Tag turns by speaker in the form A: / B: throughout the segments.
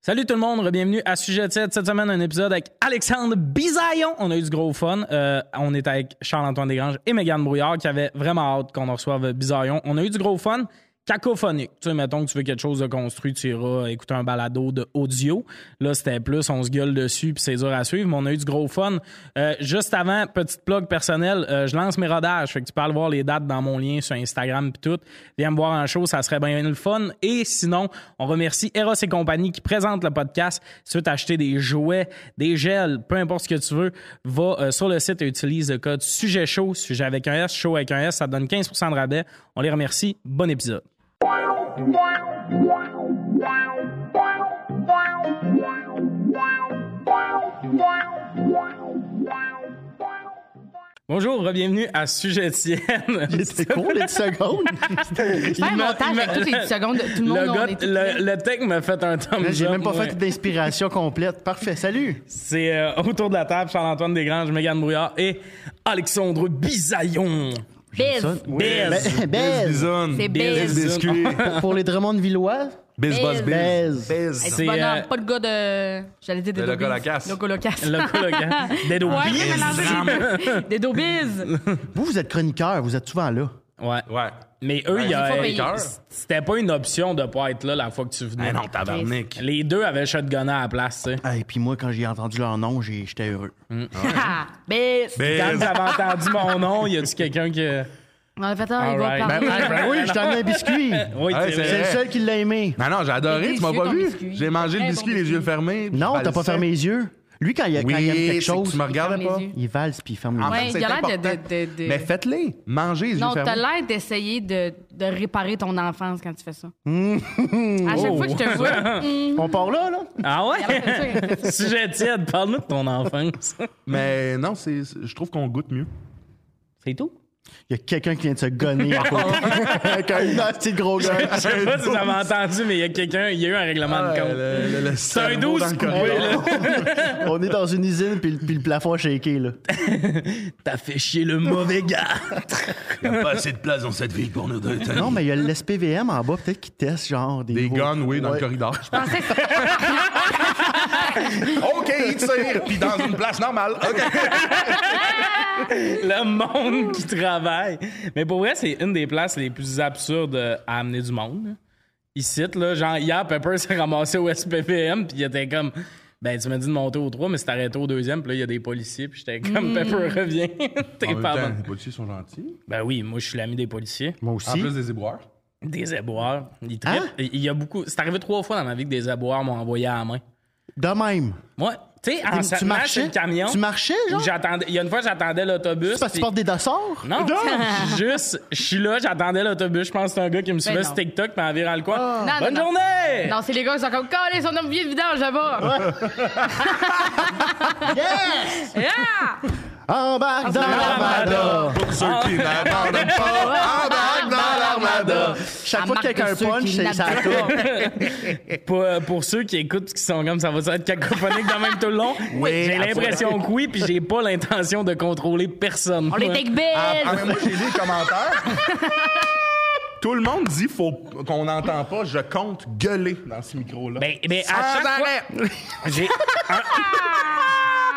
A: Salut tout le monde, bienvenue à Sujet 7. Cette semaine, un épisode avec Alexandre Bisaillon. On a eu du gros fun. Euh, on est avec Charles-Antoine Desgranges et Mégane Brouillard qui avaient vraiment hâte qu'on en reçoive Bisaillon. On a eu du gros fun cacophonique. Tu sais, mettons que tu veux quelque chose de construit, tu iras écouter un balado de audio. Là, c'était plus, on se gueule dessus, puis c'est dur à suivre, mais on a eu du gros fun. Euh, juste avant, petite plug personnelle, euh, je lance mes rodages, fait que tu peux aller voir les dates dans mon lien sur Instagram puis tout. Viens me voir en show, ça serait bien le fun. Et sinon, on remercie Eros et compagnie qui présente le podcast. Si tu veux t'acheter des jouets, des gels, peu importe ce que tu veux, va euh, sur le site et utilise le code sujet chaud, sujet avec un S, chaud avec un S, ça te donne 15% de rabais. On les remercie. Bon épisode. Bonjour, bienvenue à Sujet Tienne.
B: C'était court les 10 secondes.
A: Il
C: Faire un
A: m'a- il
C: montage
A: m'a-
C: avec toutes les 10 secondes. Tout le monde,
A: Le,
C: on
A: gars-
C: est tout prêts.
A: le, le tech m'a fait un thumbs
B: Là, J'ai
A: up,
B: même pas
A: moi.
B: fait d'inspiration complète. Parfait. Salut.
A: C'est euh, autour de la table, Charles-Antoine Desgranges, Mégane Brouillard et Alexandre Bisaillon.
C: Biz.
B: Ça-
A: Biz.
B: Ben- Baise.
D: Bison.
C: C'est
A: Biz.
C: Biz.
D: Biscuit.
B: Pour les Drummond Villois,
D: Biz
C: Biz.
D: Boss Biz.
B: baise.
C: Hey,
A: C'est,
C: du bonhomme,
A: euh,
C: pas de gars de. J'allais dire des
D: Le
C: Dobies.
D: Locolocas.
C: Locolocas.
A: Le colloquant. Des
C: Ouais,
A: Dobies.
C: j'ai mélangé. Des Dobies.
B: Vous, vous êtes chroniqueur, vous êtes souvent là.
A: Ouais.
D: Ouais.
A: Mais eux,
D: Ben,
A: il y a-
C: faut payer.
A: c'était pas une option de pas être là la fois que tu venais.
D: Eh non, tabarnak.
A: Les deux avaient shotgunné à la place, tu sais.
B: Et puis moi, quand j'ai entendu leur nom, j'ai- j'étais heureux.
C: Ah, Biz.
A: Quand vous
D: Biz.
A: avez entendu mon nom, y a-tu quelqu'un qui.
C: On a fait un, il va
A: Alright.
C: parler.
A: Ben, ben,
B: Oui, je t'en ai un biscuit.
A: Oui,
D: Ouais,
A: c'est
D: c'est
B: C'est
A: vrai.
B: le
D: vrai.
B: seul qui l'a aimé.
D: Non, non, j'ai adoré,
C: T'es
D: tu m'as pas
C: délicieux, ton
D: vu.
C: biscuit.
D: J'ai mangé
C: Très
D: le
C: bon
D: biscuit, les
C: biscuit.
D: yeux fermés. puis
B: Non,
D: je
B: t'as pas
D: balissais.
B: fermé les yeux. Lui, quand il, a- quand il aime
D: Oui,
B: quelque
D: c'est que tu
B: chose,
D: me regardais
C: ferme
D: pas.
C: les yeux.
B: il valse puis il ferme les
D: En
B: yeux.
C: Ouais,
D: fait, c'est
C: il a l'air de-
D: important.
C: de- de- de-
D: Mais faites-les. Mangez les yeux
C: Non, t'as
D: fermés.
C: l'air d'essayer de, de réparer ton enfance quand tu fais ça. À chaque
A: Oh.
C: fois que je te vois, hum,
B: On part là, là?
A: Ah
C: il a l'air
A: ouais?
C: de ça quand tu fais ça.
A: Sujet tiède, parle-nous de ton enfance.
D: Mais non, c'est, c'est- je trouve qu'on goûte mieux.
A: C'est tout?
B: Il y a quelqu'un qui vient de se gonner à côté.
D: Ah.
B: Avec un petit gros gars.
A: Je sais pas si vous avez entendu, mais il y a quelqu'un, il y a eu un règlement
D: Ah,
A: de compte.
D: C'est
A: un 12 coupé, là.
B: On est dans une usine, puis, le- puis le plafond a shaké, là.
A: T'as fait chier le mauvais gars.
D: Il n'y a pas assez de place dans cette ville pour nous deux.
B: Non, mais il y a l'SPVM en bas, peut-être qu'ils testent genre des.
D: Des
B: gros-
D: guns, oui, dans
B: Ouais.
D: le corridor.
C: Je pensais que
D: OK, il tire, puis dans une place normale. OK.
A: Le monde qui travaille. Mais pour vrai, c'est une des places les plus absurdes euh, à amener du monde. Ici, là, genre, hier, Pepper s'est ramassé au SPPM, puis il était comme. Ben, tu m'as dit de monter au 3, mais c'est arrêté au deuxième, puis là, il y a des policiers, puis j'étais comme, Pepper, reviens. T'es
D: En
A: pas
D: même temps,
A: bon.
D: les policiers sont gentils.
A: Ben oui, moi, je suis l'ami des policiers.
B: Moi
D: En
B: aussi.
D: plus des éboueurs.
A: Des éboires. Ils
B: Hein?
A: trippent. Il y a beaucoup. C'est arrivé trois fois dans ma vie que des éboires m'ont envoyé à la main.
B: De même.
A: Moi, tu sais, en
B: T'es-
A: s'attenant
B: tu
A: sur
B: marchais?
A: Ah, le camion.
B: Tu marchais,
A: où
B: genre?
A: j'attendais- Il y a une fois, j'attendais l'autobus.
B: C'est parce que
A: puis-
B: tu portes des dossards?
A: Non, je suis juste, je suis là, j'attendais l'autobus. Je pense que c'est un gars qui me suivait
C: Ben
A: sur
C: non.
A: TikTok, mais en virant le coin.
C: Non, non,
A: Bonne
C: non.
A: journée!
C: Non, c'est les gars qui sont comme Calé, son homme vient de vidange là-bas. Yeah!
B: Embarque dans l'armada!
D: Pour ceux qui n'abandonnent pas, embarque Ah. dans l'armada.
B: Chaque fois que
C: Remarque
B: quelqu'un
C: ceux
B: punch,
C: qui
B: c'est ça
C: n'abandonnent
B: tourne.
A: Pour, euh, pour ceux qui écoutent pis qui sont comme ça va être cacophonique dans même tout le long, j'ai l'impression que oui, puis j'ai pas l'intention de contrôler personne.
C: On les take
D: Ah,
C: biz.
D: ah, mais moi, j'ai lu les commentaires. Tout le monde dit faut qu'on n'entend pas, je compte gueuler dans ce micro-là. Ah,
A: Ben, ben, à
D: Sans
A: chaque fois-
D: arrêt.
A: J'ai. Ah!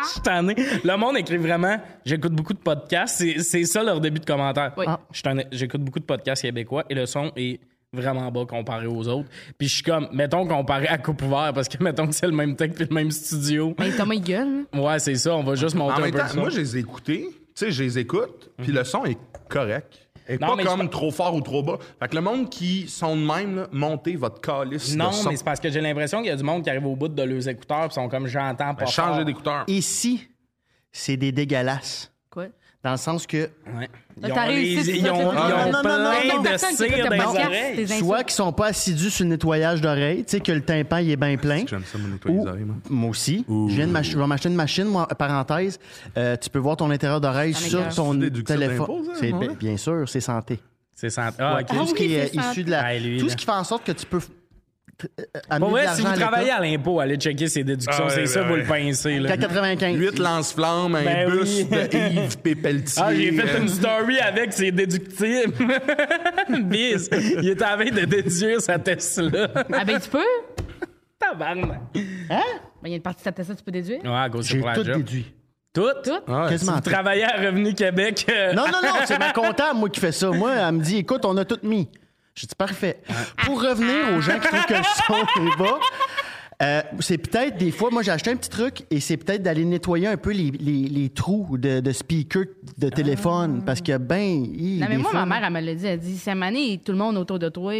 A: Je suis tanné. Le monde écrit vraiment j'écoute beaucoup de podcasts. C'est, c'est ça leur début de commentaire.
C: Oui.
A: Ah. Je suis tanné. J'écoute beaucoup de podcasts québécois et le son est vraiment bas comparé aux autres. Puis je suis comme, mettons comparé à Coupe Ouvert parce que mettons que c'est le même tech puis le même studio.
C: Mais Thomas, il gueule.
A: Ouais, c'est ça, on va juste monter
D: En
A: un
D: même
A: peu le
D: temps,
A: son.
D: moi, je les ai écoutés. Tu sais, je les écoute, puis le son est correct. Et
A: Non,
D: pas
A: mais
D: comme
A: je-
D: trop fort ou trop bas. Fait que le monde qui sont de même, là, montez votre calice
A: Non,
D: de son.
A: mais c'est parce que j'ai l'impression qu'il y a du monde qui arrive au bout de leurs écouteurs puis sont comme j'entends pas.
D: Ben,
A: fort.
D: changez d'écouteur.
B: Ici, c'est des dégueulasses.
C: Quoi?
B: Dans le sens que
A: Ouais.
C: Là,
A: Ils
C: t'as
A: ont,
C: réussi,
A: les-
C: tu
A: ils
C: vois,
A: ont,
C: tu vois,
A: ils
B: tu
A: ont
B: vois. Non, non,
A: plein
B: non, non,
A: de
C: personne qui écoute
A: cire
C: le
A: dans les
C: podcast,
A: oreilles.
C: c'est des
B: soit
C: insultes.
B: qu'ils sont pas assidus sur le nettoyage d'oreilles, tu sais que le tympan il est bien plein.
D: J'aime ça, me nettoyer les
B: Ou-
D: oreilles, moi.
B: Moi aussi. Je viens de m'ach- je vais m'acheter une machine, moi, parenthèse. Euh, tu peux voir ton intérieur d'oreille
C: Ça
B: sur
C: m'écoeure.
B: ton
D: C'est déductible d'impôt,
B: téléphone.
D: ça,
B: C'est
D: ouais.
B: bi- bien sûr, c'est santé.
A: C'est sans- Ah,
B: Tout
A: ok.
C: Ah
B: ce
C: oui,
B: qui est
C: c'est santé.
B: issu de la,
A: Ah, lui,
B: tout
A: là.
B: ce qui fait en sorte que tu peux f- t- euh, amener
A: Pour
B: de
A: vrai, si
B: l'argent
A: vous
B: à l'État.
A: travaillez à l'impôt, allez checker ces déductions.
D: Ah ouais,
A: c'est ça,
D: ben
A: vous
D: ouais.
A: le pincez. Là.
B: T'as 95.
D: 8 lance-flammes, un
A: Ben oui.
D: buste de Yves Pépeltier.
A: Ah, j'ai
D: euh,
A: fait une story avec, c'est déductible. Biz, il est en train de déduire sa Tesla.
C: Ah ben, tu peux?
A: Tabarnak.
B: Hein?
C: Ben, il y a une partie de ça, tu peux déduire.
A: Ouais, à cause de
B: J'ai
A: pour la
B: tout
A: job.
B: déduit.
A: Tout?
C: Tout?
A: Ah ouais,
B: Quasiment
A: si
B: tout.
A: vous travaillez à Revenu Québec. euh,
B: Non, non, non, c'est ma comptable, moi, qui fait ça. Moi, elle me dit, écoute, on a tout mis. J'ai dit, parfait. Pour revenir aux gens qui trouvent que le son est bas, euh, c'est peut-être des fois, moi, j'ai acheté un petit truc et c'est peut-être d'aller nettoyer un peu les, les- les trous de, de speaker de téléphone parce que, ben, il.
C: Ah. Non, mais
B: des
C: moi,
B: fois-
C: ma mère, elle me l'a dit. Elle dit, cette année, tout le monde autour de toi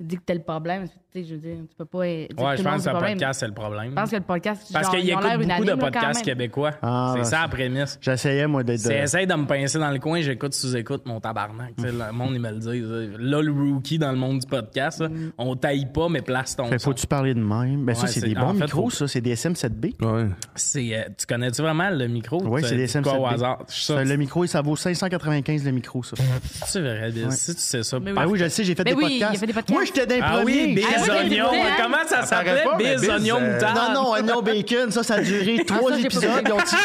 C: dit que t'as le problème. Tu sais, je veux dire, tu peux pas. euh, dire
A: Ouais,
C: tout
A: je
C: le monde
A: pense que
C: a
A: le
C: le problème.
A: podcast, c'est le problème.
C: Je pense que le podcast.
A: Parce
C: genre,
A: qu'il
C: ils ont
A: écoute
C: l'air
A: beaucoup
C: unanimes,
A: de
C: là, quand
A: podcasts
C: même.
A: québécois.
B: Ah,
A: c'est
B: ben,
A: ça la
B: c'est-
A: prémisse.
B: J'essayais, moi, d'être.
A: C'est essaye de me pincer dans le coin, j'écoute sous-écoute mon tabarnak. Tu sais, Le monde, il me le dit. Là, le rookie dans le monde du podcast, là,
C: Mm.
A: on taille pas, mais place ton
B: Fait,
A: son.
B: faut-tu parler de même? Ben, ça,
A: Ouais,
B: c'est
A: c'est-
B: des
A: en
B: bons
A: fait, faut-
B: micros, ça. C'est des SM7B.
D: Ouais.
A: C'est, euh, tu connais-tu vraiment le micro?
B: Oui,
A: Tu-
B: c'est des
A: tu crois au hasard.
B: SM7B.
A: Je suis sûr
B: Ça,
A: que
B: Euh, Le micro, ça vaut 595 le micro, ça.
A: tu sais, verrais bien. Si tu sais ça,
C: Mais
B: Ah oui, je le sais, j'ai fait
C: Ben
B: des
C: oui, il a
B: podcasts.
C: fait des podcasts.
B: Moi, j'étais d'un
A: Ah oui,
B: premier.
A: des
C: Ah oui, j'ai
A: oignons.
C: écouté, hein.
A: Comment ça
D: Ça paraît
A: s'appelait?
D: pas, mais
A: des
D: biz,
A: oignons
D: euh,
A: moutarde.
B: Non, non, Agneau Bacon, ça, ça a duré trois
C: Ah, ça, j'ai pas
B: épisodes.
C: fait.
B: Ils ont, tiré-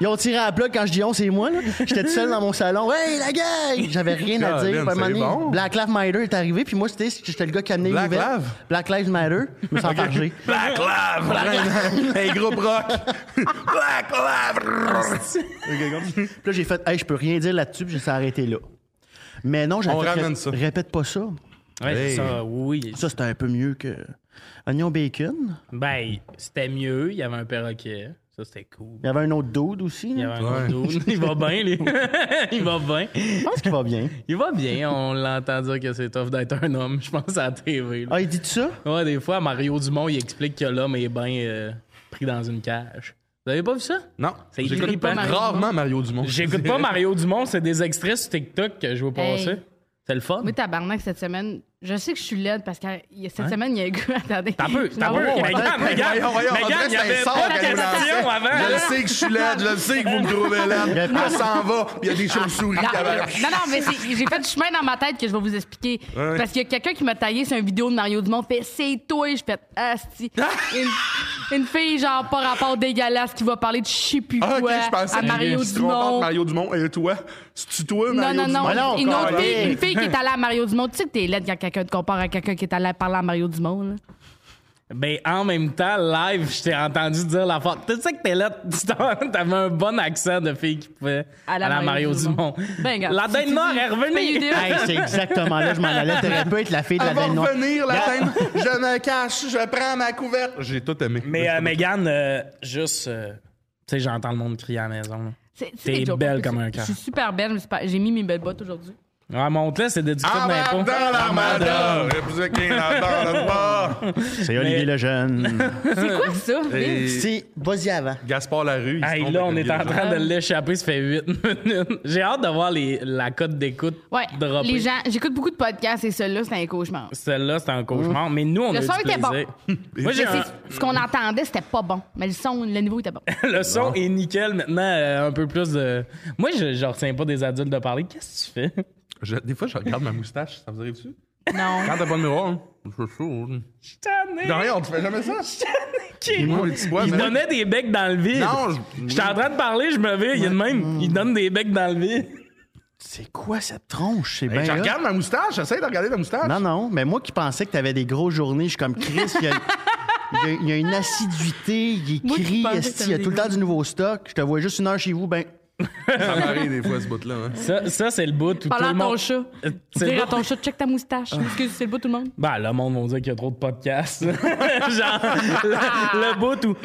B: ils ont tiré à la plug quand je dis on, c'est moi. là. J'étais tout seul dans mon salon. Hey, la gang! J'avais rien à dire.
D: Caroline,
B: Puis à un moment
D: c'est
B: donné,
D: bon.
B: Black Lives Matter est arrivé, puis moi, c'était- j'étais le gars qui amenait les
D: Black
B: nouvelles.
D: Lives?
B: Black Lives Matter. Je me suis enfargé.
D: Black Lab! Un groupe rock! Black Lab!
B: Puis là, j'ai fait, hey, je peux rien dire là-dessus, puis je suis arrêté là. Mais non, j'avais
D: On
B: fait,
D: ramène
B: ré-
D: ça.
B: Répète pas ça.
A: Ouais,
D: Hey.
A: ça, oui.
B: Ça, c'était un peu mieux que. Agneau Bacon.
A: Ben, c'était mieux. Il y avait un perroquet. Ça, c'était cool.
B: Il y avait un autre dude aussi.
A: Il y
B: là.
A: avait un autre dude. Il va bien, lui. Il va bien.
B: Je pense qu'il va bien.
A: Il va bien. On l'entend dire que c'est tough d'être un homme, je pense, à la TV. là.
B: Ah, il dit ça?
A: Ouais, des fois, Mario Dumont, il explique que l'homme est bien euh, pris dans une cage. Vous avez pas vu ça?
D: Non,
A: C'est
D: j'écoute
A: grippant.
D: pas rarement Mario Dumont.
A: J'écoute pas Mario Dumont, c'est des extraits sur TikTok que je vois passer.
C: Hey.
A: C'est le fun.
C: Moi, tabarnak, cette semaine, je sais que je suis laide parce que il y a- cette semaine, il y a un gars. Attendez.
A: Hein? T'as peu,
C: Je
A: t'as
C: m'en
A: peu.
C: vais-
A: Regarde, regarde,
D: Voyons, voyons, on dirait
A: regarde,
D: que
A: il y
D: c'est
A: avait
D: un sort
A: pas de
D: qu'elle nous
A: question
D: lançait.
A: avant.
D: Je le
A: là.
D: sais que je suis laide, je le sais que vous me trouvez laide.
B: Non.
D: On s'en va, il y a des chauves-souris qui avaient-
C: Non, non, mais c'est- j'ai fait du chemin dans ma tête que je vais vous expliquer.
D: ouais.
C: Parce qu'il y a quelqu'un qui m'a taillé sur une vidéo de Mario Dumont, fait c'est toi, je fais asti.
D: Ah!
C: une, une fille, genre, pas rapport dégueulasse qui va parler de je sais plus
D: Ah,
C: quoi
D: ok, je pensais
C: à Mario
D: que tu te trompes entre
C: Dumont.
D: Mario Dumont et toi. C'est-tu toi,
C: Non,
D: Mario
C: non,
D: Dumont?
C: non.
B: non,
C: une, autre
B: encore,
C: fille,
B: là.
C: une fille qui est allée à Mario Dumont. Tu sais que t'es laide quand quelqu'un te compare à quelqu'un qui est allé parler à Mario Dumont, là.
A: Ben, en même temps, live, je t'ai entendu dire la faute. Tu sais que t'es là, tu t'en- t'avais un bon accent de fille qui pouvait à la Mario Dumont.
C: Ben, gars,
A: la
C: si
A: Dinde
C: tu
A: Nord
C: dis-
A: est
C: Fais une
A: revenue.
C: idée.
B: Hey, c'est exactement là, je m'en allais. T'aurais pu être la fille de la
D: Elle va
B: belle noire.
D: revenir, la scène. Je me cache, je prends ma couverte. J'ai tout aimé.
A: Mais euh, Megan, euh, juste, euh, tu sais, j'entends le monde crier à la maison. là.
C: C'est- c'est
A: T'es
C: des jokes.
A: belle comme un
C: Je suis
A: cœur.
C: super belle. je me suis pas- J'ai mis mes belles bottes aujourd'hui.
A: Ouais, monte-là, c'est déductible
D: Embarque
A: d'impôt.
D: Ah, dans l'armada, républicain dans le bar.
B: C'est Olivier Lejeune.
C: C'est quoi ça? Vince?
D: Et
B: C'est vas-y avant.
D: Gaspard Larue, il se
A: Hey,
D: trompe
A: là,
D: avec
A: on est
D: Olivier
A: en
D: Lejeune.
A: train de l'échapper, ça fait 8 minutes. J'ai hâte de voir les, la cote d'écoute
C: Ouais,
A: dropper.
C: les gens, j'écoute beaucoup de podcasts et celui-là, c'est un cauchemar.
A: Celle-là, c'était un cauchemar, mais nous, on
C: Le
A: a eu
C: son
A: du
C: était bon.
A: plaisir. Moi, j'ai
C: Mais
A: un-
C: c'est- ce qu'on entendait, c'était pas bon. Mais le son, le niveau était bon.
A: Le son est nickel maintenant, euh, un peu plus de. Moi, je, je retiens pas des adultes de parler. Qu'est-ce que tu fais?
D: Je- Des fois, je regarde ma moustache, ça vous arrive-tu?
C: Non.
D: Quand t'as pas de miroir, hein? c'est chaud. hein.
A: Tanné!
D: De rien, on te fait jamais ça.
A: Il
D: Moi, les petits bois, mais-
A: donnait des becs dans le vide.
D: Non, je-
A: J'étais en train de parler, je me vais, il y a de même. Il donne des becs dans le vide.
B: C'est quoi cette tronche? C'est bien.
D: Je
B: Ben, là.
D: regarde ma moustache, j'essaie de regarder ta moustache.
B: Non, non, mais moi qui pensais que t'avais des grosses journées, je suis comme Chris, il y a, il y a- il y a une assiduité, il
C: Moi qui
B: écrit,
C: pensais que
B: esti, il y
C: t'avais
B: a
C: des
B: tout le temps du nouveau stock. Je te vois juste une heure chez vous, ben.
D: Ça m'arrive des fois, ce bout-là. hein.
A: Ça, ça, c'est le bout où tout
C: Parler
A: le
C: à
A: monde.
C: ton chat.
A: Euh, c'est
C: Dire
A: le
C: à ton chat, check ta moustache. Excuse, c'est le beau tout le monde.
A: Ben, le monde va dire qu'il y a trop de podcasts. Genre, le, le bout où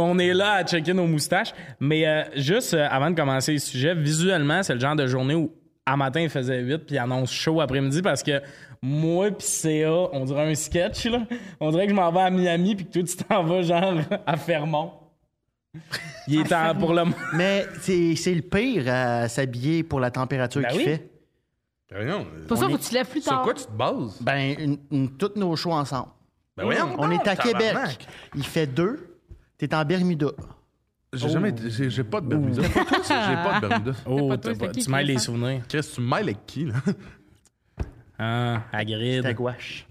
A: on est là à checker nos moustaches. Mais euh, juste euh, avant de commencer le sujet, visuellement, c'est le genre de journée où, à matin, il faisait vite, puis il annonce chaud après-midi parce que moi puis CA, on dirait un sketch, là. On dirait que je m'en vais à Miami, puis que toi, tu t'en vas, genre, à Fermont. Il est temps pour le.
B: Mais c'est c'est le pire à s'habiller pour la température
A: Ben
B: qu'il
A: oui.
B: fait.
D: Ben, Voyons,
C: Pour
D: on
C: ça,
D: est-
C: faut que tu te lèves plus
D: Sur
C: tard.
D: quoi tu te bases?
B: Ben, une- une- toutes nos choix ensemble.
D: Ben voyons.
B: On est à Québec.
D: tabarnak.
B: Il fait deux. T'es en Bermuda.
D: J'ai jamais. été- J'ai j'ai pas de Bermuda. J'ai pas de Bermuda.
A: Oh,
C: pas
A: t'as
C: toi, c'est
A: pas-
C: qui
A: tu
C: qui
A: mêles les
C: le fait?
A: souvenirs.
D: Qu'est-ce que tu mêles avec qui, là?
A: Ah, à grid.
B: Ta gouache.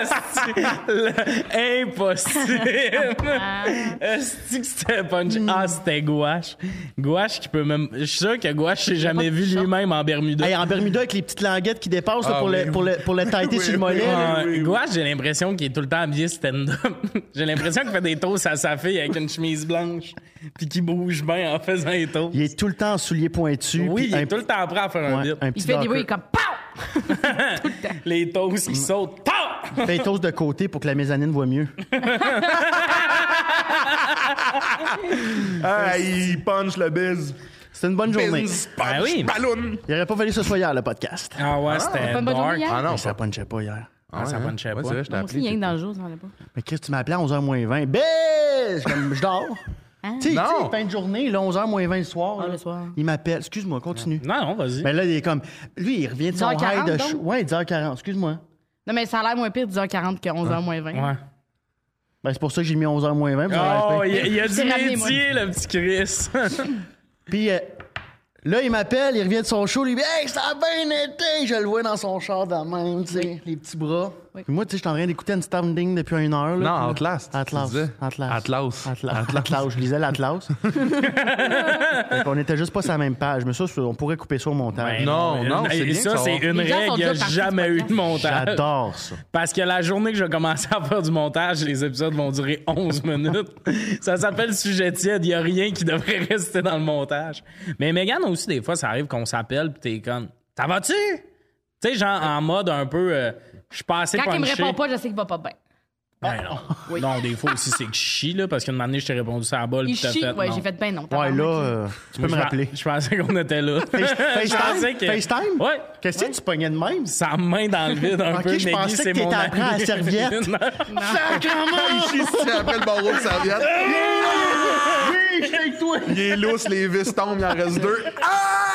A: Esti, le- Impossible!
C: Ah.
A: Esti que c'était punch.
B: Hmm.
A: Ah, c'était Gouache. Gouache qui peut même. Je suis sûr que Gouache s'est jamais vu lui-même en Bermuda.
B: Hey, en Bermuda, avec les petites languettes qui dépassent là,
D: Ah
B: pour,
D: oui,
B: le, pour, le, pour le tighter
D: Oui,
B: sur le
D: oui,
B: mollet. là.
A: Ouais,
D: oui, oui.
A: Gouache, j'ai l'impression qu'il est tout le temps habillé stand-up. j'ai l'impression qu'il fait des toasts à sa fille avec une chemise blanche, puis qu'il bouge bien en faisant des toasts.
B: Il est tout le temps en souliers pointus.
A: Oui,
B: puis
A: il est
B: un-
A: tout le temps prêt à faire un
B: ouais,
A: bit.
B: un petit
C: Il fait des
B: docker.
C: bruits comme POW! Tout le temps.
A: Les toasts
B: Mm.
A: qui sautent. Pow!
B: Fais un toast de côté pour que la mezzanine voit mieux.
D: Ah, il punch le biz.
B: C'est une bonne journée.
D: Biz, punch,
A: Ah oui.
D: balloon.
B: Il aurait pas fallu ce soit hier, le podcast.
A: Ah ouais, c'était
C: pas une bonne
A: dark.
C: journée, hein?
D: Ah non, hein?
B: Mais ça punchait pas hier.
A: Ah, ça punchait pas.
D: vrai, je t'ai
C: Moi aussi,
D: appelé.
C: rien que dans le jour, ça n'en est pas.
B: Mais Chris, tu m'appelais à 11h moins 20. Bitch! Comme, je dors. Tu sais,
D: Non.
B: tu sais, fin de journée, là, 11h moins 20 le soir.
C: Ah,
B: là,
C: le soir.
B: Il m'appelle. Excuse-moi,
D: Ah.
B: continue.
A: Non, non, vas-y.
B: Mais là, il est comme. Lui, il revient de son
C: 10h40
B: high de. ch-
C: donc?
B: Ouais, 10h40. Excuse-moi.
C: Non, mais ça a l'air moins pire 10h40 que 11h moins 20.
A: Ouais.
B: Ben, c'est pour ça que j'ai mis 11h moins 20. pour avoir
A: Oh,
B: respect.
A: il y a- il y a du
C: t'ai ramené, moi.
A: métier, le petit Chris.
B: Puis euh, là, il m'appelle, il revient de son show. Il dit Hey, ça a bien été. Je le vois dans son char de même, tu sais, les petits bras.
C: Oui.
B: Puis moi, tu sais, je suis en train d'écouter une standing depuis une heure. Là,
D: Non,
B: Puis là,
D: Outlast, tu
B: Atlas.
D: disais.
B: Atlas.
D: Atlas.
B: Atlas. Atlas. Je lisais l'Atlas. Fait qu'on était juste pas sur la même page. Mais ça, c'est- on pourrait couper ça au montage.
A: Ben
D: non, non,
A: Et
D: c'est bien
A: ça,
D: que ça
A: c'est
D: va.
A: une
C: Les gens
A: règle.
C: sont
A: Il n'y a
C: déjà partis
A: jamais
C: du
A: eu de montage.
B: J'adore ça.
A: Parce que la journée que je vais commencer à faire du montage, les épisodes vont durer 11 minutes. ça s'appelle sujet tiède. Il n'y a rien qui devrait rester dans le montage. Mais Megan aussi, des fois, ça arrive qu'on s'appelle puis t'es comme Ça va-tu? Tu sais, genre en mode un peu euh, Je suis pas assez
C: Quand il me
A: punché.
C: répond pas, je sais qu'il va pas bien.
A: Ben non. non, des fois aussi, c'est que je chie, là, parce qu'une année, je t'ai répondu ça à la balle
C: Il
A: puis t'as
C: chie.
A: fait.
C: Ouais,
A: non.
C: j'ai fait ben non.
B: Ouais,
C: tabarnak.
B: là, euh, tu peux
A: Je
B: me
A: pe-
B: rappeler.
A: Je pensais qu'on était là.
B: FaceTime?
A: Je pensais que-
B: FaceTime?
A: Ouais.
B: Qu'est-ce que tu pognais de même?
A: Sa main dans le vide un
B: Ok,
A: peu.
B: je
A: Nagui,
B: pensais que
A: c'est
B: t'étais
A: mon
B: après
A: ami.
B: à la serviette.
A: Non.
D: Il chie ici après le barreau de serviette. Il est lousse, les vis tombent, il en reste deux.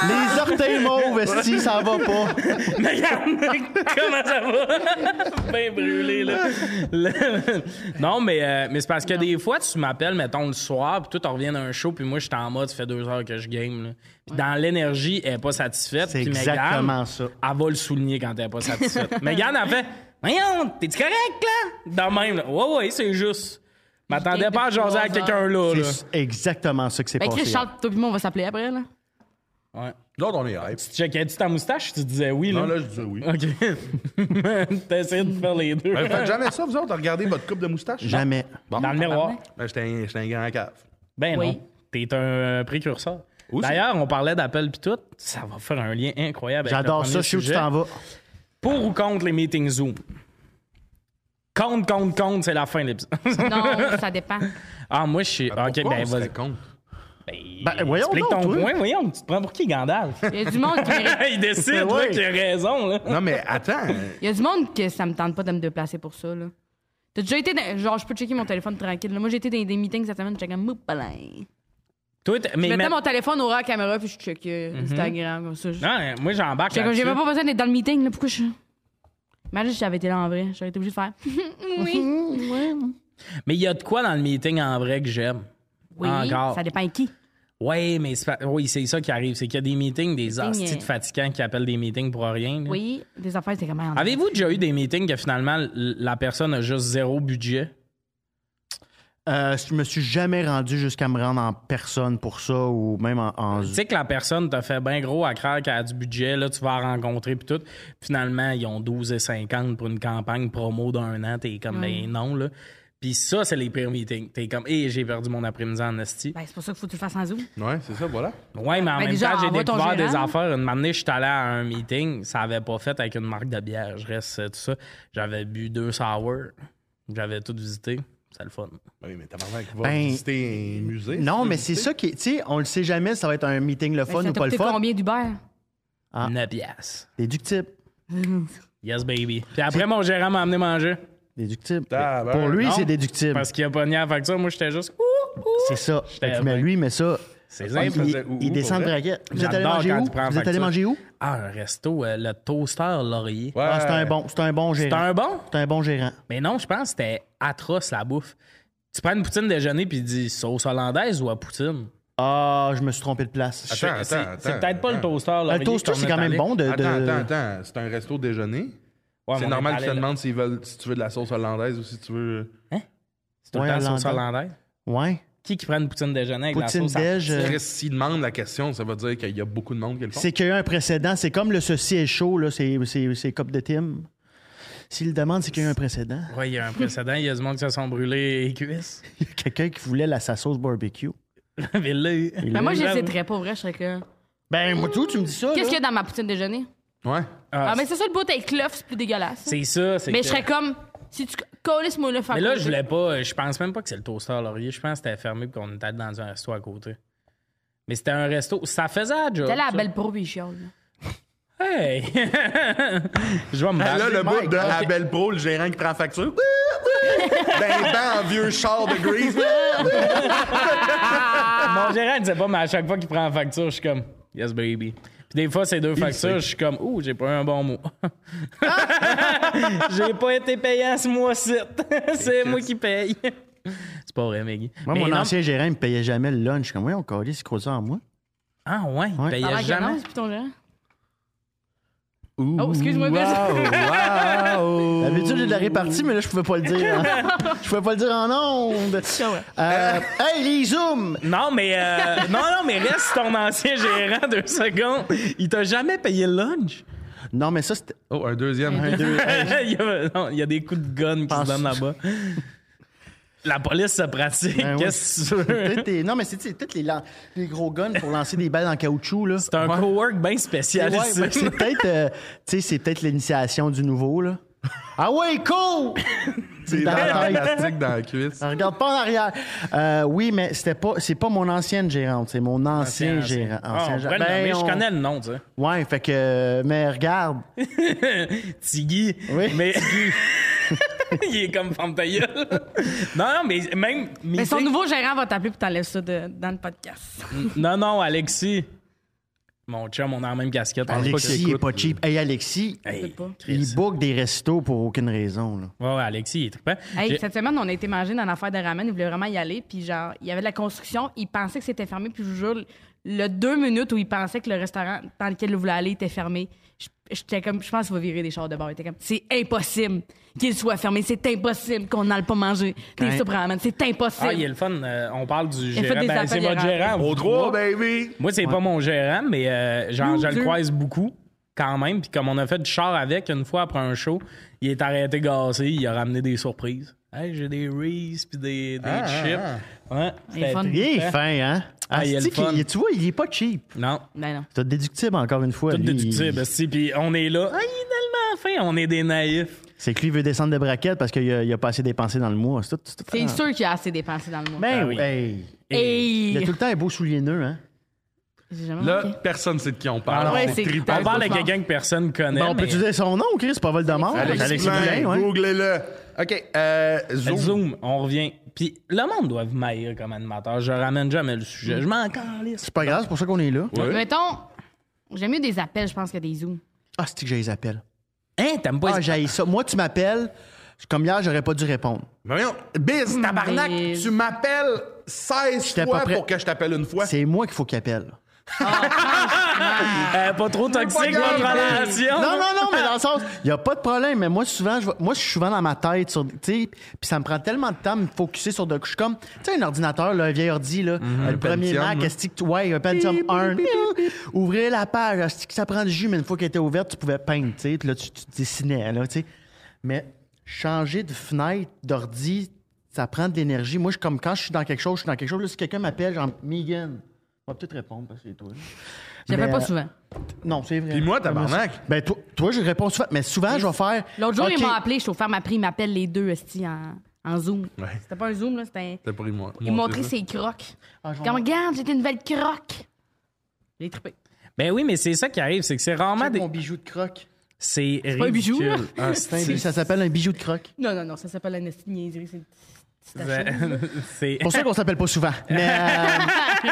B: Les orteils mauves, esti, ça va pas.
A: Mais regarde, comment ça va? Bien brûlé, là. Le- Non, mais, euh, mais c'est parce que des fois, tu m'appelles, mettons, le soir, puis toi, on revient d'un show, puis moi, je suis en mode, ça fait deux heures que je game. là. Puis dans l'énergie, elle n'est pas satisfaite.
B: C'est
A: puis Mégane,
B: exactement ça.
A: Elle va le souligner quand elle n'est pas satisfaite. Mégane, elle fait Voyons, t'es-tu correct, là? De même, là. Ouais, ouais, c'est juste. M'attendais
C: game
A: pas à
C: depuis
A: jaser à
C: trois
A: quelqu'un là, là.
B: C'est exactement ça que c'est
C: Ben,
B: passé.
C: Chris, Charles, toi pis moi, on va s'appeler après, là.
A: Ouais.
D: L'autre, on est hype.
A: Tu checkais-tu ta moustache? Tu disais oui, là.
D: Non, là, je disais oui.
A: OK. T'as essayé de faire les deux.
D: Ben,
B: Ben,
D: Vous faites jamais ça, vous autres, regardez votre coupe de moustache?
B: Jamais.
D: Bon.
A: Dans le miroir.
D: Ben, j'étais un, j'étais un grand cave.
A: Ben
C: Oui.
A: non. T'es un euh, précurseur.
D: Où ça?
A: D'ailleurs, on parlait d'Apple pis tout. Ça va faire un lien incroyable. avec
B: J'adore
A: le
B: ça.
A: premier
B: Je sais où tu
A: sujet.
B: t'en vas.
A: Pour ou contre les meetings Zoom? Contre, contre, contre, c'est la fin de l'épisode.
C: Non, ça dépend.
A: ah, moi, je suis.
B: Euh,
A: Ok,
D: Pourquoi
A: ben
D: on se
A: vas-y.
D: raconte?
B: Ben, voyons
A: Explique
B: donc,
A: ton
B: toi.
A: point, voyons. Tu te prends pour qui, Gandalf?
C: Il y a du monde qui mérite-
A: Il décide,
B: Ben
A: là,
B: ouais.
A: qu'il a raison, là.
D: Non, mais attends.
C: Il y a du monde que ça me tente pas de me déplacer pour ça, là. T'as déjà été dans... Genre, je peux checker mon téléphone tranquille. là. Moi, j'ai été dans des meetings cette semaine, j'étais comme... moupalin.
A: Toi, t'es- mais.
C: Je mettais
A: mais-
C: mon téléphone au ras à la caméra, puis je checkais Instagram, comme ça. Je-
A: Mhm. Non, hein, moi, j'embarque.
C: J'étais comme,
A: là-dessus.
C: j'ai même pas besoin d'être dans le meeting, là. Pourquoi je... Imagine si j'avais été là en vrai. J'aurais été obligée de faire... oui.
A: Mais il y a de quoi dans le meeting en vrai que j'aime?
C: Oui,
A: Encore.
C: ça dépend qui.
A: Mm. Ouais, mais c'est pas- oui, c'est ça qui arrive. C'est qu'il y a des meetings, des
C: Meeting,
A: hosties de
C: euh,
A: fatigants qui appellent des meetings pour rien. là.
C: Oui, des affaires, c'est comment...
A: Avez-vous déjà eu des meetings que finalement l- la personne a juste zéro budget?
B: Euh, je me suis jamais rendu jusqu'à me rendre en personne pour ça ou même en, en
A: Tu sais que la personne t'a fait bien gros à croire qu'elle a du budget, là tu vas la rencontrer puis tout. Finalement, ils ont 12 et 50 pour une campagne promo d'un an, t'es comme ben non là. Puis ça, c'est les pires meetings. T'es comme hé, j'ai perdu mon après-midi en esti.
C: Ben, c'est pour ça qu'il faut que tu le fasses en Zoom.
D: Ouais, c'est ça, voilà.
A: Ouais, mais en
C: Ben,
A: même
C: déjà,
A: temps, j'ai
C: envoie ton
A: découvert des
C: gérant.
A: affaires. Une matinée, je suis allé à un meeting, ça avait pas fait avec une marque de bière. Je reste euh, tout ça. J'avais bu deux sour. J'avais tout visité. C'est le fun.
D: Oui, mais t'as marre qu'il va
B: Ben,
D: visiter un musée.
B: Non, mais c'est ça qui est. Tu sais, on le sait jamais, ça va être un meeting le fun
C: Ben, ça
B: ou
C: t'a
B: pas le
C: coûté
B: fun.
C: combien d'Uber?
B: Ah.
A: Nepias.
B: Déductible.
A: Yes, baby. Puis après, mon gérant m'a amené manger.
B: Déductible. Ben,
D: Tabarnak.
B: Pour lui,
A: Non,
B: c'est déductible.
A: Parce qu'il a pogné la facture. Moi, j'étais juste. Ouh, ouh.
B: C'est ça.
A: J'étais
B: Fait que, mais
A: bien.
B: lui, mais ça.
A: C'est
B: Il,
A: simple.
D: faisait où,
B: il
D: où,
B: descend de
D: pour vrai?
B: braguette. Vous êtes allé
A: J'adore
B: manger
A: quand
B: où?
A: tu prends la
B: Vous êtes allé
A: facture.
B: manger où?
A: Ah, un resto, euh, le toaster laurier.
D: Ouais.
B: Ah, c'est un bon, c'est un bon
A: C'était
B: gérant.
A: un bon?
B: C'est un bon gérant.
A: Mais non, je pense que c'était atroce la bouffe. Tu prends une poutine déjeuner puis tu dis sauce hollandaise ou à poutine?
B: Ah, je me suis trompé de place.
D: Attends, attends,
A: C'est-
D: attends.
A: C'est peut-être pas le
D: attends.
A: toaster laurier.
B: Le toaster,
A: qu'on
B: c'est
A: est
B: quand même
A: allé.
B: bon euh, de. de-
D: Attends, attends, attends. C'est un resto déjeuner.
A: Ouais, mais
D: C'est
A: on
D: normal
A: est
D: qu'ils te
A: allé,
D: demandent s'ils veulent- si tu veux de la sauce hollandaise ou si tu veux.
A: là. Tout le
B: Ouais,
A: temps, sauce
B: hollandais.
A: hollandaise.
B: Ouais.
A: Qui qui prend une poutine déjeuner avec
B: Poutine
A: la sauce à-
B: belge. euh,
D: Chris, S'ils demandent la question, ça veut dire qu'il y a beaucoup de monde qui le font.
B: C'est qu'il y a eu un précédent. C'est comme le ceci est chaud, là. C'est, c'est, c'est Cop de Tim. S'il le demande, c'est qu'il y a eu un précédent.
A: Ouais, il y a un précédent, il y a du monde qui se sont brûlés les cuisses.
B: Il y a quelqu'un qui voulait la sa sauce barbecue.
A: Mais là, il-
C: Mais Ben, moi,
A: là,
C: j'hésiterais pas, vrai, je serais que.
B: Ben, moi, tout, tu me dis ça.
C: Qu'est-ce qu'il y
B: là.
C: a dans ma poutine déjeuner?
D: Ouais.
A: Ah,
C: Ah, mais c'est ça le bout avec l'œuf, c'est plus dégueulasse.
A: C'est ça, c'est
C: Mais
A: que-
C: je serais comme. Si tu colles ce mot-là,
A: Mais là, je voulais pas. Je pense même pas que c'est le toaster Laurier. Je pense que c'était fermé et qu'on était allé dans un resto à côté. Mais c'était un resto. Ça faisait la job.
C: T'as la
A: ça.
C: belle probe, il chiale, là.
A: Hey! je vais me
D: Ben Là,
A: battre.
D: le bout
A: Mike,
D: de
A: ok.
D: la belle pro, le gérant qui prend facture. D'un banc en vieux char de Grease.
A: Mon gérant disait pas, mais à chaque fois qu'il prend la facture, je suis comme Yes, baby. Puis des fois, ces deux factures, je suis comme Ouh, j'ai pas eu un bon mot.
B: Ah!
A: j'ai pas été payant ce mois-ci. c'est moi qui paye. c'est pas vrai, Maggie.
B: Moi,
A: Mais
B: mon
A: non-
B: ancien gérant, il me payait jamais le lunch. Je suis Comme, oui, on calait, c'est quoi ça en moi?
A: Ah, ouais, il
B: Ouais.
A: payait
C: Parlant
A: jamais.
C: non, c'est plus ton gérant. Oh, excuse-moi, Bill.
D: Oh,
A: Oh.
B: D'habitude, j'ai de la répartie, mais là, je pouvais pas le dire. hein. Je pouvais pas le dire en ondes.
C: ouais.
B: Euh, hey, Rizoom!
A: Non, mais euh, non, non, mais reste ton ancien gérant deux secondes. Il t'a jamais payé le lunch.
B: Non, mais ça, c'était.
D: Oh, un deuxième.
A: il, y a, non, il y a des coups de gun qui se
B: Pense-
A: donnent là-bas. La police se pratique.
B: Ben oui.
A: Qu'est-ce que tu veux?
B: peut-être des- Non, mais c'est peut-être les, lan- les gros guns pour lancer des balles en caoutchouc, là.
A: C'est un cowork bien spécial
B: Ouais,
A: ici.
B: ben, c'est peut-être euh, tu sais, c'est peut-être l'initiation du nouveau là. Ah ouais, cool!
D: C'est
B: dans la
D: dans
B: tête.
D: plastique dans la cuisse.
B: Ah, Regarde pas en arrière. Euh, oui, mais c'était pas c'est pas mon ancienne gérante, c'est mon ancien, gérant.
A: Ah,
B: ancien
A: on
B: gérant.
A: pourrait le
B: Ben,
A: nommer,
B: on-
A: Je connais le nom, tu sais.
B: Ouais, fait que mais regarde.
A: Tiggy.
B: Oui.
A: Mais... il est comme femme ta gueule. Non, non, mais même.
C: Mais son
A: meeting-
C: nouveau gérant va t'appeler pour t'enlèves ça de- dans le podcast.
A: Non, non, Alexis. Mon chum, on a la même casquette. pense pas qu'il
B: Alexis est
A: écoute.
B: pas cheap. Hey Alexis,
A: Hey,
C: pas.
A: Chris.
B: il book des restos pour aucune raison là.
A: Ouais, ouais, Alexis, il est trippant.
C: Hey,
A: J'ai-
C: cette semaine, on a été manger dans l'affaire de ramen. Il voulait vraiment y aller. Puis, genre, il y avait de la construction. Il pensait que c'était fermé. Puis, je vous jure, le deux minutes où il pensait que le restaurant dans lequel il voulait aller était fermé, je- j'étais comme, je pense qu'il va virer des chars de bord. Il était comme, c'est impossible qu'il soit fermé. C'est impossible qu'on n'aille pas manger des
B: Quand-
C: soupes ramen. C'est impossible.
A: Hein? Ah, il est le fun. euh, on parle du
C: a fait
A: gérant.
C: des
A: Ben, c'est
C: appels
A: votre
C: errants.
A: gérant.
D: Au
A: vous
D: droit,
A: trois.
B: ben,
D: baby.
A: Moi, c'est pas mon gérant, mais euh, genre, je le croise beaucoup quand même. Puis comme on a fait du char avec une fois après un show, il est arrêté gassé, il a ramené des surprises. Hey, j'ai des Reese puis des, des
B: Ah,
A: chips. Ouais,
C: Il est
A: c'était
C: fun.
A: tri-
B: Il est fin hein.
A: Ah, il a le
B: Asti qu'il-
A: fun.
B: tu vois, il est pas cheap.
A: Non,
C: Ben non.
B: C'est déductible encore une fois.
A: tout
B: lui.
A: déductible. si, Puis on est là. Ah, il est tellement fin. On est des naïfs.
B: C'est que lui veut descendre de braquette parce qu'il a, il a pas assez dépensé dans le mois. C'est tout. c'est tout-
C: C'est
B: ah.
C: sûr qu'il a assez dépensé dans le monde.
B: Ben
A: Ah oui.
B: hey. Il a
C: Hey!
B: tout le temps un beau soulier neuf, hein?
C: J'ai jamais
D: Là,
C: manqué.
D: personne sait de qui on
A: Ah
D: parle.
A: non,
C: Ouais,
D: c'est
C: c'est-
D: trippant.
C: Ah,
A: On parle à
C: franchement.
A: quelqu'un que personne connaît.
B: Bon, on
A: Ben mais-
B: peut-tu dire son nom, Chris? Pas vol de mort?
D: Alex, Blain,
B: Poulain, ouais.
D: googlez-le. OK, euh, Zoom.
A: Zoom. on revient. Puis le monde doit vous maïr comme animateur. Je ramène jamais le sujet. Je m'en calisse.
B: C'est pas grave, c'est pour ça qu'on est là.
D: Ouais.
C: Mettons, j'aime mieux des appels, je pense, que des zooms.
B: Ah, c'est que j'ai les appels.
A: Hein, t'aimes pas
B: Ah, j'ai ça. Moi, tu m'appelles, comme hier, j'aurais pas dû répondre.
D: Mais Voyons, Biz, tabarnak,
C: Biz.
D: tu m'appelles 16
B: J'étais
D: fois
B: pas prêt.
D: pour que je t'appelle une fois.
B: C'est moi qu'il faut qu'il appelle.
A: Euh, pas trop toxique
D: pas
A: votre
D: grave.
A: relation.
B: Non, non, non, mais dans le sens, il y a pas de problème, mais moi, souvent, je, vais- moi, je suis souvent dans ma tête, sur, tu sais, puis ça me prend tellement de temps de me focusser sur de. Je suis comme, tu sais, un ordinateur, là, un vieil ordi, là, le premier
D: Mhm. Pentium,
B: Mac,
D: là.
B: est-ce que tu- ouais, un Pentium 1, ouvrir la page, est-ce que ça prend du jus, mais une fois qu'elle était ouverte, tu pouvais peindre, tu sais, puis là, tu, tu dessinais, là, tu sais. Mais changer de fenêtre, d'ordi, ça prend de l'énergie. Moi, je suis comme, quand je suis dans quelque chose, je suis dans quelque chose, là, si quelqu'un m'appelle, genre, Megan, on va peut-être répondre parce que c'est toi. là.
C: J'appelle
B: Mais,
C: pas
B: euh,
C: souvent.
B: Non, c'est vrai.
D: Puis moi, tabarnak.
B: Ben, toi, toi, je réponds souvent, mais souvent, je vais faire.
C: L'autre jour,
B: OK.
C: il m'a appelé, je suis au ferme après, il m'appelle les deux esti, en, en Zoom.
D: Ouais.
C: C'était pas un Zoom, là, c'était un.
D: T'as pris moi.
C: Il me montrait ses crocs.
B: Ah, je vais voir.
C: Comme, regarde, j'ai une nouvelle croque. J'ai trippé.
A: Ben oui, mais c'est ça qui arrive, c'est que c'est rarement des...
B: Mon bijou de croque.
A: C'est
C: pas un bijou,
A: ridicule.
C: là.
A: Ah,
B: C'est un bi- Ça s'appelle un bijou de croque.
C: Non, non, non, ça s'appelle la esti niaiserie. C'est c'est ta chose.
A: ben, c'est...
B: pour ça qu'on s'appelle pas souvent. Mais, euh,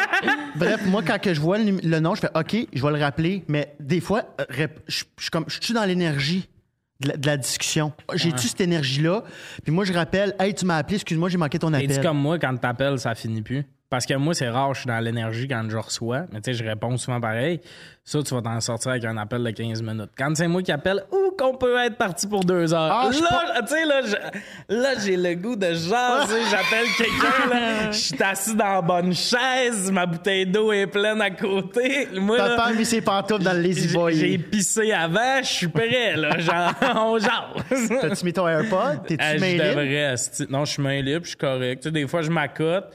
B: bref, moi, quand que je vois le, numé- le nom, je fais OK, je vais le rappeler, mais des fois, euh, rép- je je suis comme, je suis dans l'énergie de la, de la discussion. J'ai-tu cette énergie-là? Puis moi, je rappelle, hey, tu m'as appelé, excuse-moi, j'ai manqué ton
A: Et dis
B: appel.
A: comme moi, quand t'appelles, ça finit plus. Parce que moi, c'est rare, je suis dans l'énergie quand je reçois, mais tu sais, je réponds souvent pareil. Ça, tu vas t'en sortir avec un appel de 15 minutes. Quand c'est moi qui appelle, ouh, qu'on peut être parti pour deux heures.
B: Ah, je suis
A: là, tu sais, là, je- là, j'ai le goût de jaser. J'appelle quelqu'un, là. Je suis assis dans la bonne chaise. Ma bouteille d'eau est pleine à côté. Moi, là,
B: Papa a mis ses pantoufles dans le Lazy
A: j'ai j'ai
B: Boy.
A: pissé avant. Je suis prêt, là. Genre, on jase.
B: T'as-tu mis ton AirPod? T'es-tu
A: Ah, je
B: main libre?
A: devrais, asti. Non, je suis main libre, je suis correct. Tu sais, des fois, je m'accote.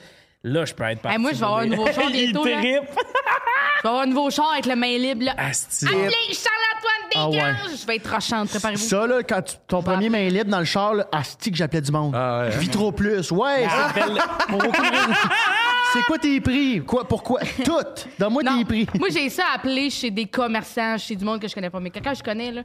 A: Là, je peux être parti.
C: Eh, moi, je vais avoir un nouveau char bientôt,
A: Il
C: là.
A: trippe.
C: Je vais avoir un nouveau char avec le main libre, là.
A: Asti.
C: Appelez Charles-Antoine Desgranges!
B: Ah
C: Je vais être rochante, préparez-vous.
B: Ça, là, quand tu-
C: Ah.
B: ton premier main libre dans le char, là, asti que j'appelais du monde.
D: Ah, ouais.
B: Je vis trop plus. Ouais,
C: Ah.
B: ça-
A: Appelle-
B: pour aucune raison. C'est quoi tes prix? Quoi, pourquoi? Tout! Donne-moi
C: Non.
B: tes prix.
C: Moi, j'ai ça appelé chez des commerçants, chez du monde que je connais pas. Mais quelqu'un que je connais, là.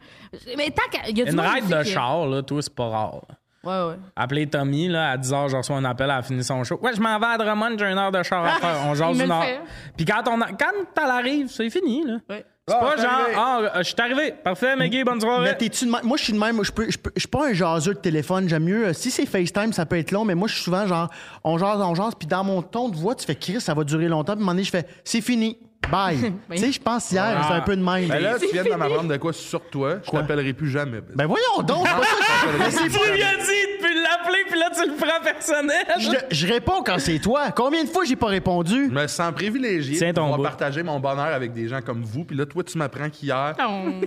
C: Mais tant qu'il y a du
A: Une
C: monde
A: ride
C: aussi
A: de
C: qui-
A: char, là, toi, c'est pas rare.
C: Ouais, ouais.
A: Appeler Tommy, là, à 10h, je reçois un appel, elle a fini son show. Ouais, je m'en vais à Drummond, j'ai une heure de char à faire. On
C: Il
A: jase
C: me
A: une
C: le
A: heure.
C: fait.
A: Puis quand on a- quand elle arrive, c'est fini, là.
C: ouais.
A: C'est
D: Ah,
A: pas
D: t'es
A: genre,
D: arrivé.
A: ah, euh, je suis arrivé. Parfait, Maggie, bonne
B: Mais
A: soirée.
B: t'es-tu de même? Moi, je suis de même. Je peux- je peux- je suis pas un jaseux de téléphone. J'aime mieux. euh, Si c'est FaceTime, ça peut être long, mais moi, je suis souvent genre, on jase, on jase, puis dans mon ton de voix, tu fais Chris, ça va durer longtemps, puis à un moment donné, je fais c'est fini. Bye. tu sais, je pense hier,
A: Ah.
B: c'est un peu de même.
D: Ben
B: Ben,
D: là, tu viens de m'apprendre de quoi sur toi, je t'appellerai plus jamais.
B: voyons donc, c'est pas ça que- Ben, Mais c'est
A: Tu lui as dit de plus l'appeler, puis là, tu le prends personnel.
B: Je, je réponds quand c'est toi. Combien de fois j'ai pas répondu?
D: Je me sens privilégié
A: Tiens
D: de
A: ton
D: pouvoir
A: bout.
D: partager mon bonheur avec des gens comme vous. Puis là, toi, tu m'apprends qu'hier.
C: Non.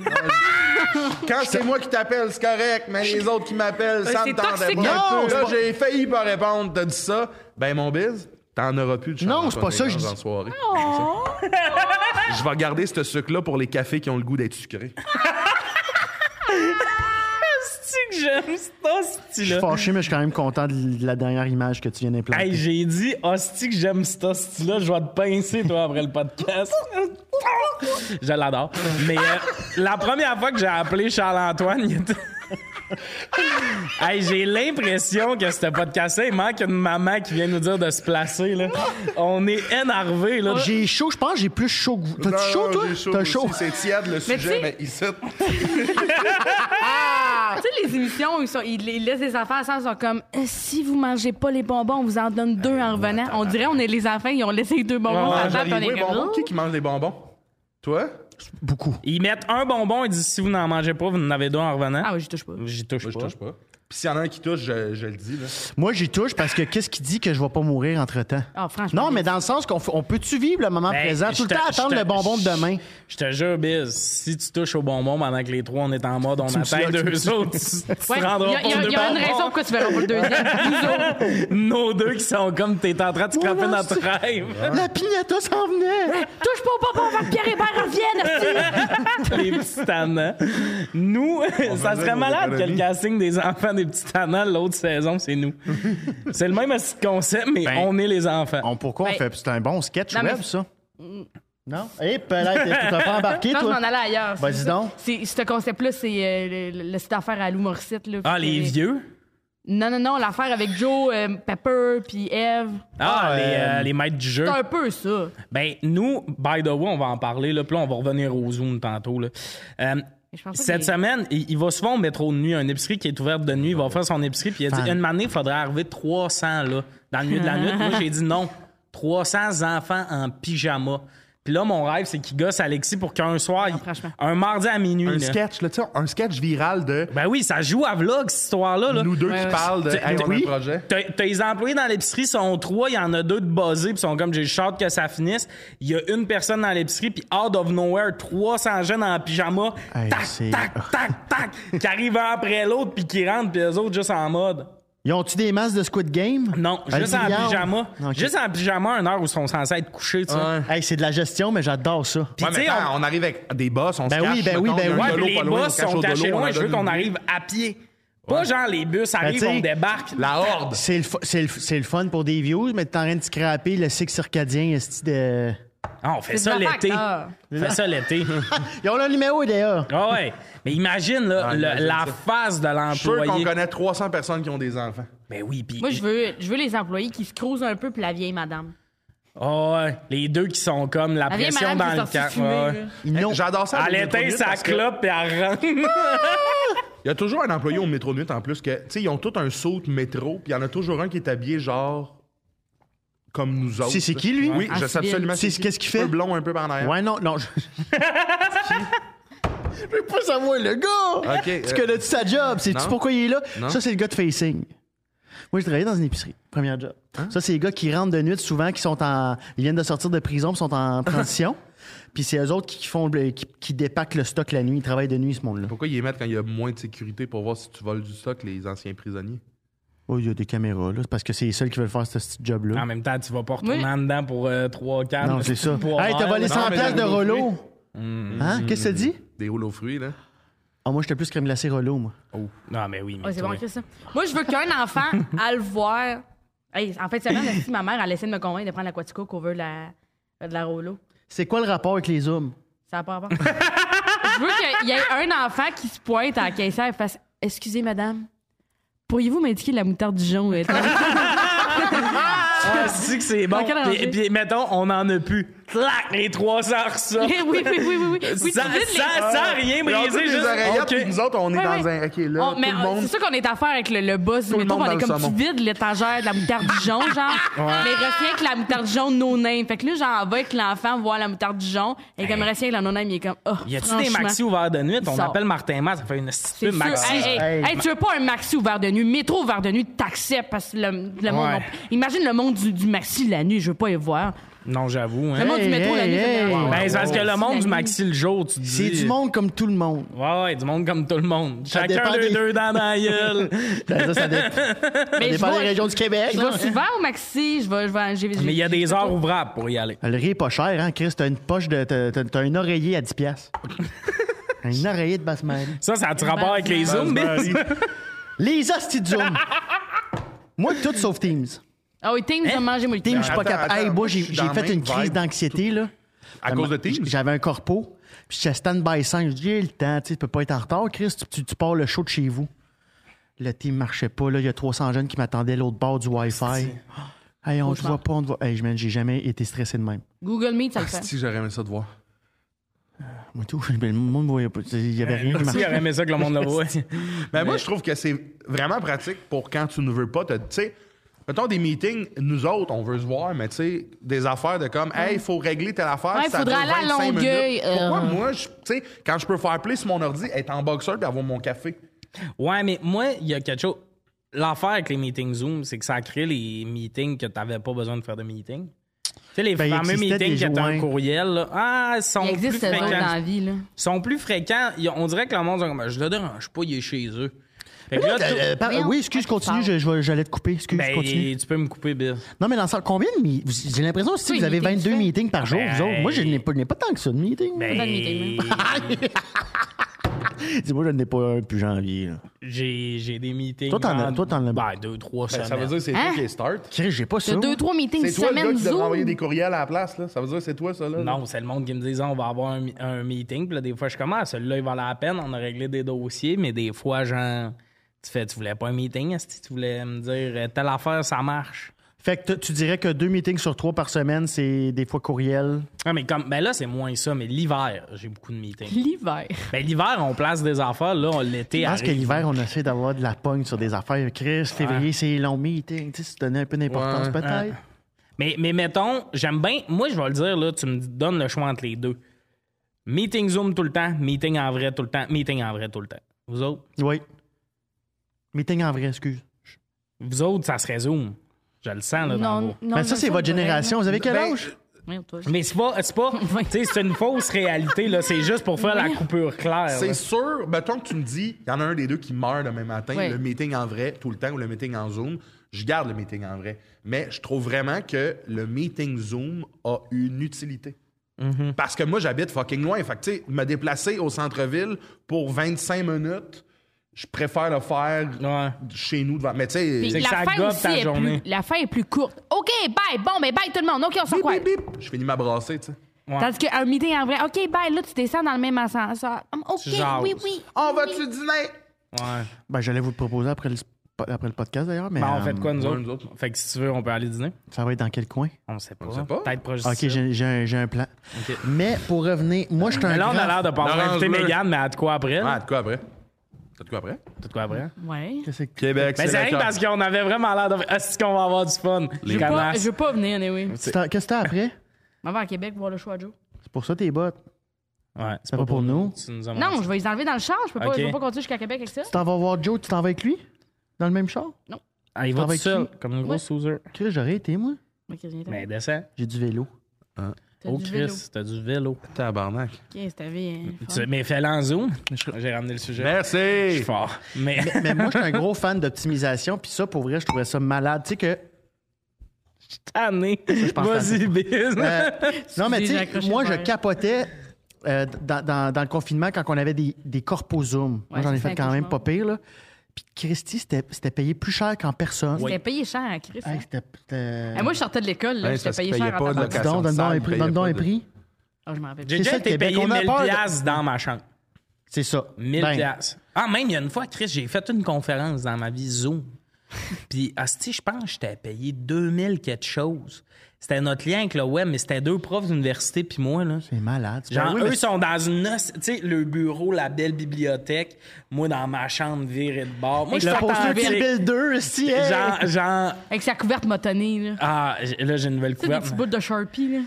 D: Quand c'est moi qui t'appelle, c'est correct, mais les autres qui m'appellent, ça
C: Ben, c'est
D: me tendait
C: toxique
D: pas.
B: un peu.
D: là,
B: Non,
D: j'ai failli pas répondre, t'as dit ça. Ben, mon biz, t'en auras plus de
B: Non,
D: Charles-Antoine
B: c'est pas ça que je
D: Desgranges
B: dis.
D: en soirée.
C: Oh!
D: Je vais garder ce sucre-là pour les cafés qui ont le goût d'être sucrés.
A: sais que j'aime ce
B: Je suis
A: style-là.
B: fâché, mais je suis quand même content de la dernière image que tu viens d'implanter.
A: Hey, j'ai dit, hostie que j'aime ce style-là, je vais te pincer, toi, après le podcast. je l'adore. Mais euh, la première fois que j'ai appelé Charles-Antoine, il était... Hey, j'ai l'impression que ce podcast-là, il manque une maman qui vient nous dire de se placer. Là. On est énervé. Là.
B: J'ai chaud, je pense que j'ai plus chaud que vous.
D: Non,
B: T'as-tu Euh, chaud,
D: non,
B: toi?
D: j'ai chaud
B: T'as
D: aussi.
B: chaud.
D: C'est tiède, le
C: tu sais-
D: sujet, mais ici...
C: Ah, Tu sais, les émissions, ils, sont, ils, ils laissent des affaires sans, ils sont comme Euh, si vous mangez pas les bonbons, on vous en donne deux en revenant. On dirait on est les enfants, ils ont laissé les deux bonbons
A: Ouais,
C: à
D: Ah,
C: la table,
D: j'arrive.
C: puis on
D: Oui,
C: est comme,
D: bonbons. Qui qui mange des bonbons? Toi?
B: Beaucoup.
A: Ils mettent un bonbon et disent si vous n'en mangez pas, vous n'en avez deux en revenant.
C: Ah, oui, j'y touche pas.
A: J'y touche
D: Moi, je
A: pas.
D: touche pas. Puis s'il y en a un qui touche, je, je le dis. Là.
B: Moi, j'y touche parce que qu'est-ce qui dit que je vais pas mourir entre-temps?
C: Ah, franchement.
B: Non, mais dans le sens qu'on f- on peut-tu vivre le moment
A: Ben,
B: présent,
A: je
B: tout le
A: te-
B: temps
A: je
B: attendre
A: te-
B: le bonbon de demain.
A: Je te jure, Biz, si tu touches au bonbon pendant que les trois on est en mode, on
B: me
A: atteint
B: slogs, tu me
A: deux
B: slogs.
A: autres, tu, tu te
C: Ouais,
A: rendras
C: il y a,
A: compte
C: il y a-
A: de
C: il y a une
A: bonbon.
C: raison pourquoi tu verras pas le deuxième. Nous autres.
A: Nos deux qui sont comme t'es en train de scraper
B: Ouais,
A: notre
B: c'est-
A: rêve.
B: La pignata s'en venait!
C: Touche pas au bonbon, on va que Pierre Hébert revienne. hostie.
A: les petits tannants. Nous, ça
D: faisait
A: serait
D: nos
A: malade que le
D: économies.
A: casting des enfants des petits tannants l'autre saison, c'est nous. c'est le même concept, mais
B: Ben,
A: on est les enfants.
B: On, pourquoi on
C: Ben-
B: fait. C'est un bon sketch
C: Non, mais- Mm.
B: web, ça? Non? Eh, peut-être, tu t'as pas embarqué,
C: Non, je m'en
B: toi?
C: allais ailleurs.
B: Vas-y donc.
C: C'est- Ce concept-là, c'est euh, le, le site d'affaires à Lou Morissette. là,
A: Ah,
C: puis
A: les
C: c'est-
A: vieux?
C: Non, non, non, l'affaire avec Joe, euh, Pepper, puis Eve.
A: Ah,
B: Ah,
A: les, euh,
B: euh,
A: les maîtres du jeu.
C: C'est un peu ça.
A: Ben, nous, by the way, on va en parler, là, puis là, on va revenir au Zoom tantôt. Là. Euh,
C: Je pense pas
A: cette
C: que-
A: semaine, il, il va souvent au métro de nuit, un épicerie qui est ouverte de nuit, il va faire son épicerie, puis il a dit,
B: Fan.
A: une année, il faudrait arriver 300, là, dans le milieu de la nuit. Moi, j'ai dit non, 300 enfants en pyjama. Puis là, mon rêve, c'est qu'il gosse Alexis pour qu'un soir, il-
C: franchement.
A: un mardi à minuit,
D: Un
A: là.
D: sketch, là, tu sais, un sketch viral de
A: ben oui, ça joue à vlog, cette histoire-là. Là.
D: nous deux
C: Ouais,
D: qui
C: ouais.
D: parlent de
A: Tu-
D: hey, on a
A: oui.
D: un projet.
A: T'as t'as les employés dans l'épicerie, sont trois, il y en a deux de buzzés, puis sont comme j'ai hâte que ça finisse. Il y a une personne dans l'épicerie, puis out of nowhere, 300 jeunes en pyjama,
B: Hey,
A: tac,
B: c'est-
A: tac, tac, tac, qui arrivent un après l'autre, puis qui rentrent, puis les autres juste en mode.
B: Ils ont-tu des masses de Squid Game?
A: Non, juste
B: Vas-y,
A: en
B: Yann.
A: pyjama.
B: Ok.
A: Juste en pyjama, à une heure où ils sont censés être couchés, tu sais.
D: Ouais.
B: Hey, c'est de la gestion, mais j'adore ça.
A: Puis
D: Ouais,
A: tu
D: mais
A: sais,
D: attends, on... arrive avec des boss, on
B: Ben
D: se cache.
B: oui, ben oui,
D: mettons,
B: ben
D: il y a un
B: oui.
A: Ouais,
D: dolo
A: puis les
D: pas loin, on
A: boss
D: cache au
A: sont
D: dolo,
A: cachés
D: on
A: loin,
D: en
A: je veux
D: donne
A: qu'on
D: une.
A: arrive à pied. Pas genre les bus arrivent,
B: Ben, tu sais,
A: on débarque.
D: La horde.
B: C'est le, fu- c'est le, fu- c'est le fun pour des views, mais t'es en train de scraper le cycle circadien, esti de...
A: Ah, on fait
C: C'est
A: ça
C: de la
A: l'été.
C: facteur.
A: On fait ça l'été.
B: Ils ont leur numéro, d'ailleurs.
A: Ah ouais. Mais imagine, là,
D: Ah,
A: le-
D: imagine
A: la
D: ça.
A: face de
D: Je suis sûr qu'on
A: l'employé.
D: connaît 300 personnes qui ont des enfants.
A: Ben oui, puis
C: Moi, je veux, je veux les employés qui se crousent un peu, puis la vieille madame.
A: Ah ouais, les deux qui sont comme la,
C: La vieille
A: pression
C: madame
A: dans
C: qui est
A: le
C: sortie
A: camp.
C: fumer,
A: Ouais,
C: là.
A: ouais.
B: Ils n'ont-
D: J'adore ça.
A: Elle
D: les métros
A: éteint
D: de nuit,
A: sa
D: parce que
A: clope et elle rentre.
D: Il y a toujours un employé au métro de nuit en plus que, tu sais, ils ont tous un saut de métro, puis il y en a toujours un qui est habillé genre comme nous autres.
B: C'est- c'est qui, lui?
D: Oui,
C: En
D: je sais
C: Ah, civil.
D: absolument.
B: C'est-
D: qui.
B: qu'est-ce qu'il
D: Un
B: fait?
D: blond un peu par en arrière.
B: Ouais, non, non. je- Je veux pas savoir le gars!
D: Ok,
B: Tu
D: euh,
B: connais-tu sa job? Sais-tu
D: non.
B: pourquoi il est là?
D: Non.
B: Ça, c'est le gars de facing. Moi, je travaillais dans une épicerie. Première job. Ça, c'est les gars qui rentrent de nuit souvent, qui sont en. Ils viennent de sortir de prison, puis sont en transition. puis c'est eux autres qui, qui font le- qui, qui dépackent le stock la nuit. Ils travaillent de nuit, ce monde-là.
D: Pourquoi ils les mettent quand il y a moins de sécurité pour voir si tu voles du stock, les anciens prisonniers?
B: Oh, il y a des caméras, là. C'est parce que c'est les seuls qui veulent faire ce petit
D: Ah,
B: job-là.
A: En même temps, tu vas pas retourner
C: Oui.
A: en dedans pour euh, 3, 4.
B: non, c'est ça. Hey, t'as volé
D: Non,
B: 100
D: mais
B: places de
D: j'ai
B: Rollo.
D: bouffé.
B: Hein? Qu'est-ce que ça dit?
D: Des rouleaux aux fruits, là.
B: Ah, moi, j'étais plus crème glacée Rollo, moi.
A: Non, mais oui. Mais
C: Ouais, c'est bon,
A: toi.
C: Chris, ça. Moi, je veux qu'un enfant, à le voir. Hey, en fait, semaine, si ma mère, elle essaie de me convaincre de prendre l'Aquatico qu'on veut la, de la Rolo.
B: C'est quoi le rapport avec les zooms?
C: Ça n'a pas rapport. je veux qu'il y ait un enfant qui se pointe à la caissière et fasse Excusez, madame, pourriez-vous m'indiquer la moutarde Dijon est
A: Ah, c'est que c'est bon.
C: Dans quel
A: Puis,
C: rangée?
A: puis, mettons, on en a plus. Clac, les 300 ressortent.
C: oui, oui, oui, oui, oui. oui
A: sans,
C: tu vides les-
A: sans- sans rien
D: Ils ont tous
A: briser,
D: les
A: juste.
D: oreillettes,
A: Ok.
D: puis nous autres, on est
C: Ouais,
D: dans
C: ouais.
D: un. OK, là,
C: On-
D: tout
C: mais
D: le
C: euh,
D: monde.
C: c'est sûr qu'on est à faire avec le, le boss du
D: le
C: métro,
D: monde
C: on est
D: dans le
C: comme tu
D: saumon.
C: vides l'étagère de la moutarde Dijon, genre. Mais reste rien que la moutarde Dijon no name. Fait que là, genre, va avec l'enfant voir la moutarde Dijon, et comme reste rien que la no name, il est comme, oh,
A: Y a-tu des
C: franchement.
A: maxi ouverts de nuit? On
C: Sort.
A: appelle Martin Mas, ça fait une petite
C: C'est sûr.
A: maxi.
C: Hey, hey,
B: Hey.
C: hey, tu veux pas un maxi ouvert de nuit, métro ouvert de nuit, t'acceptes parce que le, le monde.
A: Ouais.
C: imagine le monde du, du maxi la nuit, je veux pas y voir.
A: Non, j'avoue. Hein.
C: Le monde
B: Hey,
C: du métro la
B: hey,
C: nuit, c'est
B: hey.
C: bien.
A: Ben, c'est parce que le monde
C: la
A: du
C: nuit.
A: maxi le jour, tu te dis.
B: C'est du monde comme tout le monde.
A: Ouais, ouais, du monde comme tout le monde.
B: Ça
A: Chacun
B: dépend
A: deux,
B: des-
A: deux dents dans la gueule.
B: Ben, Ça, ça dé- ça
C: Mais je
B: dépend des
C: vais-
B: régions du Québec. hein.
C: Je
B: là.
C: vais souvent au maxi, je vais. Je vais j'ai- j'ai-
A: Ah, Mais il y a
C: j'ai-
A: des heures ouvrables pour y aller.
B: Le riz est pas cher, hein, Chris? T'as une poche de. T'as, t'as- t'as un oreiller à 10$. piastres. un oreiller de Basmari.
A: Ça, ça a-tu rapport avec les zooms, mais-
B: Les hosties de Zoom. Moi, tout sauf Teams.
C: Ah oui,
A: Hein?
C: Teams a mangé, moi, le
B: Teams,
C: Teams.
B: je suis pas
D: Attends,
B: capable.
D: attends,
B: Hey, moi,
D: moi,
B: j'ai,
D: je suis
B: j'ai
D: dans la
B: fait
D: même
B: une crise
D: vibe.
B: d'anxiété, là.
D: À cause de Teams?
B: J'avais un corpo, puis j'étais stand-by 5. Je dis, J'ai le temps, tu sais, tu peux pas être en retard, Chris. Tu, tu- tu pars le show de chez vous. Le team marchait pas, là. Il y a 300 jeunes qui m'attendaient l'autre bord du Wi-Fi. Hey, on te voit pas, on te voit. Hey, je mène, j'ai jamais été stressé de même.
C: Google Meet, ça le fait.
D: Si j'aurais aimé ça de voir.
B: Moi, tout, ben, le monde me voyait pas. Il y avait rien qui
A: Si,
B: marchait.
A: j'aurais aimé ça que le monde le voit.
D: Mais Ben, moi, je trouve que c'est vraiment pratique pour quand tu ne veux pas te. Tu sais, mettons des meetings, nous autres, on veut se voir, mais tu sais, des affaires de comme, hey, il faut régler telle affaire.
C: Ouais,
D: ça
C: faudrait
D: dure
C: aller à
D: 25 minutes.
C: Longueuil, euh.
D: Pourquoi moi, je- tu sais, quand je peux faire play sur mon ordi, être en boxeur et avoir mon café?
A: Ouais, mais moi, il y a quelque chose. L'affaire avec les meetings Zoom, c'est que ça crée les meetings que t'avais pas besoin de faire de meeting. Tu sais, les
B: Ben, il
A: fameux
B: existait
A: meetings
B: des
A: que t'as un
B: joints.
A: courriel, là, ah, ils sont
C: Il
A: plus
C: existe ça dans
A: fréquents.
C: la vie, là.
A: sont plus fréquents. Ils- On dirait que le monde, sont comme, je le dérange pas, il est chez eux. Fait que là,
B: Euh,
A: tout-
B: euh, par-
C: Voyons,
B: oui, excuse,
C: à qui
B: continue.
C: tu
B: je- je vais- J'allais te couper. Excuse,
A: ben,
B: continue.
A: tu peux me couper, Bill.
B: Non, mais l'ensemble, combien de meetings? J'ai l'impression aussi que
C: Oui,
B: vous avez
C: meetings,
B: 22
C: tu fais.
B: meetings par jour, vous
A: Ben,
B: autres. Moi, je n'ai pas, je n'ai pas tant que ça de meetings.
A: Ben,
C: Pas de meeting, hein.
B: Dis-moi, je n'en ai pas un depuis janvier. là.
A: j'ai, j'ai des meetings.
B: Toi, t'en as-
A: en-
B: toi, t'en as-
A: Ben, deux, trois
D: Ben,
A: semaines.
D: ça veut dire que c'est
C: Hein?
D: toi qui start.
B: Chris, j'ai pas
C: T'as
B: ça.
C: deux, trois meetings,
D: C'est toi le gars
C: semaine
D: qui devrait envoyer
C: Zoom.
D: des courriels à la place, là. Ça veut dire que c'est toi, ça, là.
A: Non, c'est le monde qui me disait on va avoir un, mi- un meeting. Puis là, des fois, je commence. Celui-là, il valait la peine. On a réglé des dossiers, mais des fois, genre, tu fais, tu voulais pas un meeting, est-ce que tu voulais me dire euh, telle affaire, ça marche.
B: Fait que t- tu dirais que deux meetings sur trois par semaine, c'est des fois courriel.
A: Ah, mais comme, ben là, c'est moins ça, mais l'hiver, j'ai beaucoup de meetings.
C: L'hiver.
A: Ben, l'hiver, on place des affaires, là, on l'été.
B: Je pense que
A: arrive. Ah.
B: l'hiver, on essaie d'avoir de la pogne sur des affaires. Chris, février, c'est long meeting. Tu sais, se donner un peu d'importance,
D: Ouais.
B: peut-être.
A: Mais, mais mettons, j'aime bien. Moi, je vais le dire, là, tu me donnes le choix entre les deux. Meeting Zoom tout le temps, meeting en vrai tout le temps, meeting en vrai tout le temps. Vous autres?
B: Oui. Meeting en vrai, excuse.
A: Vous autres, ça serait Zoom. Je le sens, là, dans
C: Non,
A: vous.
C: non.
B: Mais ça, c'est votre génération. Vous avez quel
D: Ben,
B: âge?
C: Merde, toi.
A: Mais c'est pas, c'est pas, tu sais, c'est une fausse réalité là. C'est juste pour faire la coupure claire. là.
D: C'est sûr, mettons que tu me dis, il y en a un des deux qui meurt demain matin,
C: Ouais.
D: le meeting en vrai tout le temps ou le meeting en Zoom, je garde le meeting en vrai. Mais je trouve vraiment que le meeting Zoom a une utilité. Parce que moi, j'habite fucking loin. Fait que, tu sais, me déplacer au centre-ville pour 25 minutes, je préfère le faire
A: Ouais.
D: chez nous devant. Mais tu
C: Puis
D: sais,
A: que
C: la
A: ça
C: fin
A: gobe
C: aussi
A: ta
C: est
A: journée.
C: plus, la fin est plus courte. OK, bye. Bon, mais bye tout le monde. OK, on sort quoi?
D: bip, bip, bip, je finis ma brassée, tu sais.
A: Ouais.
C: Tandis qu'un meeting en vrai, OK, bye, là, tu descends dans le même ascenseur. Hum, OK,
A: Tu jases.
C: oui, oui. Ah.
D: On va-tu dîner?
A: Ouais.
B: Ben, j'allais vous le proposer après le, sp- après le podcast, d'ailleurs. Mais
A: Ben, on fait de
B: euh,
A: quoi nous
D: ouais,
A: autres?
D: nous autres.
A: Fait que si tu veux, on peut aller dîner.
B: Ça va être dans quel coin? Ah,
A: On sait pas.
D: sait pas.
A: Peut-être proche
B: Ok,
A: d'ici.
B: j'ai j'ai un, j'ai un plan.
A: Ok.
B: Mais pour revenir, moi, je suis un.
A: Mais là, on
B: grand-
A: a l'air de pas avoir invité
D: Arrange-le.
A: Mégane, mais à de quoi après? là?
D: Ah, de quoi après? T'as de quoi après?
A: De quoi après?
C: Ouais.
B: Qu'est-ce que-
D: Québec,
A: Mais c'est rien parce qu'on avait vraiment l'air de. Est-ce qu'on va avoir du fun? Les
C: Pas- Ah, je veux pas venir, anyway.
B: C'est- Qu'est-ce que t'as après?
C: On va à Québec voir le choix de Joe.
B: C'est pour ça tes bottes.
A: Ouais,
B: C'est pas pour nous.
A: Tu nous as menti.
C: Non, je vais les enlever dans le char. Je peux pas,
A: Ok.
C: je peux pas continuer jusqu'à Québec avec ça.
B: Tu t'en vas voir Joe, tu t'en vas avec lui? Dans le même char?
A: Ah, il va
B: t'en vas
A: tout
B: avec
A: seul,
B: qui?
A: comme une grosse loser.
B: Chris, j'aurais été, moi.
C: Ok, viens, t'as-
A: Mais descends.
B: J'ai du vélo.
C: t'as
A: Oh,
C: du vélo.
A: Chris, t'as du vélo.
D: Tabarnak.
C: Ok, c'est ta vie. hein,
A: Tu-
C: fun.
A: Mais fais-le en zoom. J'ai ramené le sujet. Je suis
D: Merci.
A: fort. Mais.
B: Mais moi, je suis un gros fan d'optimisation, puis ça, pour vrai, je trouvais ça malade. Tu sais que.
A: tanné.
B: pense
A: Vas-y, biz.
B: euh, non, mais tu
C: Excusez, j'ai
B: sais,
C: accroché
B: moi,
C: le
B: je
C: verre.
B: capotais euh, dans, dans- dans le confinement quand on avait des, des corpos Zoom. moi,
C: Ouais,
B: j'en ai
C: ça,
B: fait
C: c'est
B: quand
C: un
B: même pas
C: cauchemar.
B: pire, là. Puis Christy, c'était c'était payé plus cher qu'en personne.
A: Oui.
C: C'était payé cher à Chris.
B: Hey,
C: hein.
B: c'était- c'était-
C: Eh, Moi, je sortais de l'école. là,
D: Ouais,
C: J'étais
D: ça se
C: payé
D: payait
C: cher à
D: pas de
C: tabarnak.
B: Dis
D: location
B: donc, donne-donc
D: sale,
B: un prix.
D: payait
B: donne-donc
D: pas
B: un
D: de-
B: prix.
C: Ah, je m'en rappelle.
A: J'ai
B: c'est
A: déjà
B: ça,
A: été
B: Québec,
A: payé
B: on a
A: 1000
B: peur de-
A: piastres dans ma chambre.
B: C'est ça.
A: 1000
B: Ben,
A: piastres. Ah, même, il y a une fois, Chris, j'ai fait une conférence dans ma vie Zoom. Puis, asti, je pense que j'étais payé 2000 quelque chose. C'était notre lien avec le web, mais c'était deux profs d'université puis moi, là.
B: C'est malade.
A: Genre,
B: Ben oui,
A: eux
B: mais
A: sont dans une noce, tu sais, le bureau, la belle bibliothèque. Moi, dans ma chambre virée de bord. Moi, je
B: le
A: suis
B: poster
A: authentique.
B: Kill Bill 2, si, hey!
A: Genre, genre,
C: Avec sa couverte motonnée, là.
A: ah, j- là, j'ai une nouvelle
C: Tu sais, des
A: couverte.
C: petits bouts de Sharpie, là.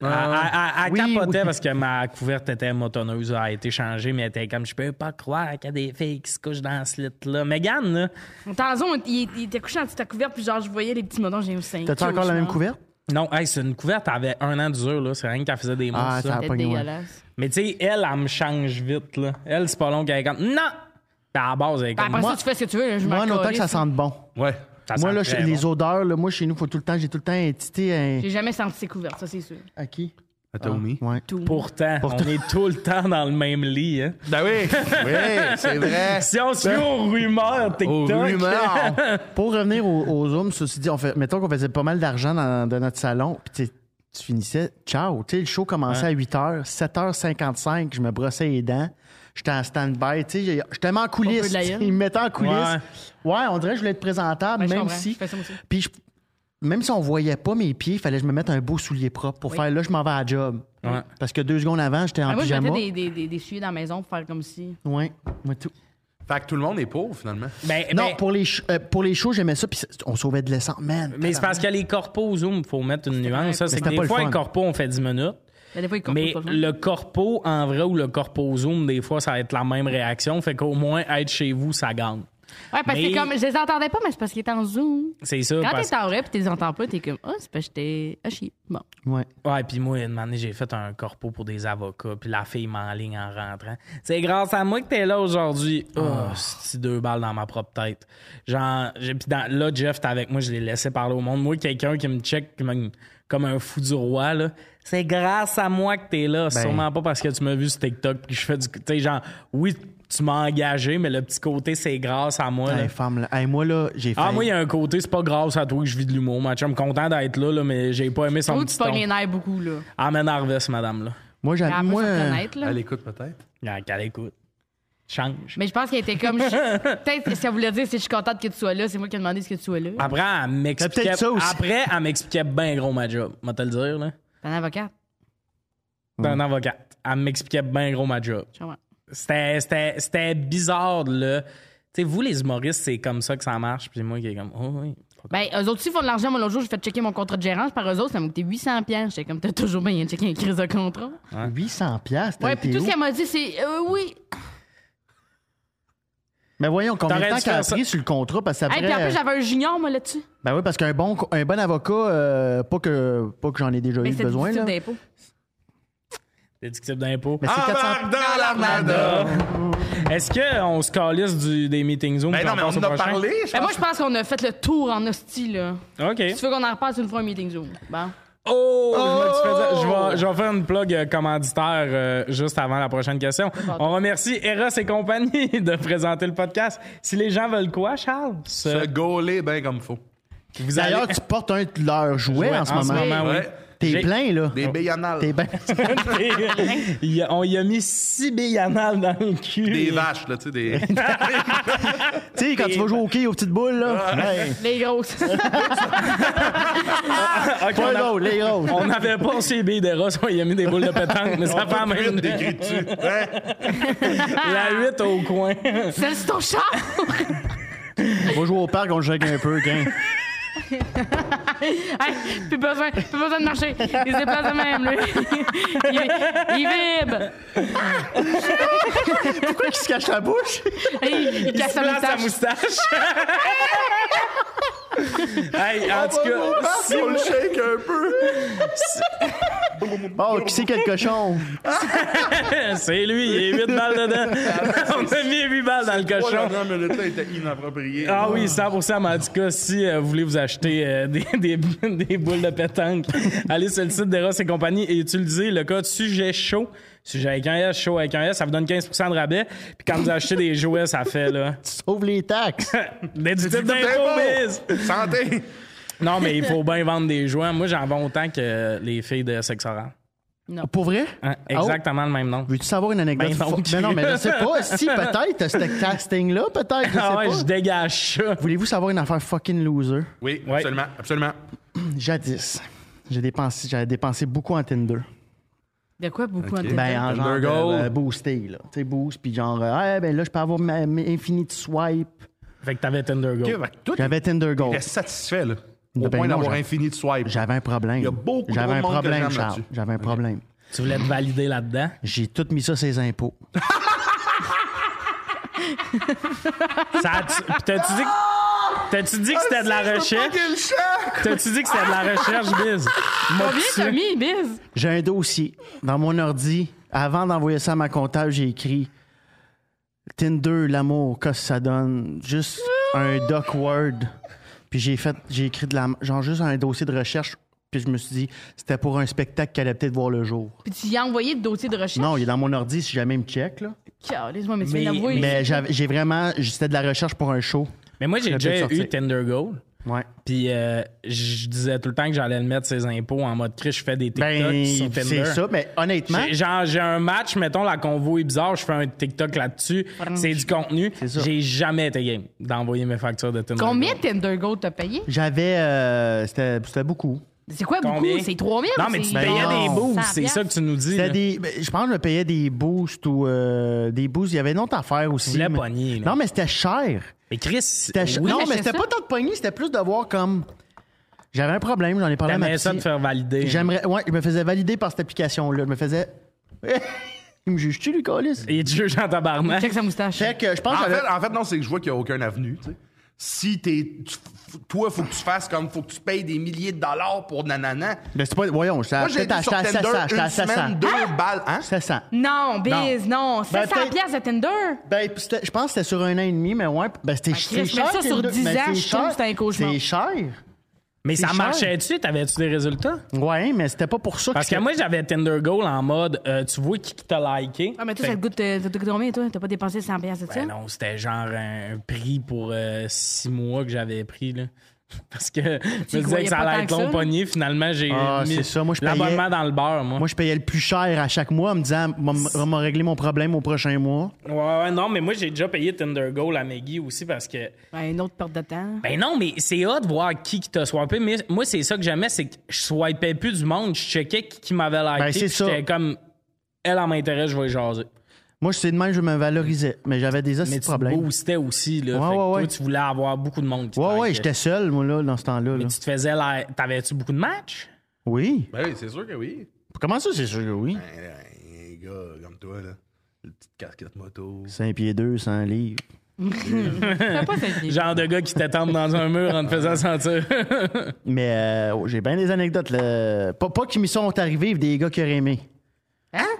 A: Elle- Elle elle- elle
B: Oui,
A: capotait
B: oui.
A: parce que ma couverte était motoneuse, a été changée, mais elle était comme je peux pas croire qu'il y a des filles qui se couchent dans ce lit-là. Megan, là.
C: Mon tanzon, il, il était couché en dessous de ta couverte, puis genre, je voyais les petits motons, j'ai eu 5.
B: T'as-tu encore la même couverte?
A: Non, hey, c'est une couverte, elle avait un an d'usure, là. C'est rien qu'elle faisait des mots,
B: Ah,
A: ça.
B: ça-
C: C'était
B: Pas une, ouais.
C: dégueulasse.
A: Mais tu sais, elle, elle me change vite, là. Elle, c'est pas long qu'elle est comme non! Puis à la base, elle est
C: Ben,
A: comme
C: après
A: moi.
C: ça, tu fais ce que tu veux, là, je m'en
B: Moi, en autant que
C: calisse.
B: ça sente bon.
D: Ouais.
A: ça
B: moi,
A: sent
B: là,
A: très
B: je- les
A: bon.
B: odeurs, là, moi, chez nous, faut tout le temps, j'ai tout le temps étité un.
C: J'ai jamais senti ces couvertes, ça, c'est sûr.
B: À qui? Ah.
D: À Tommy.
B: Ouais.
C: Tout.
A: Pourtant, on est tout le temps dans le même lit, hein.
D: Ben oui. Oui, c'est vrai.
A: Si on se fie aux rumeurs
D: Aux
A: TikTok.
D: rumeurs.
B: Pour revenir au, au Zoom, ceci dit, on fait, mettons qu'on faisait pas mal d'argent dans, dans notre salon, puis tu- tu finissais, ciao. Tu sais, le show commençait à 8 h, 7 h 55, je me brossais les dents, j'étais en stand-by, tu sais, j'ai- j'étais même en coulisses.
C: de la gueule.
B: Ils me mettaient en coulisses. Ouais. on dirait que je voulais être présentable,
C: Ben, je
B: même
C: comprends,
B: si.
C: je fais ça moi aussi.
B: Puis je- Même si on voyait pas mes pieds, il fallait que je me mette un beau soulier propre pour
C: Oui.
B: faire là, je m'en vais à la job.
A: Ouais.
B: Parce que deux secondes avant, j'étais en
C: Ah, moi, je
B: pyjama.
C: mettais des, des, des, des souliers dans la maison pour faire comme si.
B: Ouais, moi tout.
D: Fait que tout le monde est pauvre, finalement.
A: Ben,
B: non,
A: ben,
B: pour les, ch- euh, pour les shows, j'aimais ça, puis c'est- on sauvait de l'essence. Man,
A: Mais c'est parce que les corpos au Zoom, faut mettre une nuance. Ça, c'est que
B: c'était pas
A: des
B: le
A: fois,
B: fun.
A: un corpo, on fait 10 minutes.
C: Mais des fois, ils comprennent
A: Mais
C: pas le temps.
A: le corpo en vrai ou le corpo au Zoom, des fois, ça va être la même réaction. Fait qu'au moins, être chez vous, ça gagne.
C: Ouais, parce
A: mais-
C: que comme, je les entendais pas, mais c'est parce qu'ils étaient en Zoom.
A: C'est ça.
C: Quand
A: parce-
C: t'es en vrai, puis tu les entends pas, t'es comme, ah, c'est parce que j'étais à chier. Bon.
B: Ouais.
A: Ouais, puis moi, une année, j'ai fait un corpo pour des avocats, puis la fille m'enligne en rentrant. C'est grâce à moi que t'es là aujourd'hui. Oh,
B: Ah.
A: c'est deux balles dans ma propre tête. Genre, j'ai- puis dans- là, Jeff, t'es avec moi, je l'ai laissé parler au monde. Moi, quelqu'un qui me check comme un, comme un fou du roi, là. C'est grâce à moi que t'es là. C'est
B: Ben.
A: Sûrement pas parce que tu m'as vu sur TikTok, puis que je fais du. Tu sais, genre, oui, tu m'as engagé, mais le petit côté, c'est grâce à moi. là.
B: Hey, femme, là. Hey, moi, là, j'ai fait.
A: Ah, moi, il y a un côté, c'est pas grâce à toi que je vis de l'humour, match. Je suis content d'être là, là, mais j'ai pas aimé son
C: Toi, tu
A: petit
C: pognes
A: ton.
C: les nerfs beaucoup, là.
A: Amène Harvest, madame, là.
B: Moi, j'ai-
C: Elle peut se
B: moi, euh,
C: reconnaître, là.
D: Elle écoute peut-être.
B: Ah,
A: Non, qu'elle écoute. Change.
C: Mais je pense qu'elle était comme. je- Peut-être ce qu'elle voulait dire, c'est je suis contente que tu sois là. C'est moi qui ai demandé ce que tu sois là.
A: Après, elle m'expliquait.
B: peut-être ça aussi.
A: Après, elle m'expliquait bien gros ma job. Moi, te le dire, là.
C: T'es un avocat.
A: D'un avocat. Elle m'expliquait bien gros ma job.
C: Je comprends.
A: C'était- C'était c'était bizarre, là. Tu sais, vous, les humoristes, c'est comme ça que ça marche. Puis moi qui est comme, oh oui.
C: Ben, eux autres aussi font de l'argent. Moi, l'autre jour, j'ai fait checker mon contrat de gérance par eux autres. Ça m'a coûté 800 pièces. J'étais comme, t'as toujours bien checké un crise de contrat.
B: 800 euh, piastres.
C: Ouais,
B: t'as
C: puis
B: été
C: tout ce
B: où?
C: qu'elle m'a dit, c'est euh, oui.
B: Mais Ben, voyons, combien de
A: T'aurais
B: temps
A: dû
B: qu'elle a
A: faire ça.
B: pris sur le contrat? Parce
C: Et
B: qu'après.
C: puis en plus, j'avais un junior, moi, là-dessus.
B: ben oui, parce qu'un bon, co- un bon avocat, euh, pas que, pas que j'en ai déjà
C: Mais
B: eu
C: Ben, c'était
B: besoin.
C: du type
B: Là.
C: d'impôt.
A: Déductible d'impôt.
B: Mais c'est 400
D: Embarque dans l'armada.
A: Est-ce qu'on se calisse du, des meetings Zoom?
D: Ben
A: puis
D: non, mais on
A: passe au
D: en a
A: prochain?
D: parlé. je
C: Ben, moi,
D: pense.
C: je pense qu'on a fait le tour en hostie, là.
A: OK.
C: Tu veux qu'on en repasse une fois un meeting Zoom? Bon.
A: Oh! Je, me suis fait dire-
C: Oh!
A: je vais, je vais faire une plug euh, commanditaire euh, juste avant la prochaine question. On remercie Eros et compagnie de présenter le podcast. Si les gens veulent quoi, Charles? Ce-
D: Se gauler bien comme faut.
A: vous allez-
B: D'ailleurs, tu portes un de leurs jouets
A: Ouais,
B: en ce moment.
A: oui.
D: Ah Ouais. Ah.
B: T'es
A: J'ai-
B: plein, là.
D: Des billes en
B: T'es
D: algue.
B: bien.
A: Il y a- on y a mis six billes anales dans le cul.
D: Des vaches, là, tu sais, des.
B: tu sais, quand tu vas jouer au quai aux petites boules, là. Ouais.
C: Les grosses.
A: Ah, ok,
B: Pas
A: on a-
B: drôle, les grosses.
A: On n'avait pas ces billes d'Eros, on y a mis des boules de pétanque, mais ça fait la
D: Une
A: même.
D: décrit dessus. Ouais.
A: La 8 au coin.
C: Celle sur ton char!
B: On va jouer au parc, on le jogue un peu, gang.
C: Hey, plus besoin, plus besoin de marcher. Il se déplace de même, lui. il, il vibre.
B: Pourquoi il se cache la bouche?
C: Il, il casse
A: se
C: sa
A: place
C: moustache.
A: moustache. hey,
B: Ah,
A: en tout cas,
D: Si on le shake un peu.
B: Oh, qui c'est quel cochon?
A: c'est lui, il est 8 balles dedans. On a mis 8 balles dans le
D: Trois
A: cochon.
D: dernières minutes-là étaient inappropriées.
A: Ah oui, 100%. Mais en tout cas, si euh, vous voulez vous acheter euh, des, des, des boules de pétanque, allez sur le site d'Eros et compagnie et utilisez le code sujet chaud. Sujet avec un S, chaud avec un S, ça vous donne 15% de rabais. Puis quand vous achetez des jouets, ça fait, là,
B: Sauve les taxes.
A: déductible
D: Très
A: d'impôt,
D: bon.
A: biz!
D: Santé!
A: Non, mais il faut bien vendre des jouets. Moi, j'en vends autant que euh, les filles de sexe oral.
B: Pour vrai?
A: Hein,
D: Oh.
A: exactement le même nom.
B: Veux-tu savoir une anecdote?
A: Ben non,
B: Faut-
A: tu-
B: mais non, mais je sais pas. Si, peut-être, ce casting-là, peut-être, je
A: Ah ouais, je
B: sais pas.
A: dégage ça.
B: Voulez-vous savoir une affaire fucking loser?
D: Oui,
A: Ouais.
D: absolument, absolument.
B: Jadis, j'ai dépensé, j'avais dépensé beaucoup en Tinder.
C: De quoi beaucoup en tête?
B: Ben, en genre
D: Tinder
B: de-
D: Gold.
B: de boosté, là. Tu sais, boost, puis genre, euh, hey, ben là, je peux avoir ma, mes infinite swipe.
A: Fait que t'avais Tinder Go.
D: Ok, bah. fait que Toi, tu
B: J'avais Tinder Gold.
D: es satisfait, là. Au
B: Ben
D: point
B: non,
D: d'avoir
B: j'en-
D: infini de swipe.
B: J'avais un problème.
D: Il y a beaucoup trop
B: J'avais
D: de
B: un
D: monde que
B: problème,
D: j'aime
B: Charles.
D: là-dessus.
B: J'avais un problème.
A: Tu voulais te valider là-dedans?
B: J'ai tout mis ça ses impôts.
A: Ça a-tu- Puis T'as-tu dit que, t'as-tu dit que c'était de la recherche? T'as-tu dit que c'était de la recherche, Biz?
C: Combien t'as mis, Biz?
B: J'ai un dossier dans mon ordi. Avant d'envoyer ça à ma comptable, j'ai écrit Tinder, l'amour, qu'est-ce que ça donne? Juste un doc Word. Puis j'ai fait, j'ai écrit de la, genre juste un dossier de recherche. Puis je me suis dit, c'était pour un spectacle qui allait peut-être voir le jour.
C: Puis tu y as envoyé de dossier de recherche?
B: Non, il est dans mon ordi si jamais il me check, là.
C: Calisse-moi, mais tu viens
A: Mais-
C: d'avouer.
B: Mais j'avais- j'ai vraiment, c'était de la recherche pour un show.
A: Mais moi, j'ai
B: Je vais
A: déjà
B: peut-être
A: eu
B: sortir.
A: Tinder Gold.
B: Ouais.
A: Puis euh, je disais tout le temps que j'allais le mettre ses impôts en mode Chris, je fais des TikToks
B: Ben,
A: sur Tinder.
B: c'est ça, hein? mais honnêtement,
A: J'ai- Genre, j'ai un match, mettons, la convo est bizarre, je fais un TikTok là-dessus. C'est du contenu.
B: ça.
A: J'ai jamais été game d'envoyer mes factures de Tinder.
C: Combien
A: Gold.
C: Tinder Gold t'as payé?
B: j'avais, euh, c'était c'était beaucoup.
C: C'est quoi
A: Combien?
C: beaucoup? C'est 3000?
A: Non, mais tu payais
B: Ben
A: des
B: non.
A: boosts, c'est ça que tu nous dis.
B: C'était
A: là.
B: des- ben, je pense que je me payais des boosts ou euh, des boosts. Il y avait une autre affaire aussi.
A: voulais
B: mais-
A: pogner, là.
B: Non, mais c'était cher.
A: Mais Chris,
B: C'était ch-
A: oui,
B: non, mais
C: j'achète
B: c'était
C: ça.
B: pas tant de pogner, c'était plus de voir comme. J'avais un problème, j'en ai parlé à ma
A: t'aimerais ça
B: psy.
A: te faire valider.
B: J'aimerais. Ouais, je me faisais valider par cette application-là. Je me faisais. Il me juge-tu, lui, câlisse?
A: Il te juge en tabarnak.
C: Check sa moustache.
B: Fait que je pense
D: En
B: que j'avais-
D: fait, en fait, non, c'est que je vois qu'il n'y a aucun avenue. tu sais. Si t'es. tu- f- Toi, faut que tu fasses comme. Faut que tu payes des milliers de dollars pour nanana.
B: Mais c'est pas. Voyons, j'étais
D: Moi, j'ai
B: peut-être
D: été sur
B: acheté à
D: Tinder
B: 700. J'étais à
D: une
B: 700.
D: semaine, deux balles. Hein?
B: 700.
C: Non, Biz, non. 700
B: peut-être-
C: piastres de Tinder.
B: Ben, puis c'était- je pense que c'était sur un an et demi, mais ouais. Ben, c'était c'est
C: Ah, Chris,
B: cher.
C: mais ça, sur
B: Tinder.
C: 10
B: Ben,
C: ans,
B: c'est
C: je trouve
B: cher.
C: que c'est un cauchemar.
B: C'est cher.
A: Mais ça
B: cher.
A: marchait-tu? T'avais-tu des résultats?
B: Ouais, mais c'était pas pour ça
A: Parce que moi, j'avais Tinder Gold en mode, euh, tu vois qui qui t'a liké.
C: Ah, mais toi,
A: Fait
C: ça te goûte. euh, T'as t'as combien, toi? T'as pas dépensé 100 piastres de ça?
A: Ben non, c'était genre un prix pour euh, six mois que j'avais pris, là. Parce que je me disais
C: croyais
A: que ça
C: pas
A: allait
C: tant
A: être
C: que
A: long
C: ça?
A: pogné. Finalement, j'ai
B: Ah, c'est ça. Moi, je payais-
A: l'abonnement dans le beurre, moi.
B: Moi, je payais le plus cher à chaque mois en me disant, on va régler mon problème au prochain mois.
A: Ouais, ouais, non, mais moi, j'ai déjà payé Tinder Gold à Maggie aussi parce que...
C: Ben, une autre perte de temps.
A: Ben non, mais c'est hot de voir qui qui t'a swipé. Mais moi, c'est ça que j'aimais, c'est que je swipais plus du monde. Je checkais qui, qui m'avait liké.
B: Ben, c'est
A: puis
B: ça.
A: J'étais comme, elle, en m'intéresse, je vais y jaser.
B: Moi, c'est de même, je me valorisais, mais j'avais des
A: Mais
B: astuces de
A: tu
B: problèmes.
A: boostais aussi, là. fait
B: Ouais,
A: que
B: ouais,
A: toi,
B: ouais.
A: tu voulais avoir beaucoup de monde qui te
B: Ouais, ouais,
A: likait.
B: j'étais seul, moi, là, dans ce temps-là. là.
A: Mais tu te faisais la... T'avais-tu beaucoup de matchs?
B: Oui.
D: Ben oui, c'est sûr que oui.
B: Comment ça, c'est sûr que oui?
D: Ben, Un gars comme toi, là. Une petite casquette moto.
B: 5 pieds 2, 100 livres.
C: Fais pas cette vie.
A: Genre de gars qui t'attendent dans un mur en te faisant sentir.
B: Mais euh, oh, j'ai bien des anecdotes, là. Pas, pas qui m'y sont arrivés, des gars qui auraient aimé.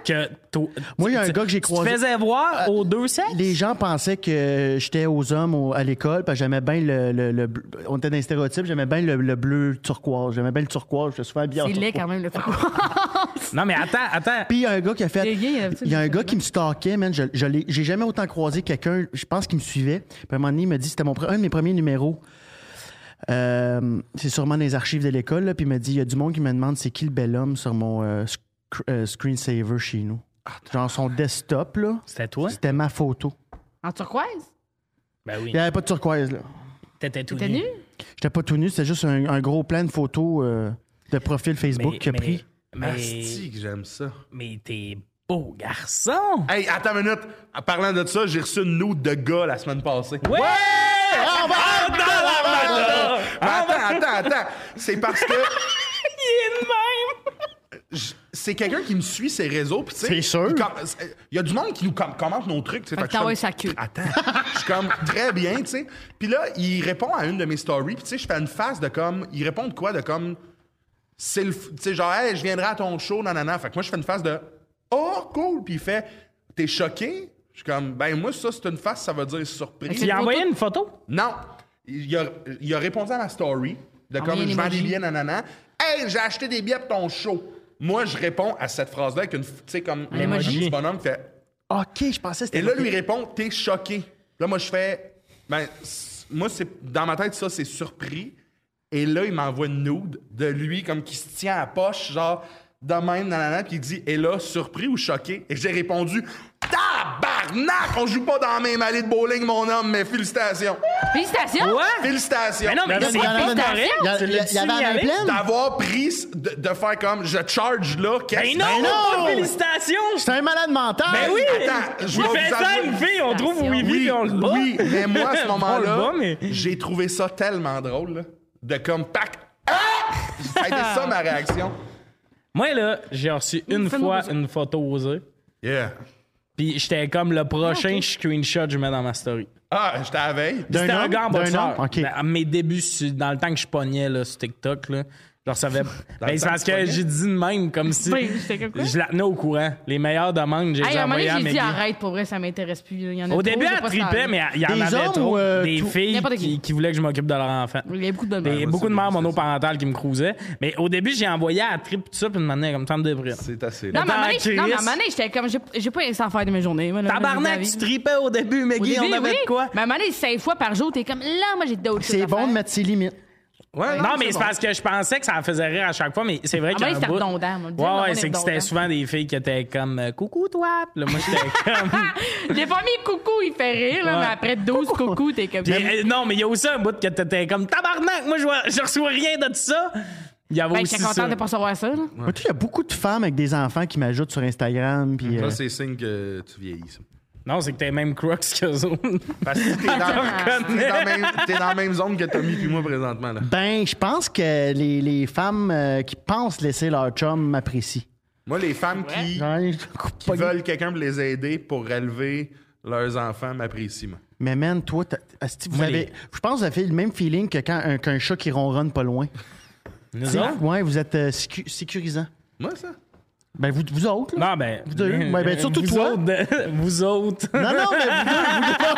A: que t'au-
B: Moi, il y a un
A: tu-
B: gars que j'ai
A: tu
B: croisé- Euh,
A: te faisais voir aux deux sexes?
B: Les gens pensaient que j'étais aux hommes au- à l'école, parce que j'aimais bien le, le- le bleu- On était dans les stéréotypes, j'aimais bien le, le bleu turquoise. J'aimais bien le turquoise, j'étais souvent bien
C: C'est laid quand même, le fait
A: Non, mais attends, attends.
B: Puis il y a un gars qui a fait.
C: Les gays, d'habitude,
B: Il y a un
C: ils
B: gars
C: sont
B: qui me stalkait, man. Je, je l'ai- j'ai jamais autant croisé quelqu'un. Je pense qu'il me suivait. Puis à un moment donné, il me dit c'était mon, pre- un de mes premiers numéros. Euh, c'est sûrement dans les archives de l'école. là. Puis il me dit il y a du monde qui me demande c'est qui le bel homme sur mon euh, sc- euh, screensaver chez nous. Genre son desktop, là.
A: Ah, C'était toi?
B: C'était ma photo.
C: En turquoise?
A: Ben oui.
B: Il n'y avait pas de turquoise, là.
A: T'étais tout
C: T'es nu?
B: J'étais pas tout nu, c'était juste un, un gros plan de photos euh, de profil Facebook qu'il a
A: mais,
B: pris.
A: mais,
D: Asti que j'aime ça.
A: mais t'es beau garçon.
D: Hey, attends une minute. En parlant de ça, j'ai reçu une nude de gars la semaine passée.
A: Ouais!
D: Ah,
A: Ah, dans la
D: ah,
A: mata!
D: ah, ah, ah. Ben, attends, attends, attends. C'est parce que
C: Il est de même!
D: je- c'est quelqu'un qui me suit ses réseaux. puis tu sais,
B: C'est sûr.
D: il com- c'est- Il y a du monde qui nous com- commente nos trucs. tu sais,
C: Fait
D: fait
C: que
D: que je suis
C: t'envoies sa queue.
D: comme, Attends, je suis comme très bien, tu sais. Puis là, il répond à une de mes stories. Puis tu sais, je fais une face de comme. Il répond de quoi De comme. C'est le. f- Tu sais, genre, hey, je viendrai à ton show, nanana. Fait que moi, je fais une face de. Oh, cool. Puis il fait. T'es choqué Je suis comme. Ben, moi, ça, c'est une face, ça veut dire surprise.
A: Tu lui as envoyé une photo?
D: Non. Il a, il a répondu à ma story de
C: Envoyer
D: comme je
C: un
D: vends
C: emoji.
D: des billets, nanana. Hey, j'ai acheté des billets pour ton show. Moi, je réponds à cette phrase-là avec une, f- tu sais, comme un
A: emoji.
D: petit bonhomme qui fait.
B: OK, je pensais que c'était.
D: Et là, lui répond, t'es choqué. Là, moi, je fais, ben, c- moi, c'est dans ma tête, ça, c'est surpris. Et là, il m'envoie une nude de lui, comme qui se tient à la poche, genre, de même, nanana, puis il dit, et là, surpris ou choqué? Et j'ai répondu, tabarnak, on joue pas dans la même allée de bowling, mon homme, mais félicitations.
C: Félicitations!
A: Quoi?
D: Félicitations.
A: Mais non, mais
B: Non,
A: c'est
B: non, non,
A: pas
B: non,
C: non.
A: correct.
B: Il y, a-
A: Tu
B: il y a-
A: l'as
B: il y avait en main
A: signalé?
B: pleine.
D: D'avoir pris, ce- de, de faire comme, je charge là,
A: Mais
D: qu'est-ce
A: Ben non,
B: Mais non!
A: félicitations!
B: C'est un malade mental.
A: Ben oui!
D: Attends, je
A: il
D: vais
A: fait
D: vous
A: ça,
D: avouer-
A: il fait, on trouve où il vit,
D: Oui,
A: puis on le bat.
D: oui, mais moi, à ce
A: On le bat,
D: moment-là,
A: mais-
D: j'ai trouvé ça tellement drôle, là, de comme pack. Ah! Ça a été ça ma réaction.
A: Moi, là, j'ai reçu une
C: fais-moi
A: fois
C: plaisir.
A: une photo osée,
D: Yeah.
A: puis j'étais comme le prochain screenshot que je mets dans ma story.
D: Ah, j'étais à la veille.
B: D'un
A: C'était un
B: homme?
A: gars en
B: D'un
A: boxeur.
B: homme? OK.
A: Ben, à mes débuts, sur- dans le temps que je pognais là, sur TikTok, là, je recevais. ben, c'est
D: temps
A: parce
D: que tu
A: que
D: pognais?
A: j'ai dit de même, comme si.
C: Ben, j'étais comme quoi?
A: Je la tenais au courant. Les meilleures demandes, j'ai
C: Hey, à un moment
A: envoyées
C: donné,
A: à
C: j'ai
A: mes
C: dit arrête, pour vrai, ça m'intéresse plus. Il y en a
A: Au
C: trop,
A: début,
C: j'ai
A: elle
C: pas ce temps-là.
A: tripait, mais il y en
B: Des
A: avait
B: hommes
A: trop.
B: ou, euh,
A: des
B: tout-
A: filles
C: N'importe qui.
A: qui, qui voulaient que je m'occupe de leur enfant.
C: Il y a beaucoup de
A: Des-
C: bonnes
A: beaucoup de
D: c'est
A: mères
D: bien, c'est
A: monoparentales qui me cruisaient. Mais au début, j'ai envoyé à la trip tout ça, puis une manière comme tant de débris.
D: C'est assez.
C: Non, mais à un moment donné,
A: Attends,
C: non, mais à un
A: Chris.
C: moment donné, j'étais comme, j'ai- j'ai pas rien sans faire de mes journées. moi, là, dans
A: Tabarnak,
C: la vie.
A: tu tripais au début, mais
C: Au
A: Guy, on
C: début,
A: avait
C: oui,
A: de quoi?
C: Mais à un moment donné, cinq fois par jour, t'es comme, là, moi, j'ai d'autres choses
B: C'est
C: à
B: bon
C: faire.
B: de mettre ses limites.
D: Ouais,
A: Non, mais c'est
D: bon.
A: parce que je pensais que ça en faisait rire à chaque fois, mais c'est vrai
C: Ah,
A: qu'il y a
C: ben,
A: un
C: c'était
A: bout-
C: redondant, moi. Le dire,
A: Ouais,
C: on
A: ouais,
C: est
A: c'est que c'était
C: redondant.
A: souvent des filles qui étaient comme euh, Coucou, toi! Puis là, moi, j'étais comme.
C: Les premiers coucou, il fait rire, là,
A: Ouais.
C: mais après 12 coucou, t'es comme. ben,
A: Puis, euh, non, mais il y a aussi un bout que t'étais comme Tabarnak! Moi, je, vois- je reçois rien de ça! Il y avait
C: Ben,
A: aussi.
C: j'étais
A: ça.
C: contente de pas recevoir ça, là.
B: Moi, tu sais, il y a beaucoup de femmes avec des enfants qui m'ajoutent sur Instagram. Puis, euh,
D: Là, c'est signe que tu vieillis. ça.
A: Non, c'est que t'es même Crux qu'eux autres.
D: Parce que t'es dans,
A: reconnaît.
D: t'es dans, la même- t'es dans la même zone que Tommy puis moi présentement. Là.
B: Ben, je pense que les, les femmes euh, qui pensent laisser leur chum m'apprécient.
D: Moi, les femmes qui,
B: Ouais,
D: qui veulent quelqu'un pour les aider pour relever leurs enfants m'apprécient. moi.
B: Mais man, toi, t'as- asti, vous
A: Moi,
B: avez,
A: les-
B: je pense que vous avez le même feeling que quand un, qu'un chat qui ronronne pas loin.
A: Nous autres?
B: Ouais, vous êtes euh, sécu- sécurisant.
D: Moi, ça.
B: Ben, vous, vous autres, là.
A: Non, ben.
B: Vous deux. Ouais, ben, surtout
A: vous
B: toi.
A: autres de- vous autres.
B: Non, non, mais vous deux,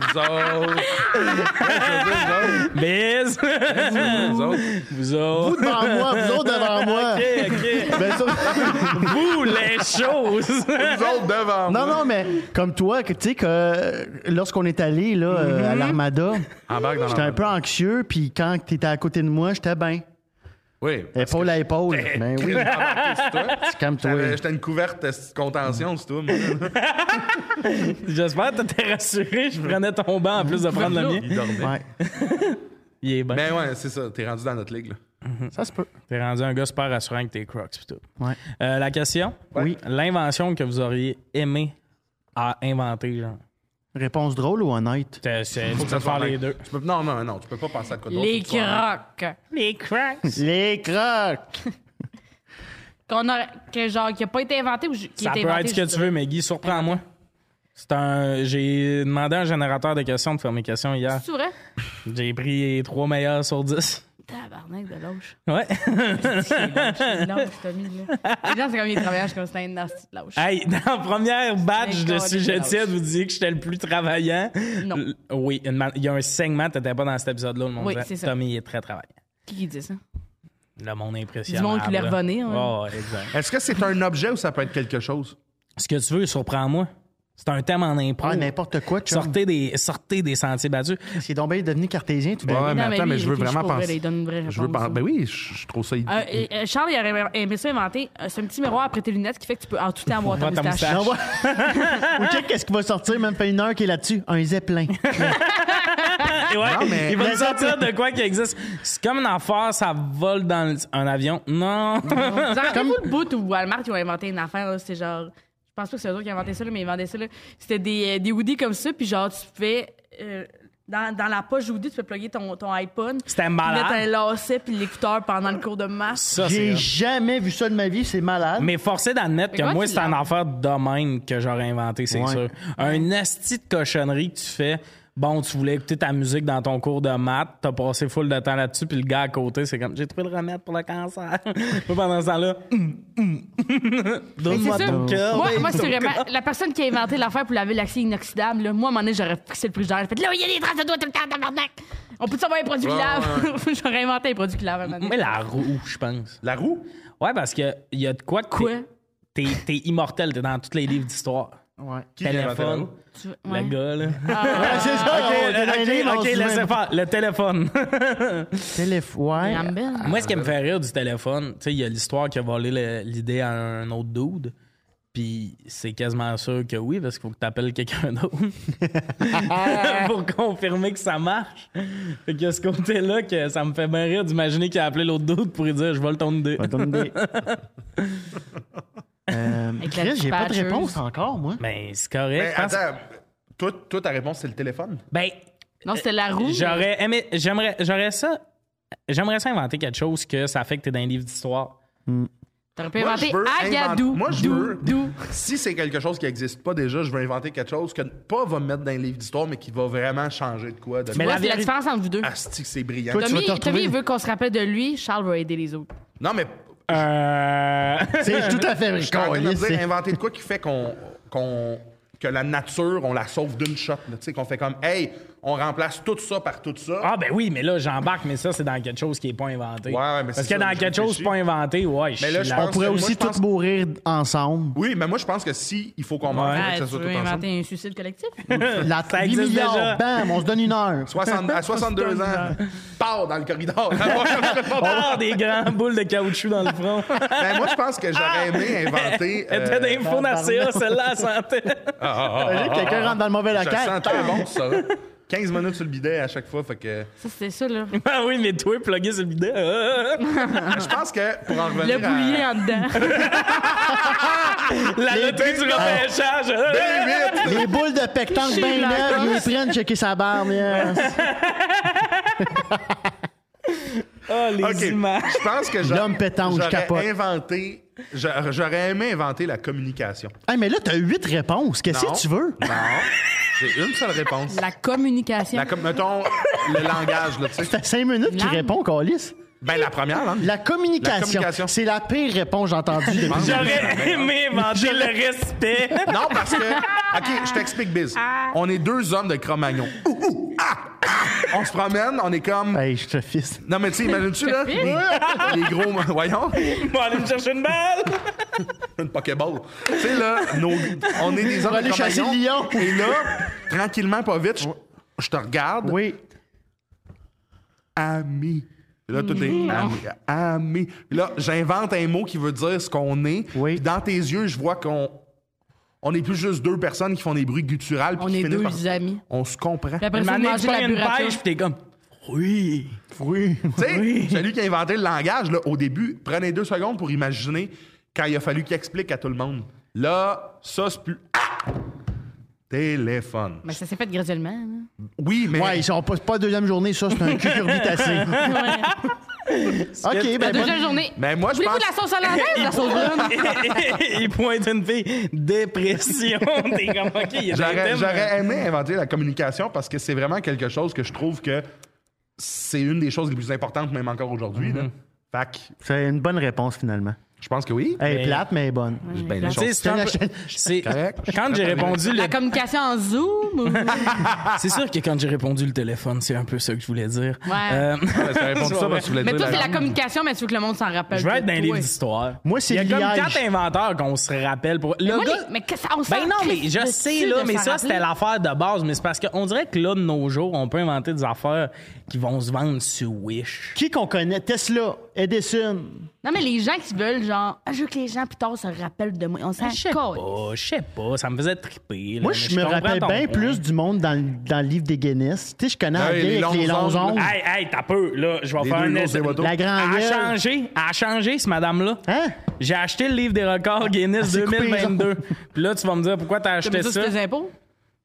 D: Vous autres. Je
A: Biz.
D: veux dire, vous autres. Vous autres.
A: vous autres.
B: vous devant moi, vous autres devant moi.
A: Ok, ok.
B: Ben, ça-
A: vous, les choses.
D: Vous autres devant
B: non,
D: moi.
B: non, mais comme toi, que, tu sais, que euh, lorsqu'on est allé là, euh,
A: Mm-hmm.
B: à l'Armada,
D: Embarque
A: Ah,
D: dans
B: j'étais un
D: l'embarque.
B: peu anxieux, puis quand t'étais à côté de moi, j'étais bien.
D: Oui.
B: Épaule à épaule. Ben oui, calme-toi.
D: J'avais- J'étais une couverte de contention, c'est tout. moi.
A: J'espère que t'étais rassuré. Je prenais ton banc en plus de prendre le mien.
D: Il dormait.
B: Ouais,
A: Il est bien.
D: Ben ouais, c'est ça. T'es rendu dans notre ligue. Là.
A: Mm.
B: ça se peut.
A: T'es rendu un gars super rassurant avec tes crocs pis tout.
B: Ouais.
A: Euh, la question?
B: Oui.
A: L'invention que vous auriez aimé à inventer, genre.
B: Réponse drôle ou honnête?
A: C'est- c'est- Tu
D: Faut que ça
A: peux
D: soit
A: faire les
D: honnête.
A: deux.
D: Tu peux- Non, non, non, tu peux pas penser à quoi d'autre.
C: Les
D: faut que tu sois honnête.
C: crocs.
A: Les crocs.
B: Les crocs!
C: Qu'on a. Que genre, qui a pas été inventé ou ju- qui
A: Ça
C: a
A: peut
C: été inventé.
A: être ce que
C: juste-
A: tu veux, mais Guy, surprends-moi. C'est un. J'ai demandé à un générateur de questions de faire mes questions hier.
C: C'est vrai?
A: J'ai pris les trois meilleurs sur 10.
C: Tabarnak de lâche.
A: Ouais.
C: C'est lâche, Tommy, là. Les gens, c'est comme les travailleurs, je suis comme c'est un nasty de lâche.
A: Hey, dans la première batch
C: C'est
A: de
C: incroyable,
A: sujet
C: la
A: tiède, vous disiez que j'étais le plus travaillant.
C: Non.
A: L- oui, une man- il y a un segment, t'étais pas dans cet épisode-là, le monde.
C: Oui,
A: disait,
C: c'est ça.
A: Tommy est très travaillant.
C: Qui qui dit ça?
A: Le monde impressionne.
C: Du monde qui voulait revenir, ouais.
A: Oh, exact.
D: Est-ce que c'est un objet ou ça peut être quelque chose?
A: Ce que tu veux, surprends-moi. C'est un thème en impro.
B: Ah, n'importe quoi, tu
A: sortez, des, sortez des sentiers battus.
B: C'est donc bien devenu cartésien, tout bien.
D: Ouais,
C: Ben
D: mais
C: Non, mais
D: attends,
C: lui,
D: mais je veux
C: il est
D: vraiment
C: fichu pour vrai,
D: penser.
C: il donne une vraie
D: Je veux
C: réponse,
D: penser.
C: ça.
D: Ben oui, je je trouve ça.
C: Euh, et- euh, Charles, il aurait aimé ça inventer. euh, C'est un petit miroir après tes lunettes qui fait que tu peux en tout temps avoir ta
A: Voir ta
C: moustache.
A: moustache.
B: On va- Ou check qu'est-ce qui va sortir, même fait une heure qu'il est là-dessus. Un zeppelin.
A: Et ouais,
D: Non, mais-
A: Il va
B: Mais
A: nous
B: ça-
A: sortir de quoi qui existe. C'est comme une affaire, ça vole dans le- un avion. Non.
C: Vous en rappelez-vous le bout où Walmart, ils ont inventé une affaire, là, c'est genre... Je pense pas que c'est eux autres qui ont inventé ça, là, mais ils vendaient ça, là. C'était des, euh, des hoodies comme ça, puis genre, tu pouvais... euh, dans, dans la poche Judy, tu peux plugger ton, ton iPod.
A: C'était
C: Là, t'as un
A: malade.
C: lacet puis l'écouteur pendant le cours de maths.
A: Ça, c'est
B: J'ai
A: hot.
B: jamais vu ça de ma vie, c'est malade.
A: Mais forcé d'admettre
C: Mais
A: que
C: comment
A: moi,
C: tu
A: c'est un
C: l'as?
A: affaire de même que j'aurais inventé, c'est
B: Ouais.
A: sûr. Un asti de cochonnerie que tu fais. Bon, tu voulais écouter ta musique dans ton cours de maths, t'as passé full de temps là-dessus, puis le gars à côté, c'est comme j'ai trouvé le remède pour le cancer. Moi, pendant ce temps-là, hum, hum. donne-moi
C: C'est ça.
A: ton cœur.
C: Moi,
A: baby,
C: moi, c'est
A: ton
C: vraiment
A: cœur.
C: la personne qui a inventé l'affaire pour laver l'acier inoxydable. là, moi, à un moment donné, j'aurais fixé le frigidaire. J'ai fait là, il y a des traces de doigts tout le temps, tabarnak. On peut savoir les produits qui
D: Ouais,
C: lavent. j'aurais inventé les produits qui lavent. à un moment donné.
A: Mais la roue, je pense.
D: La roue?
A: Ouais, parce que y a de quoi que t'es-
C: Quoi?
A: T'es t'es immortel, t'es dans tous les livres d'histoire.
B: Ouais.
D: Qui a inventé la
A: Téléphone.
D: roue?
C: Tu veux-
A: Le
C: ouais.
A: gars, là.
B: Ouais, c'est ça,
A: ok,
B: Ah, on est dans les
A: ok,
B: livres, on
A: ok,
B: se dit
A: laissez
B: même-
A: faire. Le téléphone.
B: Téléphone. Ouais.
C: Rambin.
A: Moi, ce
D: Ah,
A: qui me fait rire du téléphone, tu sais, il y a l'histoire qui a volé le- l'idée à un autre dude. Puis c'est quasiment sûr que oui, parce qu'il faut que tu appelles quelqu'un d'autre pour confirmer que ça marche. Fait que ce côté-là, que ça me fait bien rire d'imaginer qu'il a appelé l'autre dude pour lui dire Je vole ton idée.
B: Pas ton idée. Euh,
C: Avec la
B: Chris, j'ai pas de
C: dispatcheuse.
B: réponse encore, moi.
A: Ben, c'est correct.
D: Ben,
A: je pense-
D: attends, toi, toi, ta réponse, c'est le téléphone?
A: Ben,
C: Non, c'était la roue.
A: j'aurais aimé. J'aimerais j'aurais ça. J'aimerais ça inventer quelque chose que ça fait que t'es dans un livre d'histoire.
C: T'aurais pu
D: Moi, je
C: inventer
D: veux
C: Agadou.
D: inventer- Moi, je
C: Dou,
D: veux-
C: Dou.
D: Si c'est quelque chose qui n'existe pas déjà, je vais inventer quelque chose que pas va me mettre dans les livres d'histoire, mais qui va vraiment changer de quoi. De
A: Mais
C: Moi,
A: la
C: c'est la
A: vérité-
C: différence entre vous deux.
D: Asti, c'est brillant.
B: Toi, tu vas
C: Tommy,
B: te retrouver.
C: Tommy, il veut qu'on se rappelle de lui. Charles va aider les autres.
D: Non, mais
A: Euh.
B: C'est tout à fait
D: je suis en train de
B: vrai.
D: dire, hein, inventer de quoi qui fait qu'on... qu'on- que la nature, on la sauve d'une shot. là. Tu sais, qu'on fait comme, hey, on remplace tout ça par tout ça.
A: Ah ben oui, mais là j'embarque, mais ça c'est dans quelque chose qui est pas inventé.
D: Ouais, ouais, mais
A: Parce
D: c'est
A: que
D: ça,
A: dans
D: je
A: quelque chose
D: réfléchis.
A: pas inventé, ouais.
D: Mais là, je
A: suis
B: On
D: pense-
B: pourrait
D: Moi,
B: aussi
D: je pense-
B: tous mourir ensemble.
D: Oui, mais moi, je pense que si, il faut qu'on
A: Ouais.
D: mange,
C: Ah,
D: que
C: tu
D: ça soit tout
C: veux
D: ensemble.
C: inventer un suicide collectif?
B: La
A: Ça
B: 8
A: existe
B: milliards,
A: déjà.
B: bam, on se donne une heure.
D: 60 à 62 ans, pars dans le corridor.
A: Oh, des grands boules de caoutchouc dans le front.
D: Ben, moi, je pense que j'aurais aimé inventer.
A: Elle
D: euh,
A: était d'info dans CA, celle-là, elle sentait.
B: Imagine que Quelqu'un rentre dans le mauvais
D: Je le sens
B: local. Ah.
D: très bon, ça. 15 minutes sur le bidet à chaque fois. Fait que...
C: Ça, c'était ça, là.
A: Ah oui, mais toi, plugué sur le bidet. euh,
D: Je pense que pour en
C: Le
D: revenir
C: boulier
D: à...
C: en dedans.
A: La loterie du
D: ah.
A: repêchage. euh.
D: Ben vite!
B: Les boules de pétanque
C: Chez
B: bien neuves,
C: Lacoste.
B: ils les prennent checker sa barbe. yes.
A: Oh, les
D: OK,
A: images.
D: je pense que j'a-
B: L'homme pétanque, je capote.
D: j'aurais inventé... j'a- J'aurais aimé inventer la communication.
B: Hey, mais là, t'as huit réponses. Qu'est-ce
D: Non.
B: que tu veux?
D: Non, j'ai une seule réponse.
C: La communication.
D: La com- Mettons, le langage, là, tu sais.
B: T'as cinq minutes qui
C: L'âme.
B: répond, Calis.
D: Ben, la première, là.
B: La
D: La
B: communication,
D: communication.
B: c'est la pire réponse que j'ai entendue depuis
D: pense-
A: J'aurais aimé inventer le respect.
D: Non, parce que. OK, je t'explique, Biz.
C: Ah.
D: On est deux hommes de Cro-Magnon. Ouh, ouh, ah, ah. On se promène, on est comme.
B: Hey, je te fisse.
D: Non, mais tu sais, imagines-tu, là? les gros. Voyons,
A: Bon, allez me chercher une balle.
D: une Pokéball. Tu sais, là, nos- on est des hommes
B: aller
D: de
B: chasser
D: Cro-Magnon.
B: le lion.
D: Et là, tranquillement, pas vite, je, je te regarde.
B: Oui.
D: Ami. Puis Là, tout est ami. ami. Puis Là, j'invente un mot qui veut dire ce qu'on est.
B: Oui.
D: Puis dans tes yeux, je vois qu'on. On n'est plus juste deux personnes qui font des bruits gutturales. puis
C: On
D: qui
C: est
D: finissent
C: deux
D: par-
C: amis.
D: On se comprend.
C: Puis après,
A: Une
C: ça,
A: année, tu
C: manger la
A: prends une
C: burrata.
A: pêche, puis t'es comme. Oui.
B: Oui.
D: Tu sais, celui qui a inventé le langage, là, au début, prenez deux secondes pour imaginer quand il a fallu qu'il explique à tout le monde. Là, ça, c'est plus. Ah! Téléphone.
C: Mais ça s'est fait graduellement. hein. là.
D: Oui, mais.
B: Ouais, si on passe pas la deuxième journée, ça, c'est un cucurbitacé. OK,
C: La
B: ben, bonne-
C: deuxième journée.
D: Mais moi, je
C: Voulez-vous de
D: pense-
C: la sauce hollandaise, de la sauce brune?
A: il pointe une fille. Dépression. T'es comme, OK, il y a des
D: J'aurais
A: thèmes. euh,
D: j'aurais aimé inventer la communication parce que c'est vraiment quelque chose que je trouve que c'est une des choses les plus importantes, même encore aujourd'hui. là. Fait que
B: C'est une bonne réponse, finalement.
D: je pense que oui.
B: Elle est
A: Mais-
B: plate, mais elle est bonne.
D: Ben, les
A: Tu sais,
D: choses-
A: c'est un peu- c'est-
D: correct. Je suis
A: Quand j'ai
D: prêt à
A: répondu, le-
C: La communication en Zoom? ou-
A: c'est sûr que quand j'ai répondu le téléphone, c'est un peu ça que je voulais dire. Euh,
C: Ouais.
D: Ouais, t'as répondu ça parce que tu voulais
C: Mais
D: dire
C: toi,
D: la
C: c'est la
D: langue.
C: communication, mais tu veux que le monde s'en rappelle.
A: Je veux
C: que
A: être dans les
C: toi.
A: livres d'histoire.
B: Moi, c'est
A: Il y a comme
B: liège.
A: quatre inventeurs qu'on se rappelle pour. Le
C: Moi,
A: gars-
C: les- Mais qu'est-ce- on s'en
A: Ben non, mais
C: crisse
A: je
C: de
A: sais,
C: dessus
A: là,
C: de
A: mais
C: s'en
A: ça, c'était
C: rappeler.
A: l'affaire de base. Mais c'est parce qu'on dirait que là, de nos jours, on peut inventer des affaires qui vont se vendre sur Wish.
B: Qui qu'on connaît? Tesla, Edison.
C: Non, mais les gens qui veulent, genre, Ah, je veux que les gens plus tard se rappellent de moi. On s'en
A: Je sais
C: colle.
A: pas, je sais pas, ça me faisait triper. là,
B: Moi,
A: mais
B: je me
A: comprends
B: rappelle
A: ton
B: bien
A: point.
B: plus du monde dans, le- dans le livre des Guinness. Tu sais, je connais
D: Hey,
B: un
D: les
B: gars avec les
D: longs
B: longs
D: ongles.
B: ongles.
A: Hey, hey, t'as peu, là, je vais
D: Les
A: faire
D: deux
A: un
D: grosses des motos.
B: La grande
A: Elle
B: gueule.
A: a changé, elle a changé, ce madame-là.
B: Hein? Ah,
A: J'ai acheté le livre des records Guinness
B: Elle s'est coupée,
A: 2022. Puis là, tu vas me dire pourquoi t'as
C: Tu
A: acheté
C: mets ça
A: ça.
C: sur tes impôts?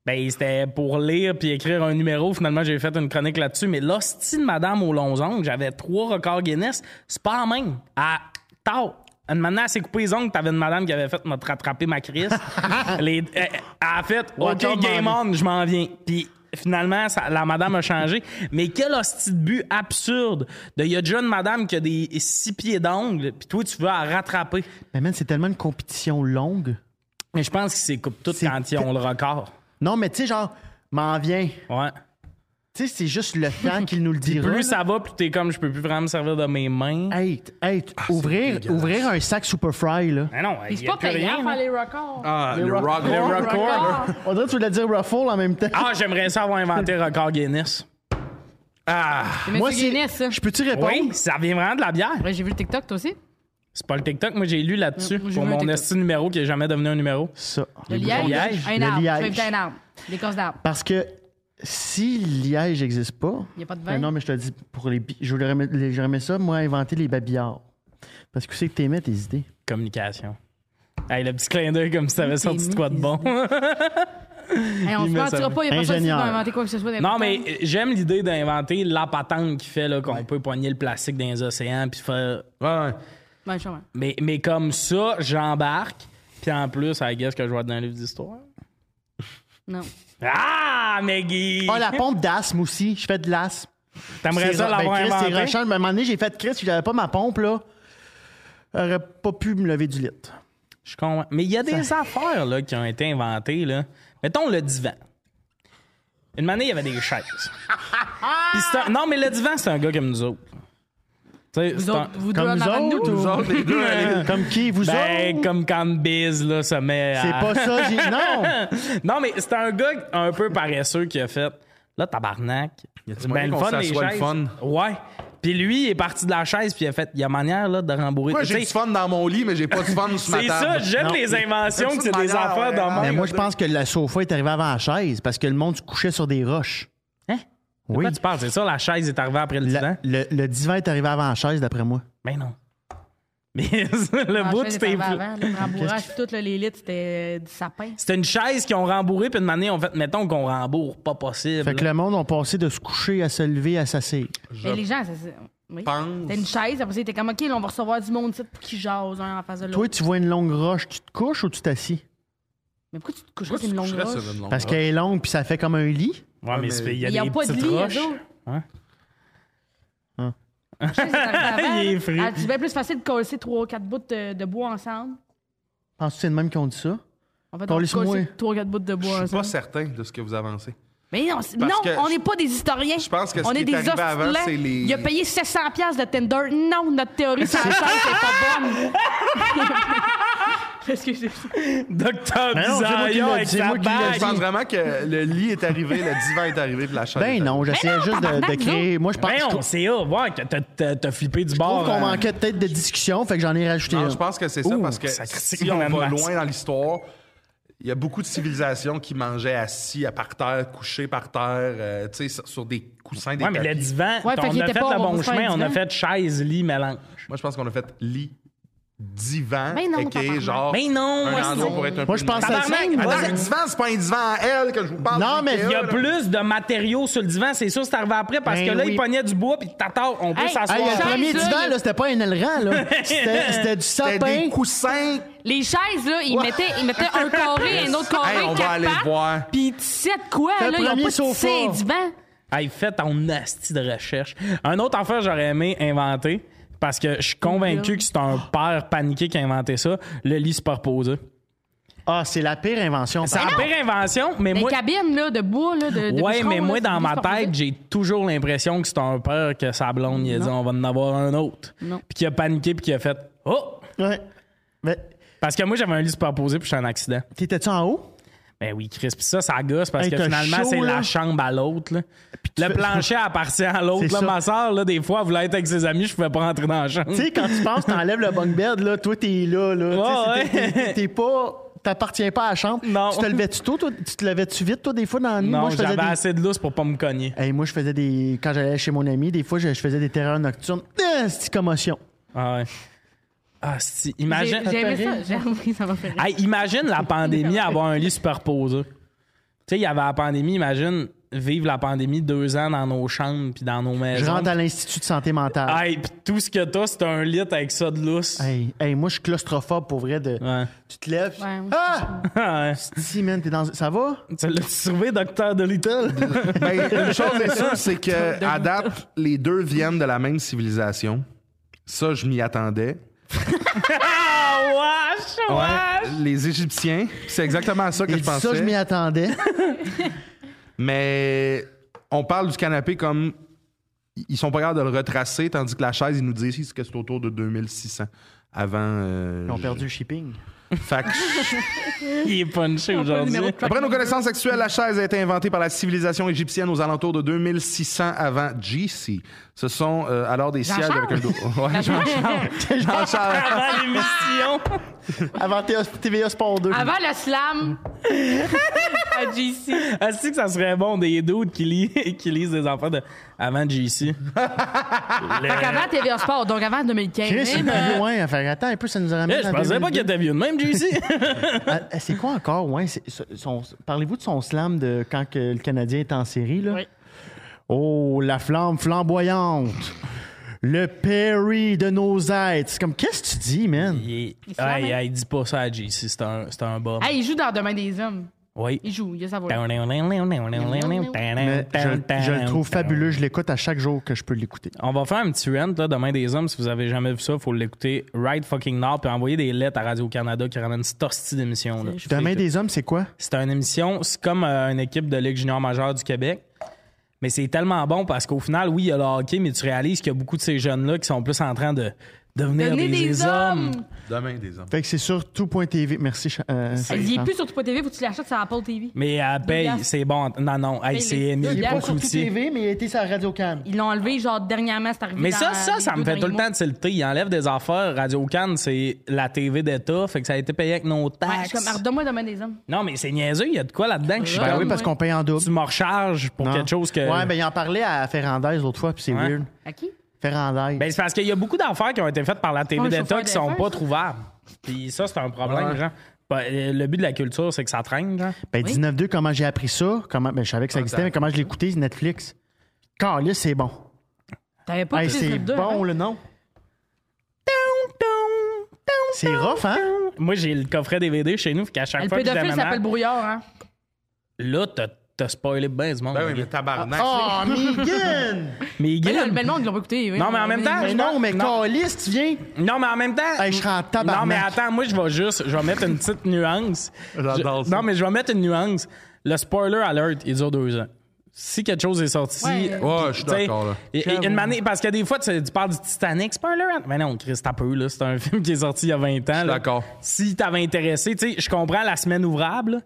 A: Ben, c'était pour lire puis écrire un numéro. Finalement, j'ai fait une chronique là-dessus. Mais l'hostie de Madame aux longs ongles, j'avais trois records Guinness. C'est pas en même. À tard. Une maintenant, elle s'est coupée les ongles. T'avais une madame qui avait fait m'a rattraper ma crise. les, euh, elle a fait
B: Watch
A: OK,
B: out,
A: game
B: man.
A: on, je m'en viens. Puis finalement, ça- la madame a changé. Mais quel hostie de but absurde. De, Il y a déjà une madame qui a des six pieds d'ongles, puis toi, tu veux la rattraper.
B: Mais man, c'est tellement une compétition longue.
A: Mais je pense qu'ils s'écoupent toutes
B: C'est
A: quand ils ont le record.
B: Non, mais tu sais, genre, m'en viens.
A: Ouais.
B: Tu sais, c'est juste le temps qu'il nous le dira.
A: Plus
B: là.
A: ça va, plus t'es comme, je peux plus vraiment me servir de mes mains.
B: Hey, t- hey,
A: Ah,
B: t- ouvrir,
D: dégueulasse.
B: ouvrir un sac Superfry, là.
A: Mais non, il
C: C'est
A: y a
C: pas
A: plus
C: payant hein.
A: rien.
C: faire
A: là.
C: les records.
D: Ah, le
B: rock-
D: rock.
A: le
D: rock-
A: record.
C: Records.
B: On dirait que tu voulais dire Ruffle en même temps.
A: Ah, j'aimerais ça avoir inventé record Guinness.
D: Ah,
C: C'est Monsieur
B: c'est-
C: Guinness, ça.
B: Je peux-tu répondre?
A: Oui, ça vient vraiment de la bière.
C: Ouais, j'ai vu le TikTok, toi aussi.
A: C'est pas le TikTok, moi j'ai lu là-dessus
C: Mm, j'ai
A: pour
C: vu un
A: mon
C: TikTok.
A: esti numéro qui est jamais devenu un numéro.
B: Ça.
C: Le liège.
A: liège.
B: Le
C: Un arbre. Tu
B: liège.
C: veux éviter un arbre. L'écorce d'arbre.
B: Parce que si Liège n'existe pas.
C: Il y a pas de vin.
B: Euh, non, mais je te le dis, pour les, bi- je voulais remettre- les- j'aurais aimé ça, moi, inventer les babillards. Parce que c'est que t'aimais tes idées.
A: Communication. Hey, le petit clin d'œil comme si t'avais sorti de quoi de bon.
C: Hey, on se
A: Il met
C: mentira
A: ça.
C: pas. Il n'y a personne qui
B: Ingénieur.
C: va inventer quoi que ce soit.
A: non,
C: d'important.
A: mais euh, j'aime l'idée d'inventer la patente qui fait là, qu'on peut poigner le plastique dans les océans puis faire.
D: ouais.
C: Ben, je sais pas.
A: Mais, mais comme ça, j'embarque. Puis en plus, I guess que je vais être dans un livre d'histoire.
C: Non.
A: Ah, Maggie!
B: Ah, la pompe d'asthme aussi. Je fais de l'asthme.
A: T'aimerais
B: C'est
A: ça
B: ra-
A: l'avoir
B: ben, Chris, c'est
A: inventé?
B: rechant. À un moment donné, j'ai fait Chris, si j'avais pas ma pompe, là, j'aurais pas pu me lever du lit.
A: Je suis con. Mais il y a des affaires là, qui ont été inventées. Là. Mettons le divan. Une année, il y avait des chaises. Puis c'est un- Non, mais le divan, c'est un gars comme nous autres. Tu sais,
C: Vous
A: c'est un-
C: autres, vous deux
B: Comme
C: en
B: nous
C: avant de
B: autres,
C: nous.
D: Nous autres, les deux, allez.
B: Comme qui, vous
A: Ben,
B: autres?
A: comme quand Biz là, se met à-
B: C'est pas ça, j'ai... Non!
A: non, mais c'est un gars un peu paresseux qui a fait. Là, tabarnak. Ben,
D: Y a-t-il moyen qu'on
A: des
D: s'assoie le
A: chaises.
D: fun?
A: Ouais. Puis lui, il est parti de la chaise, puis il a fait. Il y a manière là, de rembourrer.
D: Moi,
A: Tu
D: j'ai
A: sais,
D: du fun dans mon lit, mais j'ai pas de fun sur ma
A: c'est ça,
D: table.
A: j'aime
B: Non.
A: les inventions, que c'est
D: C'est
A: des
D: ça,
A: affaires
D: ouais,
A: dans
D: ouais.
A: mon.
B: Mais moi, je pense que le sofa est arrivé avant la chaise parce que le monde se couchait sur des roches.
A: Hein? De
B: Oui.
A: quoi tu parles? C'est ça, la chaise est arrivée après le
B: La-
A: divan?
B: le, le divan est arrivé avant la chaise, d'après moi.
A: Ben non. Mais le
C: Ah,
A: bout,
C: je sais,
A: c'était...
C: t'avais avant, là, le rembourrage, tout, là, les litres, c'était euh, du sapin.
A: C'était une chaise qu'ils ont rembourrée, puis une année, on fait, mettons qu'on rembourre, pas possible.
B: Fait que le monde ont passé de se coucher à se lever à s'asseoir.
D: Je
C: Mais les gens, ça, c'est- oui.
D: pense.
C: C'était une chaise, après, c'était comme, OK, là, on va recevoir du monde, tu sais, pour qu'ils jasent un en face de l'autre.
B: Toi, tu vois une longue roche, tu te couches ou tu t'assis?
C: Mais pourquoi tu te
D: Pourquoi
C: coucherais
D: tu
C: sur une longue
D: coucherais
C: roche?
D: sur une longue
B: Parce
D: roche?
B: qu'elle est longue puis ça fait comme un lit.
A: Ouais, mais
D: mais
A: c'est- il y a
C: Il n'y
A: des
C: a pas de
A: petites
C: lit, eux
A: roches.
C: autres.
A: Hein?
B: Hein.
C: Je sais, c'est arrivé avant,
A: Il est
C: là.
A: frais.
C: Ah, C'est bien plus facile de coller trois ou quatre bouts de, de bois ensemble.
B: Penses-tu que c'est de même qu'on dit ça?
C: En fait, on
B: Coller
C: colle
B: sur moi.
C: trois ou quatre bouts de bois
D: Je suis pas
C: ensemble.
D: certain de ce que vous avancez.
C: Mais non, c'est-
D: Parce
C: non,
D: que
C: on
D: je-
C: n'est pas des historiens.
D: je pense que ce
C: on
D: qui
C: est
D: est
C: des
D: arrivé avant,
C: obstinats.
D: c'est les-
C: Il a payé 700$ piastres de Tinder. Non, notre théorie sur la chaise, c'est pas bonne. Excusez-moi.
A: Docteur
B: Mais non, c'est moi qui
A: Bisaillon
B: l'ai
A: avec
B: dit,
A: sa
B: moi qui l'ai
A: bague.
D: Je pense vraiment que le lit est arrivé, le divan est arrivé, puis la chaise. est
B: Ben non, j'essayais
C: non,
B: juste de- de,
C: tabarnak,
B: créer. Moi, je pense
A: Ben
B: je
A: non, c'est ça, voir que t'as- t'as t'as flippé du
B: trouve
A: bord.
B: qu'on
A: hein.
B: manquait peut-être de discussion, fait que j'en ai rajouté
D: euh, Non,
B: un.
D: je pense que c'est ça
A: Ouh,
D: parce que
A: ça critique
D: si on
A: la
D: va
A: masse.
D: loin dans l'histoire, il y a beaucoup de civilisations qui mangeaient assis, à par terre, couchés par terre, euh, tu sais, sur- sur des coussins, des
A: Ouais, mais le
D: tapis.
A: divan,
C: Ouais, fait
A: on
C: qu'il
A: a
C: était
A: fait
C: pas,
A: le
C: on va
A: bon
C: vous faire
A: chemin,
C: un
A: on a
C: divan.
A: fait chaise, lit, mélange.
D: Moi, je pense qu'on a fait lit, divan,
C: Ben non,
D: et qui est
C: tabarnak.
D: genre
A: Ben non,
D: un
A: moi,
D: endroit
A: c'est-
D: pour être
B: Moi,
D: un peu
B: je pense
D: une-
B: à ça.
A: Tabarnak,
D: Attends,
A: moi,
D: le divan, c'est pas un divan à elle que je vous parle.
B: Non, mais
A: Il y a
D: là.
A: plus de matériaux sur le divan, c'est sûr, c'est arrivé après, parce
B: Ben
A: que là,
B: oui.
A: il pognait du bois, puis t'attends, on peut
C: Hey,
A: s'asseoir.
B: Hey, le
C: Chaise,
B: premier
C: là,
B: divan,
C: il-
B: là, c'était pas un aileron, là. C'était c'était du
D: C'était
B: sapin.
D: des coussins.
C: Les chaises, là, ils, mettaient, ils mettaient un carré, un autre carré,
D: Hey, on va
C: quatre
D: aller
C: pattes,
D: voir.
C: Puis tu sais de quoi,
B: C'est
C: là,
B: le
C: ils ont
B: premier
C: pas
B: sofa.
C: tissé du vent.
A: Hey, faites ton asti de recherche. Un autre affaire que j'aurais aimé inventer, parce que je suis convaincu que c'est un père paniqué qui a inventé ça, le lit superposé.
B: Ah, c'est la pire invention.
A: C'est la pire invention, mais
C: Des
A: moi...
C: cabines, là, de bois, là, de, de
A: Ouais,
C: bûcherons,
A: mais
C: là,
A: moi,
C: c'est
A: dans
C: des
A: ma
C: sportifs.
A: tête, j'ai toujours l'impression que c'est un père que sa blonde, il a dit « on va en avoir un autre ».
C: Non.
A: Puis qui a paniqué, puis qui a fait « oh
B: Ouais. Mais ».
A: Parce que moi, j'avais un lit superposé, puis j'étais un accident.
B: t'étais-tu en haut?
A: Ben oui, Chris. Puis ça, ça gosse parce
B: Hey,
A: que
B: t'as
A: finalement,
B: chaud,
A: c'est
B: là.
A: la chambre à l'autre. là. Le
B: fais-
A: plancher appartient à l'autre.
B: C'est
A: là.
B: ça.
A: Ma soeur, là, des fois, elle voulait être avec ses amis, je pouvais pas rentrer dans la chambre.
B: Tu sais, quand tu penses, t'enlèves le bunk bed, là, toi, t'es là, là.
A: Ouais,
B: Tu sais, c'est-
A: ouais.
B: t'es- t'es- T'es pas. T'appartiens pas à la chambre.
A: Non.
B: Tu te levais-tu tôt, toi? Tu te levais-tu vite, toi, des fois, dans la nuit?
A: non,
B: moi, je faisais
A: j'avais
B: des...
A: assez de lousse pour pas me cogner.
B: Hey, moi, je faisais des. Quand j'allais chez mon ami, des fois, je, je faisais des terreurs nocturnes. Ah, c'est commotion.
A: Ah, ouais. Ah, si.
C: J'ai
A: Imagine.
C: j'ai aimé ça. J'ai appris, ça m'a fait rire.
A: Hey, imagine la pandémie avoir un lit superposé. sais, il y avait la pandémie, imagine vivre la pandémie deux ans dans nos chambres puis dans nos maisons.
B: Je rentre à l'Institut de santé mentale.
A: Hey, pis tout ce que t'as, c'est un lit avec ça de lousse.
B: Hey, hey, moi, je suis claustrophobe pour vrai. De...
A: Ouais.
B: Tu te lèves. puis-
C: Ouais, moi,
B: Ah!
A: Ouais.
B: Si, man, t'es dans. Ça va?
A: Tu l'as trouvé, docteur Dolittle?
D: Ben, une chose est sûre, c'est que à date, les deux viennent de la même civilisation. Ça, je m'y attendais.
A: ah, wesh, wesh!
D: Les Égyptiens, c'est exactement à ça que
B: Il
D: je
B: dit
D: pensais.
B: ça, je m'y attendais.
D: Mais on parle du canapé comme ils sont pas capables de le retracer, tandis que la chaise, ils nous disent ici que c'est autour de 2600 avant. euh,
B: Ils ont
D: je-
B: perdu le shipping.
D: Fait que-
A: Il est punché
C: pas le
A: aujourd'hui.
C: numéro de track.
D: Après nos connaissances actuelles, la chaise a été inventée par la civilisation égyptienne aux alentours de 2600 avant JC. Ce sont euh, alors des sièges
C: Jean-Charles?
D: avec un dos. Ouais, Jean-Charles. Jean-Charles.
A: Avant l'émission.
B: Avant T- TVA Sport 2.
C: Avant le slam à JC.
A: Est-ce que ça serait bon des doutes qui, lis- qui lisent des enfants de avant JC?
C: Fait qu'avant TVA Sport, donc avant 2015.
B: Chris, c'est
C: même,
B: plus
C: euh,
B: loin. Enfin, attends un peu, ça nous ramène.
A: Eh, je
B: à
A: pensais pas qu'il
B: 2002.
A: était vieux de même, JC.
B: Ah, C'est quoi encore, ouais? c'est- ce- son- Parlez-vous de son slam de quand que le Canadien est en série, là?
C: Oui.
B: Oh, la flamme flamboyante! Le Perry de nos êtres! C'est comme, qu'est-ce que tu dis, man?
A: Il,
C: Il
A: il,
C: se lame, hein?
A: dit pas ça à JC, c'est un, c'est un bum.
C: hey, il joue dans Demain des Hommes.
A: Oui.
C: Il joue, il a sa voix.
B: Mais je, je le trouve fabuleux, je l'écoute à chaque jour que je peux l'écouter.
A: On va faire un petit rant là, demain des hommes. Si vous avez jamais vu ça, faut l'écouter right fucking now puis envoyer des lettres à Radio Canada qui ramène cette hostie d'émission là.
B: Demain des hommes, c'est quoi?
A: C'est une émission, c'est comme euh, une équipe de Ligue junior majeure du Québec. Mais c'est tellement bon parce qu'au final, oui, il y a le hockey, mais tu réalises qu'il y a beaucoup de ces jeunes-là qui sont plus en train de devenir
C: Donnez
A: des,
C: des, hommes!
D: Demain des hommes.
B: Fait que c'est sur tout.tv. Merci. Cha- euh,
C: Il est
B: Charles.
C: plus sur Tupo TV, faut que tu l'achètes sur Apple TV.
A: Mais à paye,
C: Yes.
A: c'est bon. Non, non, hey,
C: Paye
A: c'est
C: les-
A: Émilie
C: Il est pas sur
A: Pocloutier.
B: mais il était sur Radio-Can.
C: Ils l'ont enlevé, genre, dernièrement, c'est arrivé
A: Mais
C: dans
A: ça, ça,
C: les
A: ça me
C: deux
A: fait tout le temps
C: derniers
A: tilter. Ils enlèvent des affaires. Radio Cannes, c'est la TV d'État. Fait que ça a été payé avec nos
C: mois. Ouais, je
A: taxes.
C: suis comme, redonne-moi Demain des Hommes.
A: non, mais c'est niaiseux. Il y a de quoi là-dedans que je suis
C: Ben
B: Ben
A: comme,
B: oui, parce qu'on paye en double.
A: Tu me recharges pour
B: Non.
A: quelque chose que.
B: Ouais, ben il en parlait à Ferrandez l'autre fois, puis c'est
A: Ouais.
B: weird.
C: À qui?
B: Ferrandez.
A: Ben, c'est parce qu'il y a beaucoup d'affaires qui ont été faites par la TV
C: Ouais,
A: d'État
C: chauffeur
A: qui sont
C: d'affaires,
A: pas
C: ça.
A: trouvables. Puis ça, c'est un problème,
D: Ouais.
A: genre. Ben, euh, le but de la culture, c'est que ça traîne, genre.
B: Ben, 19-2, comment j'ai appris ça? Comment... Ben, je savais que ça existait, mais comment je l'ai écouté, Netflix? Carlis, c'est bon.
C: T'avais pas
B: Hey,
C: écouté
B: c'est
C: le deux,
B: bon,
C: hein?
B: le nom.
A: Ah,
B: C'est rough, hein?
A: Moi, j'ai le coffret DVD chez nous, fait qu'à chaque
C: Le
A: fois que je
C: pédophile s'appelle
A: déménage,
C: Brouillard, hein?
A: là, t'as, t'as spoilé bien du monde.
D: Ben oui,
A: Guy.
D: mais tabarnak.
A: Ah,
B: Oh, Megan!
A: mais Guy,
C: Mais là, le bel monde, ils l'ont pas écouté. oui.
A: Non, mais en même temps,
B: Mais
A: je-
B: non, mais
A: Non.
B: Carlis, tu viens?
A: Non, mais en même temps.
B: Hey, je serais en tabarnak.
A: Non, mais attends, moi, je vais juste. Je vais mettre une petite nuance.
D: J'adore
A: Je-
D: ça.
A: Non, mais je vais mettre une nuance. Le spoiler alert, il dure deux ans. Si quelque chose est sorti.
C: Ouais.
D: Ouais, je suis
A: t'sais,
D: d'accord, là.
A: et- et
B: J'avoue.
A: une manée- parce que des fois, tu, tu parles du Titanic, spoiler alert. Mais non, Chris, t'as peu, là. C'est un film qui est sorti il y a 20 ans. là.
D: d'accord.
A: Si t'avais intéressé, tu sais, je comprends la semaine ouvrable.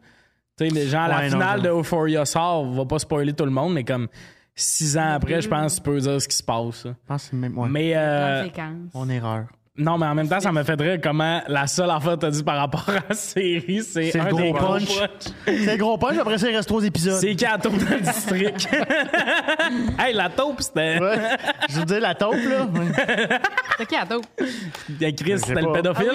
A: Tu sais, les gens, la
B: Ouais, non,
A: finale
B: non.
A: de Euphoria sort, va pas spoiler tout le monde, mais comme six ans après, je pense, que tu peux dire ce qui se passe. là.
B: Je pense que c'est même. Ouais.
A: Mais. euh,
C: Conséquence.
B: Mon erreur.
A: non, mais en même temps, ça me fait rire comment la seule affaire que t'as dit par rapport à la série, c'est
B: C'est le
A: un
B: gros
A: des gros
B: punch.
A: punch.
B: C'est le gros punch, après ça, il reste trois épisodes.
A: C'est qu'elle tourne dans le district. hey, la taupe, c'était.
B: Ouais. Je veux dire, la taupe, là. Ouais.
C: C'est qui, Ato?
A: Oh. Chris, c'était le
B: pas. Ah
A: pédophile.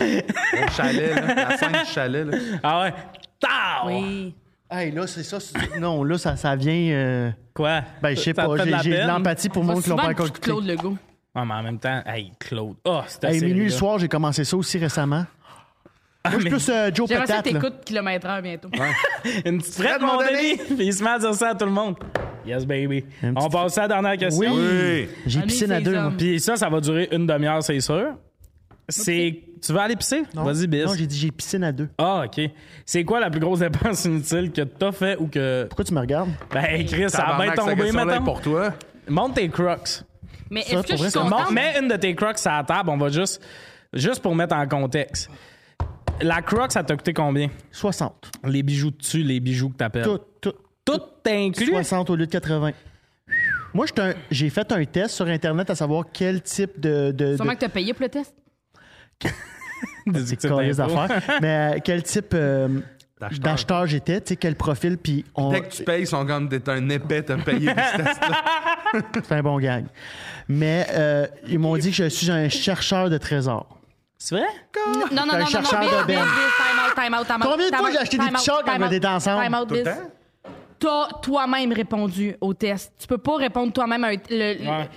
D: Au chalet, là, la scène du chalet. Là.
A: Ah ouais. Tao!
C: Oui.
B: Hey, là, c'est ça. c'est- Non, là, ça, ça vient. euh,
A: Quoi?
B: Ben, je sais
A: Ça te
B: pas.
A: fait de
B: J'ai
A: la
B: j'ai de
A: peine?
B: l'empathie pour le monde qui l'ont
C: Souvent,
B: pas
C: le
B: encore
C: coup de
B: écouté.
C: Claude Legault.
A: Ouais, mais en même temps, hey, Claude. Oh, c'était
B: Hey, Ben, minuit le soir, j'ai commencé ça aussi récemment.
A: Ah,
B: Moi, je suis plus euh, Joe
C: J'aimerais ça que
B: Patate. là.
C: t'écoutes kilomètre heure bientôt.
A: Une petite frette, mon Denis! Puis il se met à dire ça à tout le monde. Yes, baby.
B: Une
A: On
B: petite-
A: passe à la dernière question.
B: Oui.
D: Oui.
B: J'ai
C: Allez,
B: piscine à
C: ces
B: deux. moi.
C: hommes.
A: Puis ça, ça va durer une demi-heure, c'est sûr. C'est. Tu vas aller pisser?
B: Non.
A: Vas-y, bis.
B: Non, j'ai dit j'ai piscine à deux.
A: Ah, OK. C'est quoi la plus grosse dépense inutile que t'as fait ou que.
B: Pourquoi tu me regardes?
A: Ben, Chris, ça a bien
D: Tabarnak, cette
A: tombé,
D: question-là est
A: mettons.
D: pour toi.
A: Monte tes crocs.
C: Mais
B: Ça,
C: est-ce que
B: pour
C: je
B: vrai,
C: suis
B: c'est
A: Bon,
C: contente?
A: mets une de tes crocs à la table, on va juste. Juste pour mettre en contexte. La croc, ça t'a coûté combien?
B: 60.
A: Les bijoux de dessus, les bijoux que t'appelles.
B: Tout, tout.
A: Tout inclus?
B: 60 au lieu de 80. Moi, j'étais un- j'ai fait un test sur Internet à savoir quel type de. de, de-
C: Sûrement que t'as payé pour le test.
A: Des
B: de calice d'affaires. Mais euh, quel type euh,
D: D'acheteur.
B: d'acheteur j'étais, tu sais, quel profil, puis on.
D: Dès que tu payes, ils sont comme t'es un épais, t'as payé pour ce test-là.
B: C'est un bon gag. Mais euh, ils m'ont dit que je suis un chercheur de trésors.
A: C'est vrai?
C: Non, non, non,
B: un
C: non, non,
B: chercheur
C: biz,
B: de
C: biz,
B: benne.
C: biz, time out, time out, time out.
B: Combien de
C: time
B: fois
C: out,
B: j'ai acheté des
C: time
B: petits
C: out,
B: chars quand
C: time
B: on
C: out,
B: était ensemble?
C: Time out,
D: Tout le
C: biz.
D: temps?
C: T'as toi-même répondu au test. Tu peux pas répondre toi-même à un. le- le-
A: Ouais.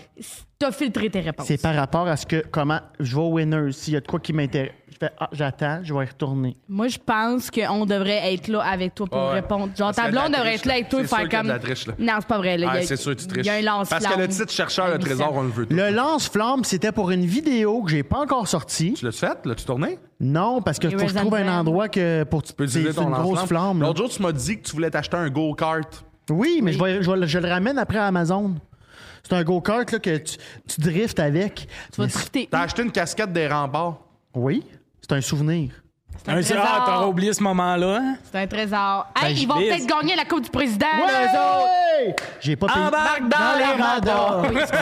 C: T'as filtré tes
D: Ah,
C: réponses.
B: C'est par rapport à ce que, comment, je vais au winner, s'il y a de quoi qui m'intéresse. Je fais, ah, j'attends, je vais y retourner.
C: Moi, je pense qu'on devrait être là avec toi pour
D: Ouais.
C: répondre. Genre,
D: Parce
C: ta
D: qu'il y a de la
C: blonde devrait
D: triche,
C: être là
D: là.
C: avec toi et
D: C'est
C: faire
D: sûr qu'il y a de
C: comme.
D: la triche, là.
C: Non, c'est pas vrai. Là. Il y
D: Ah,
C: a-
D: c'est sûr, tu triches.
C: Il y a un lance
D: Parce que le titre chercheur, le trésor, on le veut. tout.
B: Le lance-flamme, c'était pour une vidéo que j'ai pas encore sortie.
D: Tu l'as fait? L'as-tu tourné?
B: Non, parce que faut que je trouve un
C: Rosenbaum.
B: endroit que pour tu
D: peux
B: c'est
D: utiliser
B: c'est
D: ton
B: une grosse
D: lance-flamme.
B: flamme. là.
D: L'autre jour, tu m'as dit que tu voulais t'acheter un go-kart.
B: Oui, mais Je, vais- je vais le- je le ramène après à Amazon. C'est un go-kart là, que tu, tu driftes avec.
C: Tu vas
B: Mais
C: te friter.
D: T'as acheté une casquette des remparts.
B: c'est- Oui, c'est un souvenir.
C: un
A: Un-
C: trésor.
A: Ah, t'auras oublié ce moment-là. hein?
C: C'est un trésor. Hey, ils vont
A: biz.
C: peut-être gagner la Coupe du Président, là, eux autres.
B: Ben, Ouais! J'ai pas payé.
A: Embarque dans
B: radars!
A: l'armada.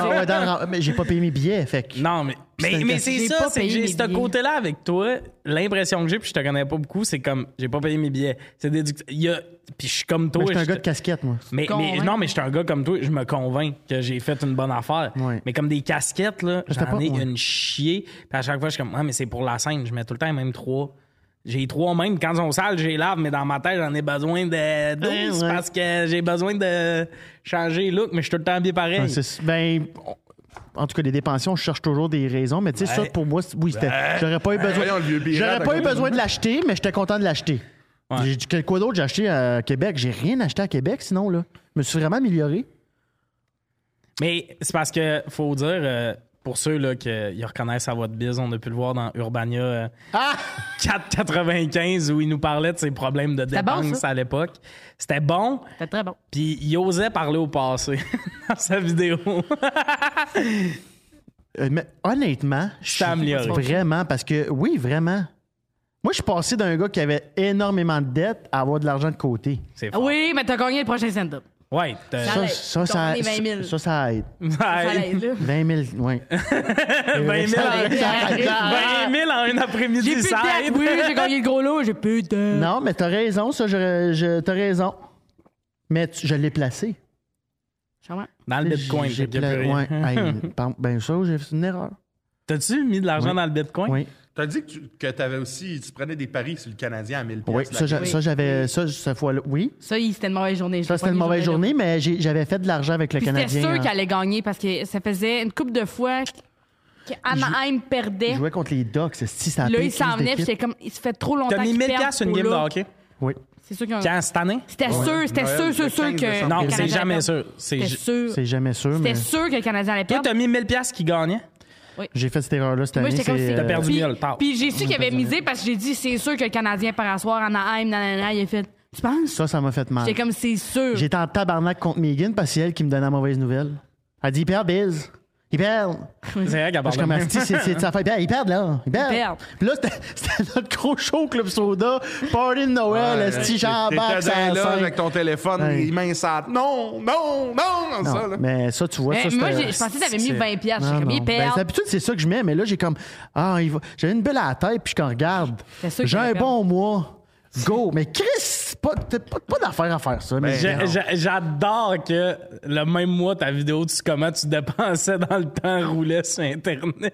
B: Ah ouais, dans le ra- Mais j'ai pas payé mes billets, fait que-
A: Non, mais,
B: C'est
A: mais,
B: un
A: mais
B: cas-
A: c'est
C: J'ai
A: ça, c'est
C: pas
A: que
C: payé
A: j'ai
C: mes
A: ce
C: billets.
A: côté-là avec toi. L'impression que j'ai, puis je te connais pas beaucoup, c'est comme j'ai pas payé mes billets. C'est déductible. Il y a- Puis je suis comme toi.
B: Moi, j'étais un
A: je
B: gars
A: te-
B: de casquette, moi.
A: Mais,
C: Tu te
A: mais-
C: convaincs.
A: non, mais je suis un gars comme toi, je me convainc que j'ai fait une bonne affaire.
B: Ouais.
A: Mais comme des casquettes, là,
B: J'étais
A: j'en
B: pas-
A: ai
B: ouais.
A: une chier. Puis à chaque fois, je suis comme, ah, mais c'est pour la scène, je mets tout le temps les mêmes trois. J'ai trois mêmes. Quand ils sont sales, j'ai lave, mais dans ma tête, j'en ai besoin de 12
B: Ouais, ouais.
A: parce que j'ai besoin de changer look, mais je suis tout le temps habillé pareil.
B: Ben, c'est- ben, on- en tout cas, les dépensions, je cherche toujours des raisons, mais tu sais,
A: Ben.
B: ça, pour moi, c'est- oui, c'était. J'aurais pas eu besoin.
D: Voyons, le vieux pirate,
B: J'aurais pas eu
D: d'accord.
B: besoin de l'acheter, mais j'étais content de l'acheter.
A: Ouais.
B: J'ai dit, que- quoi d'autre j'ai acheté à Québec? J'ai rien acheté à Québec, sinon, là. Je me suis vraiment amélioré.
A: Mais c'est parce que faut dire, euh, pour ceux là, qui reconnaissent sa voix de bise, on a pu le voir dans Urbania euh, 495 où il nous parlait de ses problèmes de
C: C'était bon,
A: dépenses
C: ça?
A: à l'époque. C'était bon,
C: C'était très bon.
A: puis il osait parler au passé dans sa vidéo.
B: Euh, mais honnêtement, je suis
A: T'as amélioré.
B: Vraiment, parce que, oui, vraiment. Moi, je suis passé d'un gars qui avait énormément de dettes à avoir de l'argent de côté.
A: C'est fort.
C: Ah Oui, mais t'as gagné le prochain stand-up.
A: Ouais, t'as-
C: Ça
B: Ça,
C: l'aide.
B: ça, ça,
C: Tourner 20 000.
B: ça, ça aide.
C: Ça
A: Ouais.
C: l'aide, là.
B: 20 000, oui.
A: 20 000 en- 20 000 en une
C: J'ai
A: après-midi,
C: plus de
A: ça
C: date.
A: aide.
C: Oui, j'ai gagné le gros lot. J'ai plus de date.
B: Non, mais t'as raison, ça, je, je- t'as raison. Mais tu- je l'ai placé.
C: Je comprends.
A: Dans le bitcoin,
B: J'ai
A: fait qu'il y a
B: pla-
A: plus rien.
B: ouais. Hey, par- ben ça, j'ai fait une erreur.
A: T'as-tu mis de l'argent
B: Oui.
A: dans le bitcoin?
B: Oui,
D: T'as dit que tu que avais aussi, tu prenais des paris sur le Canadien à 1000
B: oui.
D: piastres,
B: Ça,
D: la-
B: j'a- ça, j'avais ça cette fois-là. Oui,
C: Ça, il- c'était une mauvaise journée.
B: ça c'était une mauvaise journée, mais j'ai- j'avais fait de l'argent avec le
C: Puis c'était
B: Canadien.
C: sûr
B: hein.
C: qu'elle allait gagner parce que ça faisait une couple de fois qu'Anaheim
B: Il
C: perdait.
B: jouait contre les Ducks. Si ça a
C: Là,
B: pris
C: il s'en
B: crise
C: venait, puis
B: d'équipe.
C: j'étais comme, il se fait trop longtemps.
A: T'as mis
C: qu'il
A: 1000
C: perd
A: piastres sur une
C: pour
A: game de
C: là.
A: hockey?
B: Oui.
C: C'est sûr qu'il y a un-
A: Quand, cette année?
C: C'était
D: Ouais.
C: sûr, c'était
D: Noël,
C: sûr,
D: le
C: sûr, sûr
D: 15
C: que.
D: décembre.
A: Non,
C: le
A: c'est
C: Canadien
A: jamais
C: allait
A: sûr.
C: perdre.
A: C'est
C: C'était
A: ju-
C: sûr.
B: C'est jamais sûr, mais
C: C'était sûr que le Canadien allait
A: Toi,
C: perdre.
A: t'as mis 1000 piastres qui gagnait?
B: j'ai fait cette erreur-là cette
C: Moi,
B: année.
C: j'étais comme
B: c'est,
C: c'est-
B: euh,
A: T'as perdu
C: Puis,
A: 1000, paf.
C: puis j'ai su qu'il avait
B: perdu
C: misé parce que j'ai dit, c'est sûr que le Canadien par asseoir, Anaheim, nanana, il a fait. Tu penses?
B: Ça, ça m'a fait mal.
C: J'étais comme, c'est sûr.
B: J'étais en tabarnak contre Megan parce que c'est elle qui me donnait la mauvaise nouvelle. Elle dit, ils perdent, Biz. Ils perdent.
A: C'est vrai qu'à part
B: Je suis comme,
A: de-
B: Asti, c'est c'est de sa fête. Ils perdent, là. Ils perdent.
C: Ils perdent.
B: Puis là, c'était- c'était notre gros show Club Soda. Party de Noël,
D: Ouais,
B: Asti,
D: t'étais
B: j'embarque ça
D: dedans,
B: à
D: là,
B: la
D: avec
B: scène.
D: ton téléphone,
B: Ouais.
D: les mains sales. Non, non, non, ça, là.
B: Non, mais ça, tu vois,
C: Mais
B: ça,
C: moi,
B: c'était-
C: j'ai- je pensais que t'avais mis
B: c'est-
C: 20 piastres. J'étais
B: Non,
C: comme,
B: non.
C: ils
B: Ben,
C: perdent.
B: D'habitude, c'est ça que je mets, mais là, j'ai comme, ah, il va- j'avais une belle à la tête, puis je quand regarde,
C: C'est sûr
B: j'ai
C: qu'il
B: un
C: va
B: bon mois. Go! Mais Chris, c'est pas, t'as pas, pas d'affaire à faire
D: Ben,
B: ça. mais
A: J'a- j'a- J'adore que le même mois, ta vidéo, tu comment tu dépensais dans le temps roulait sur Internet.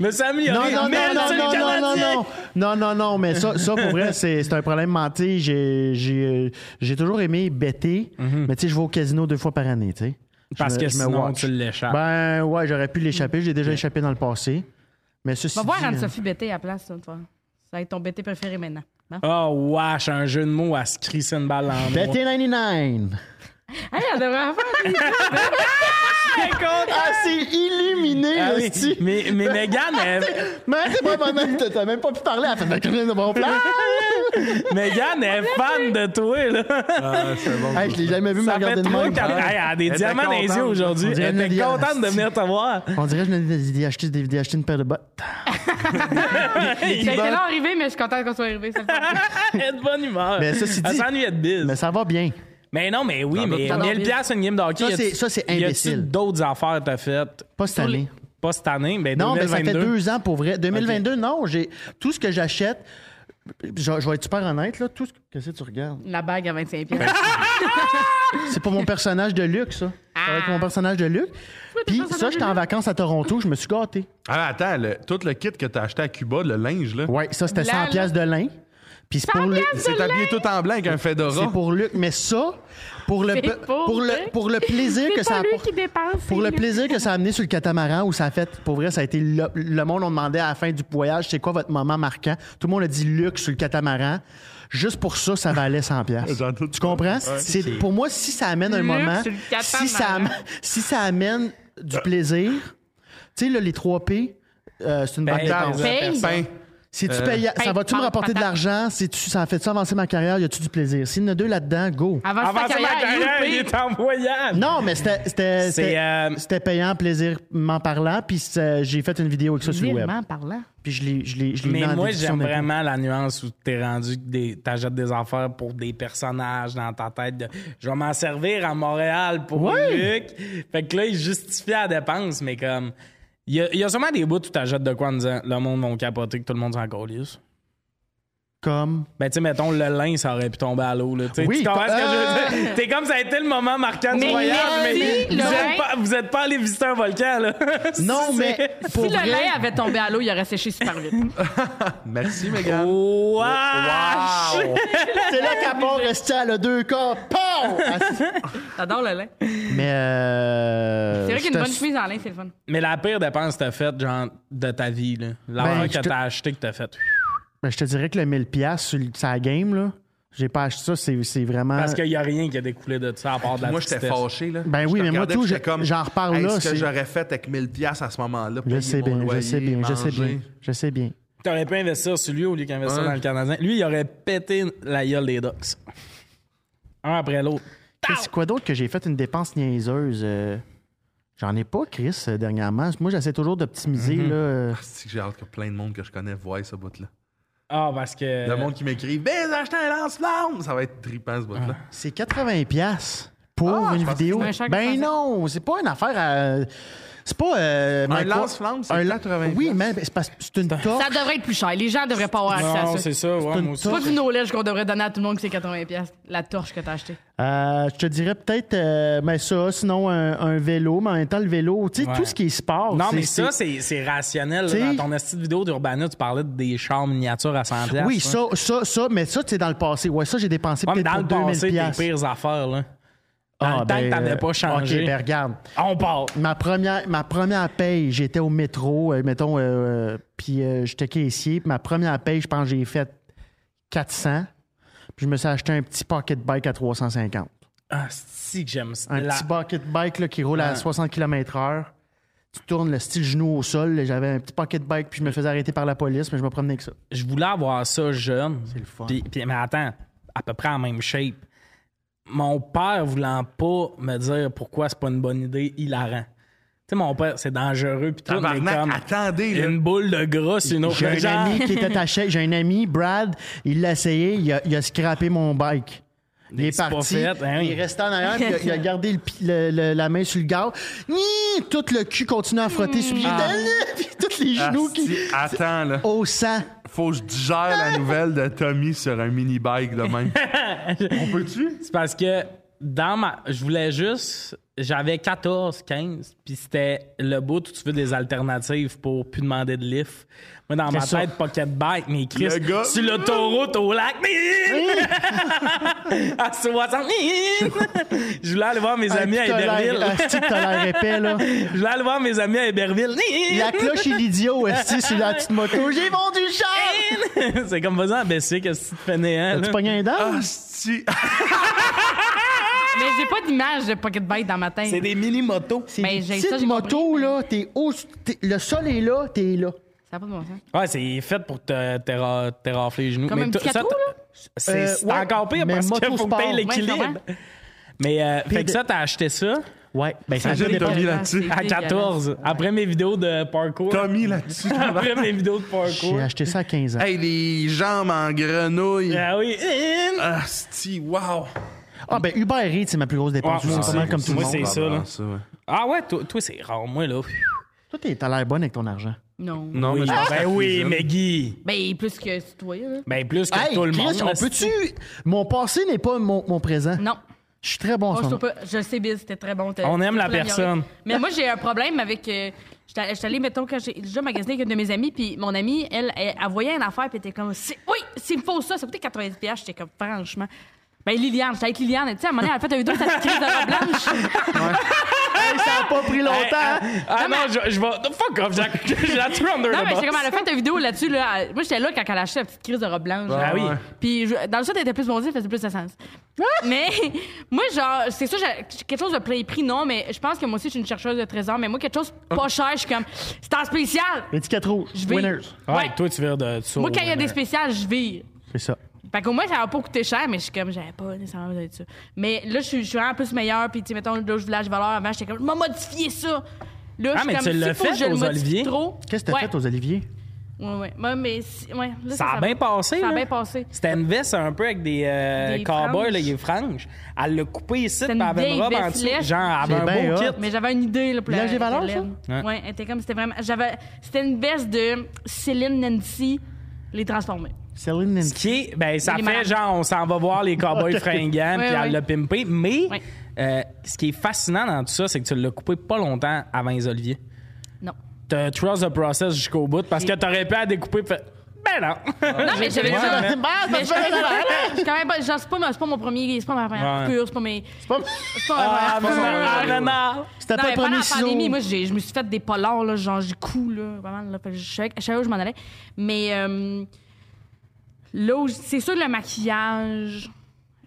A: Mais ça
B: Non,
A: amélioré.
B: non, non,
A: Merde, c'est le
B: non, non, non,
A: Canadien!
B: non, non, non, non, non, mais ça, ça pour vrai, c'est c'est un problème menti. J'ai j'ai, euh, j'ai toujours aimé bêter, mais tu sais, je vais au casino deux fois par année, tu sais. Je
A: Mhm. Parce
B: me-
A: que
B: je me
A: sinon,
B: watch.
A: tu l'échappes.
B: Ben ouais, j'aurais pu l'échapper. J'ai déjà échappé dans le passé. Mais ceci
C: Va voir
B: dit, euh,
C: Anne-Sophie Bété à la place, là, toi. Ça va être ton Bété préféré maintenant. Bon.
A: Oh, wesh, un jeu de mots à se crisser une balle en moi.
B: Betty 99.
C: Hey, elle devrait en faire.
B: Ah, c'est illuminé,
A: Ah oui,
B: hostie.
A: Mais, mais Megan, elle,
B: Mais c'est pas pendant que t'as même pas pu parler. Elle fait la colline de bon plan.
A: Megan est fan de toi, là.
D: Ah,
B: Hey, je l'ai jamais vu me
A: Ça fait
B: regarder de
A: trois
B: même. hein.
A: qu'elle hey, elle a des
D: Elle
A: diamants
D: était
A: dans les yeux
D: contente.
A: aujourd'hui.
B: On dirait
A: Elle
B: une
A: était
B: liasse.
A: contente de venir te voir.
B: On dirait que je venais d'y acheter, d'y acheter une paire de bottes.
C: J'ai été là arrivé, mais je suis contente qu'on soit arrivé. ça fait-
A: Elle est de bonne humeur.
B: Mais Ben, ceci
A: Elle
B: dit-
A: s'ennuyait de bise.
B: Mais ça va bien.
A: Mais non, mais oui, mais
C: doute pas.
A: 1000 piastres une game de hockey.
B: Ça,
A: y a-tu-
B: c'est- ça, c'est
A: y a-tu
B: imbécile.
A: d'autres affaires que t'as faites?
B: Pas cette année.
A: Pas cette année, mais
B: Non,
A: 2022.
B: mais ça fait deux ans pour vrai. 2022, non, j'ai tout ce que j'achète. Je, je vais être super honnête, là. Tout ce que, qu'est-ce que tu regardes.
C: La bague à
B: Ben,
C: 25 pièces.
B: C'est pour mon personnage de Luc, ça. Ça va être mon personnage de Luc. Puis ça, j'étais en vacances à Toronto, je me suis gâté.
D: Ah, attends, le- tout le kit que t'as acheté à Cuba, le linge, là,
B: Ouais, ça, c'était
C: Blanc,
B: 100 pièces de lin. Puis c'est pour, le-
D: c'est habillé tout en blanc avec un fedora.
B: c'est pour Luc. Mais ça, pour le,
C: C'est
B: pe-
C: pour
B: pour
C: Luc.
B: le, pour le plaisir
C: C'est
B: que ça
C: pas lui
B: apporte-
C: qui dépense,
B: Pour
C: c'est
B: le
C: Luc.
B: plaisir que ça a amené sur le catamaran où ça a fait, pour vrai, ça a été le, le monde, on demandait à la fin du voyage, c'est quoi votre moment marquant? Tout le monde a dit Luc sur le catamaran. Juste pour ça, ça valait 100 pièces.
D: J'en doute
B: Tu comprends? C'est, pour moi, si ça amène un
C: Luc
B: moment,
C: sur le catamaran.
B: si ça, am- si ça amène du plaisir, tu sais, là, les 3 P, euh, c'est une bonne
A: Paye.
B: dépense.
C: Paye.
D: Pain.
B: Si tu
D: Euh,
B: payes, ça
C: paye,
B: va-tu me
C: paye,
B: rapporter de
C: patate.
B: l'argent? Si tu, ça fait-tu avancer ma carrière? Y a-tu du plaisir? S'il y en a deux là-dedans, go.
C: Avant,
A: Avant
C: sa
A: ça,
C: carrière,
A: ma carrière,
C: youpi.
A: il est en voyage.
B: Non, mais c'était- c'était
A: C'est,
B: c'était-
A: euh,
B: c'était payant, plaisir m'en parlant, puis c'est- j'ai fait une vidéo avec ça sur le web.
C: Virement parlant.
B: Puis je l'ai je l'ai je l'ai mis
A: Mais
B: en
A: moi,
B: description
A: j'aime
B: de-
A: vraiment la nuance où t'es rendu que des- t'achètes des affaires pour des personnages dans ta tête. De, je vais m'en servir à Montréal pour
B: Ouais.
A: Luc. Fait que là, il justifie la dépense, mais comme... Il y, a, il y a sûrement des bouts où t'achètes de quoi en disant « Le monde vont capoter que tout le monde s'en calisse.
B: Comme. »
A: Ben, tu sais, mettons, le lin, ça aurait pu tomber à l'eau, là. Tu sais,
B: Oui,
A: tu comprends ce que
B: euh.
A: je veux dire? T'es comme, ça a été le moment marquant du
C: Mais
A: voyage,
C: merci,
A: mais vous êtes,
C: le lin.
A: pas, vous êtes pas allé visiter un volcan, là.
B: Non,
A: C'est-
B: mais pour
C: Si le
B: vrai,
C: lait avait tombé à l'eau, il aurait séché super vite.
D: Merci, Megan.
B: Oh.
A: Wow!
B: Ah,
D: Wow!
B: c'est là qu'à part rester à le deux corps. Pow!
C: T'adores le lait.
B: mais euh,
C: C'est vrai qu'une
B: je te-
C: bonne chemise en lin, c'est le fun.
A: Mais la pire dépense que t'as faite, genre, de ta vie, là. L'affaire
B: Ben, je
A: que
B: te-
A: t'as acheté que t'as faite.
B: ben, je te dirais que le 1000 pièces sur le- sa game là, j'ai pas acheté ça, c'est c'est vraiment
A: Parce qu'il y a rien qui a découlé de ça à part de la
D: Moi, j'étais
A: tristesse.
D: fâché, là.
B: Ben oui,
D: Je
B: mais
D: te
B: moi,
D: regardais,
B: tout,
D: puis
B: je-
D: j'étais comme,
B: j'en reparle
D: Hey,
B: là,
D: Ce que
B: c'est-
D: j'aurais fait avec 1000$ à ce moment-là.
B: Je
D: payer
B: sais
D: mon
B: bien, je
D: loyer,
B: sais bien, je sais
D: manger.
B: bien, je sais bien.
A: T'aurais pu investir sur lui au lieu qu'investir
D: Ouais.
A: dans le Canadien. Lui, il aurait pété la gueule des Ducks. Un après l'autre.
B: C'est quoi d'autre que j'ai fait une dépense niaiseuse? euh, J'en ai pas, Chris, euh, dernièrement. Moi, j'essaie toujours d'optimiser.
A: Mm-hmm.
B: là, euh,
D: C'est que j'ai hâte que plein de monde que je connais voient ce bout-là.
A: Ah, parce que.
D: Le monde qui m'écrit, vais acheter un lance-flamme! Ça va être trippant, ce bout-là.
A: Ah.
B: C'est 80$ piastres pour
D: Ah, je
B: une
D: pensais que
B: vidéo.
C: c'était un chèque
B: Ben
C: français.
B: non, c'est pas une affaire à. C'est pas. euh,
D: Un
B: micro-
D: lance-flamme, c'est
B: un
D: 80$.
B: Oui, mais c'est parce que c'est une torche.
C: Ça devrait être plus cher. Les gens devraient pas avoir accès
A: Non,
C: à Ah, ça.
A: c'est ça, ouais,
B: une
A: moi aussi.
C: C'est pas du knowledge qu'on devrait donner à tout le monde que c'est 80$. piastres. La torche que t'as achetée.
B: Euh, je te dirais peut-être, euh, ben ça, sinon un, un vélo, mais en même temps, le vélo, tu sais,
A: Ouais.
B: tout ce qui est sport.
A: Non,
B: c'est-
A: mais ça, c'est c'est rationnel. là.
B: T'sais-
A: Dans ton petite vidéo d'Urbana, tu parlais des chars miniatures à 100 piastres,
B: Oui,
A: là.
B: ça, ça, ça, mais ça, tu sais, dans le passé. Ouais, ça, j'ai dépensé
A: Ouais, mais
B: peut-être
A: dans
B: pour
A: le passé,
B: 2000$.
A: tes pires affaires, là. Dans
B: Ah,
A: le temps
B: ben,
A: que t'avais
B: euh,
A: pas changé.
B: OK, ben regarde.
A: On part.
B: Ma première, ma première paye, j'étais au métro, euh, mettons, euh, euh, puis euh, j'étais caissier. Puis ma première paye, je pense que j'ai fait 400. Puis je me suis acheté un petit pocket bike à 350.
A: Ah, si que j'aime ça.
B: Un
A: La-
B: petit pocket bike là, qui roule à 60 km/h. Tu tournes le style genou au sol. là, J'avais un petit pocket bike, puis je me faisais arrêter par la police, mais je me promenais avec ça.
A: je voulais avoir ça jeune. C'est
B: le fun.
A: Puis, puis- mais attends, à peu près en même shape. Mon père voulant pas me dire pourquoi c'est pas une bonne idée, il la rend. Tu sais, mon père, c'est dangereux. Puis tout, mais
D: Tabarnak,
A: comme
D: attendez, là.
A: une boule de gras, c'est une autre
B: J'ai un
A: genre.
B: ami qui est attaché. J'ai un ami, Brad, il l'a essayé, il a, il a scrappé mon bike. Il est
A: C'est pas
B: parti,
A: fait, hein.
B: il est resté en arrière, puis il a, il a gardé le pi- le- le- la main sur le gars. Tout le cul continue à frotter sur le
A: Ah.
B: puis tous les genoux qui...
D: Asti, Attends, là.
B: Au sang.
D: Faut que je digère la nouvelle de Tommy sur un mini-bike de même. On peut-tu?
A: C'est parce que dans ma. Je voulais juste. J'avais 14, 15, puis c'était le bout où tu veux des alternatives pour plus demander de lift. Moi, dans ma
B: C'est ça.
A: tête, pocket bike, mais Chris,
D: Le gars-
A: sur l'autoroute au lac, à 60, je voulais aller voir mes amis à
B: Hey, puis t'as
A: Héberville.
B: l'air- Asti, t'as l'air épais, là.
A: Je voulais aller voir mes amis à Héberville.
B: La cloche est l'idiot, Esti, sur la petite moto. J'ai vendu le char!
A: C'est comme faisant baisser que si tu fais néant.
B: Tu
A: là.
B: pognes un dent?
D: Asti.
C: Mais j'ai pas d'image de pocket bike dans ma tête.
A: C'est des mini-motos.
B: C'est
C: Ben,
B: une
C: j'ai- ça,
B: petite
C: j'ai
B: moto, là. T'es haut, t'es- le sol est là, t'es là.
C: Ça n'a pas de bon sens.
A: Ouais, c'est fait pour te, te, ra- te rafler les genoux.
C: Comme un
A: t-
C: petit
A: ça,
C: gâteau,
A: t- C'est
B: Euh,
A: c'est
B: ouais,
A: encore pire
B: mais
A: parce qu'il faut que
B: motosport.
A: t'aies
C: Ouais,
A: l'équilibre.
C: je
A: Mais euh, fait que
B: de-
A: ça, t'as acheté ça
B: Ouais, ben ça
D: J'aime
B: dépend.
D: Tommy là-dessus.
A: à 14, après mes vidéos de parkour.
D: Tommy là-dessus.
A: Après mes vidéos de parkour.
B: J'ai acheté ça à 15 ans.
D: Hey, les jambes en grenouille.
A: Ah oui. In.
D: Asti, wow.
B: Ah ben Uber Eats, c'est ma plus grosse dépense.
A: Ouais,
B: c'est
A: moi
B: pas mal
A: aussi,
B: comme tout le
A: moi
B: monde.
A: c'est ça, là.
D: ouais.
A: Ah ouais, toi, toi, c'est rare, moi,
D: Ah,
A: là.
B: Toi, t'es- t'as l'air bonne avec ton argent.
C: Non.
D: Non,
A: Oui,
D: mais je pense
A: ben
D: qu'elle
A: oui,
D: cuisine.
A: mais Guy.
C: Ben, plus que citoyen, là.
A: Ben plus que tout le
B: Chris,
A: monde.
B: on peut-tu... Mon passé n'est pas mon, mon présent.
C: Non.
B: Je Je suis très bon en
C: Oh,
B: ce
C: je,
B: moment.
C: trouve pas- je sais, Biz, c'était très bon. t'as-
A: On aime
C: t'as
A: la
C: tout amélioré.
A: personne.
C: Mais moi, j'ai un problème avec. euh, J'étais j'étais allée, mettons, quand j'ai déjà magasiné avec une de mes amies, puis mon amie, elle, elle, elle voyait une affaire, puis elle était comme, C'est- oui, s'il me faut ça, ça coûtait 90 pièces J'étais comme, franchement. Ben, Liliane, j'étais avec Liliane, et tu sais, à un moment donné, elle a fait un vidéo de sa crise de robe blanche.
B: Hey, ça n'a pas pris longtemps.
A: Ah, ah,
C: Non,
A: non, je, je vais. Fuck off, Jacques. Je la tue under
C: Non,
A: the
C: mais
A: bus.
C: c'est comme, elle a fait une vidéo là-dessus, là. Elle- Moi, j'étais là quand elle achetait la petite crise de robe blanche.
A: Ah oui.
C: Puis je- dans le sud, elle était plus bondée, ça faisait plus de sens.
A: Ah!
C: mais moi, genre, c'est ça, j'ai- quelque chose de plein prix, non, mais je pense que moi aussi, je suis une chercheuse de trésors, mais moi, quelque chose
A: Ah.
C: pas cher, je suis comme, c'est en spécial!
B: L'étiquette rouge.
C: Je vais.
B: Winners.
A: Ouais,
C: Ouais.
A: toi, tu vires de. sur-
C: Moi, quand il y a des spéciales, je vire.
B: C'est ça.
C: Fait qu'au moins, ça va pas coûter cher, mais je suis comme, j'avais pas nécessairement besoin de ça. Mais là, je suis je suis vraiment plus meilleure, puis tu sais, mettons, là, je voulais la valeur avant, j'étais comme, m'a modifié ça! Là,
A: Ah,
C: je suis
A: mais
C: comme,
A: tu
C: s'il
A: l'as
C: faut que
A: fait
C: je le
A: aux
C: modifie
A: Olivier?
C: trop.
B: Qu'est-ce que t'as
C: ouais.
B: fait aux oliviers?
C: Ouais, ouais. Ouais, mais, si- ouais. Là,
A: Ça a bien passé.
C: Ça a
A: là.
C: bien passé.
A: C'était une veste un peu avec des, euh,
C: Des
A: cowboys,
C: franges.
A: là, des franges. Elle l'a coupé ici, puis
C: C'était
A: elle
C: une
A: avait une
C: vieille
A: robe
C: veste
A: entière.
C: lèche.
A: Genre, elle
B: C'est
A: avait un
B: bien
A: beau
B: hot.
A: kit.
C: Mais j'avais une idée là, pour
B: Village des
C: la
B: Valeurs,
C: Hélène.
A: ça? Ouais.
C: Ouais, elle était comme c'était vraiment. J'avais, c'était une baisse de Céline Nancy les transformer.
B: Céline
A: Ce qui est, ben, ça
C: Il est
A: fait
C: malade.
A: genre, on s'en va voir les cowboys fringants, puis
C: Ouais,
A: elle
C: ouais.
A: l'a pimpé. Mais
C: Ouais.
A: euh, ce qui est fascinant dans tout ça, c'est que tu l'as coupé pas longtemps avant les oliviers.
C: Non.
A: T'as trust the process jusqu'au bout parce que t'aurais pu la découper pis fait, ben non.
C: Non mais j'avais
A: Ouais,
C: déjà.
A: mais-
B: Bah,
C: Mais je suis quand même pas. Genre c'est pas, ma- c'est pas mon premier, c'est pas ma première
A: Ouais.
C: coupure, c'est pas mes.
B: C'est pas-
C: C'est pas
A: Ah,
C: ma
A: ben,
C: première coupure.
A: ah, non, non.
B: C'était
C: Non,
B: pas
C: mais
B: le
C: pendant
B: premier
C: la pandémie,
B: ciseau.
C: moi, j'ai- je me suis fait des polars, là, genre, j'ai cou, là, vraiment, là, fait que je savais je savais où je m'en allais. Mais euh, là, où- c'est sûr, le maquillage,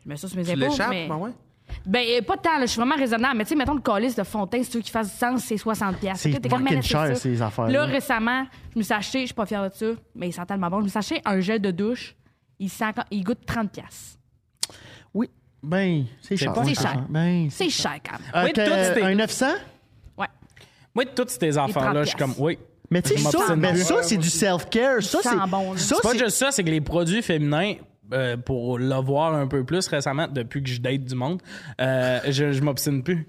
C: je mets ça sur mes
D: Tu
C: épaules,
D: l'échappes,
C: mais...
D: ben ouais.
C: Ben, euh, pas tant, là, je suis vraiment raisonnable. Mais tu sais, mettons le calice de Fontaine, si tu veux qu'il fasse du sens, c'est 60$.
B: C'est
C: Là, t'es comme,
B: fucking
C: mais là, c'est
B: cher,
C: ça.
B: ces affaires-là.
C: Là, récemment, je me suis acheté, je suis pas fière de ça, mais il sent tellement bon. Je me suis acheté un gel de douche, il, sent, quand- il goûte 30$.
B: Oui. Ben, c'est cher.
A: pas-
C: C'est cher.
B: Ben,
C: C'est cher quand même.
B: Euh,
A: Oui,
B: que-
A: tout, c'était-
B: un 900?
C: Ouais.
A: Moi, toutes ces affaires-là, je suis comme, oui.
B: Mais tu sais,
A: Je
B: ça,
A: m'obstine
B: mais
A: pas.
B: ça c'est du self-care. Ça,
C: sent
B: c'est.
C: bon, là.
B: ça,
A: C'est pas
B: c'est-
A: juste ça, c'est que les produits féminins, euh, pour le voir un peu plus récemment, depuis que je date du monde, euh, je, je m'obstine plus.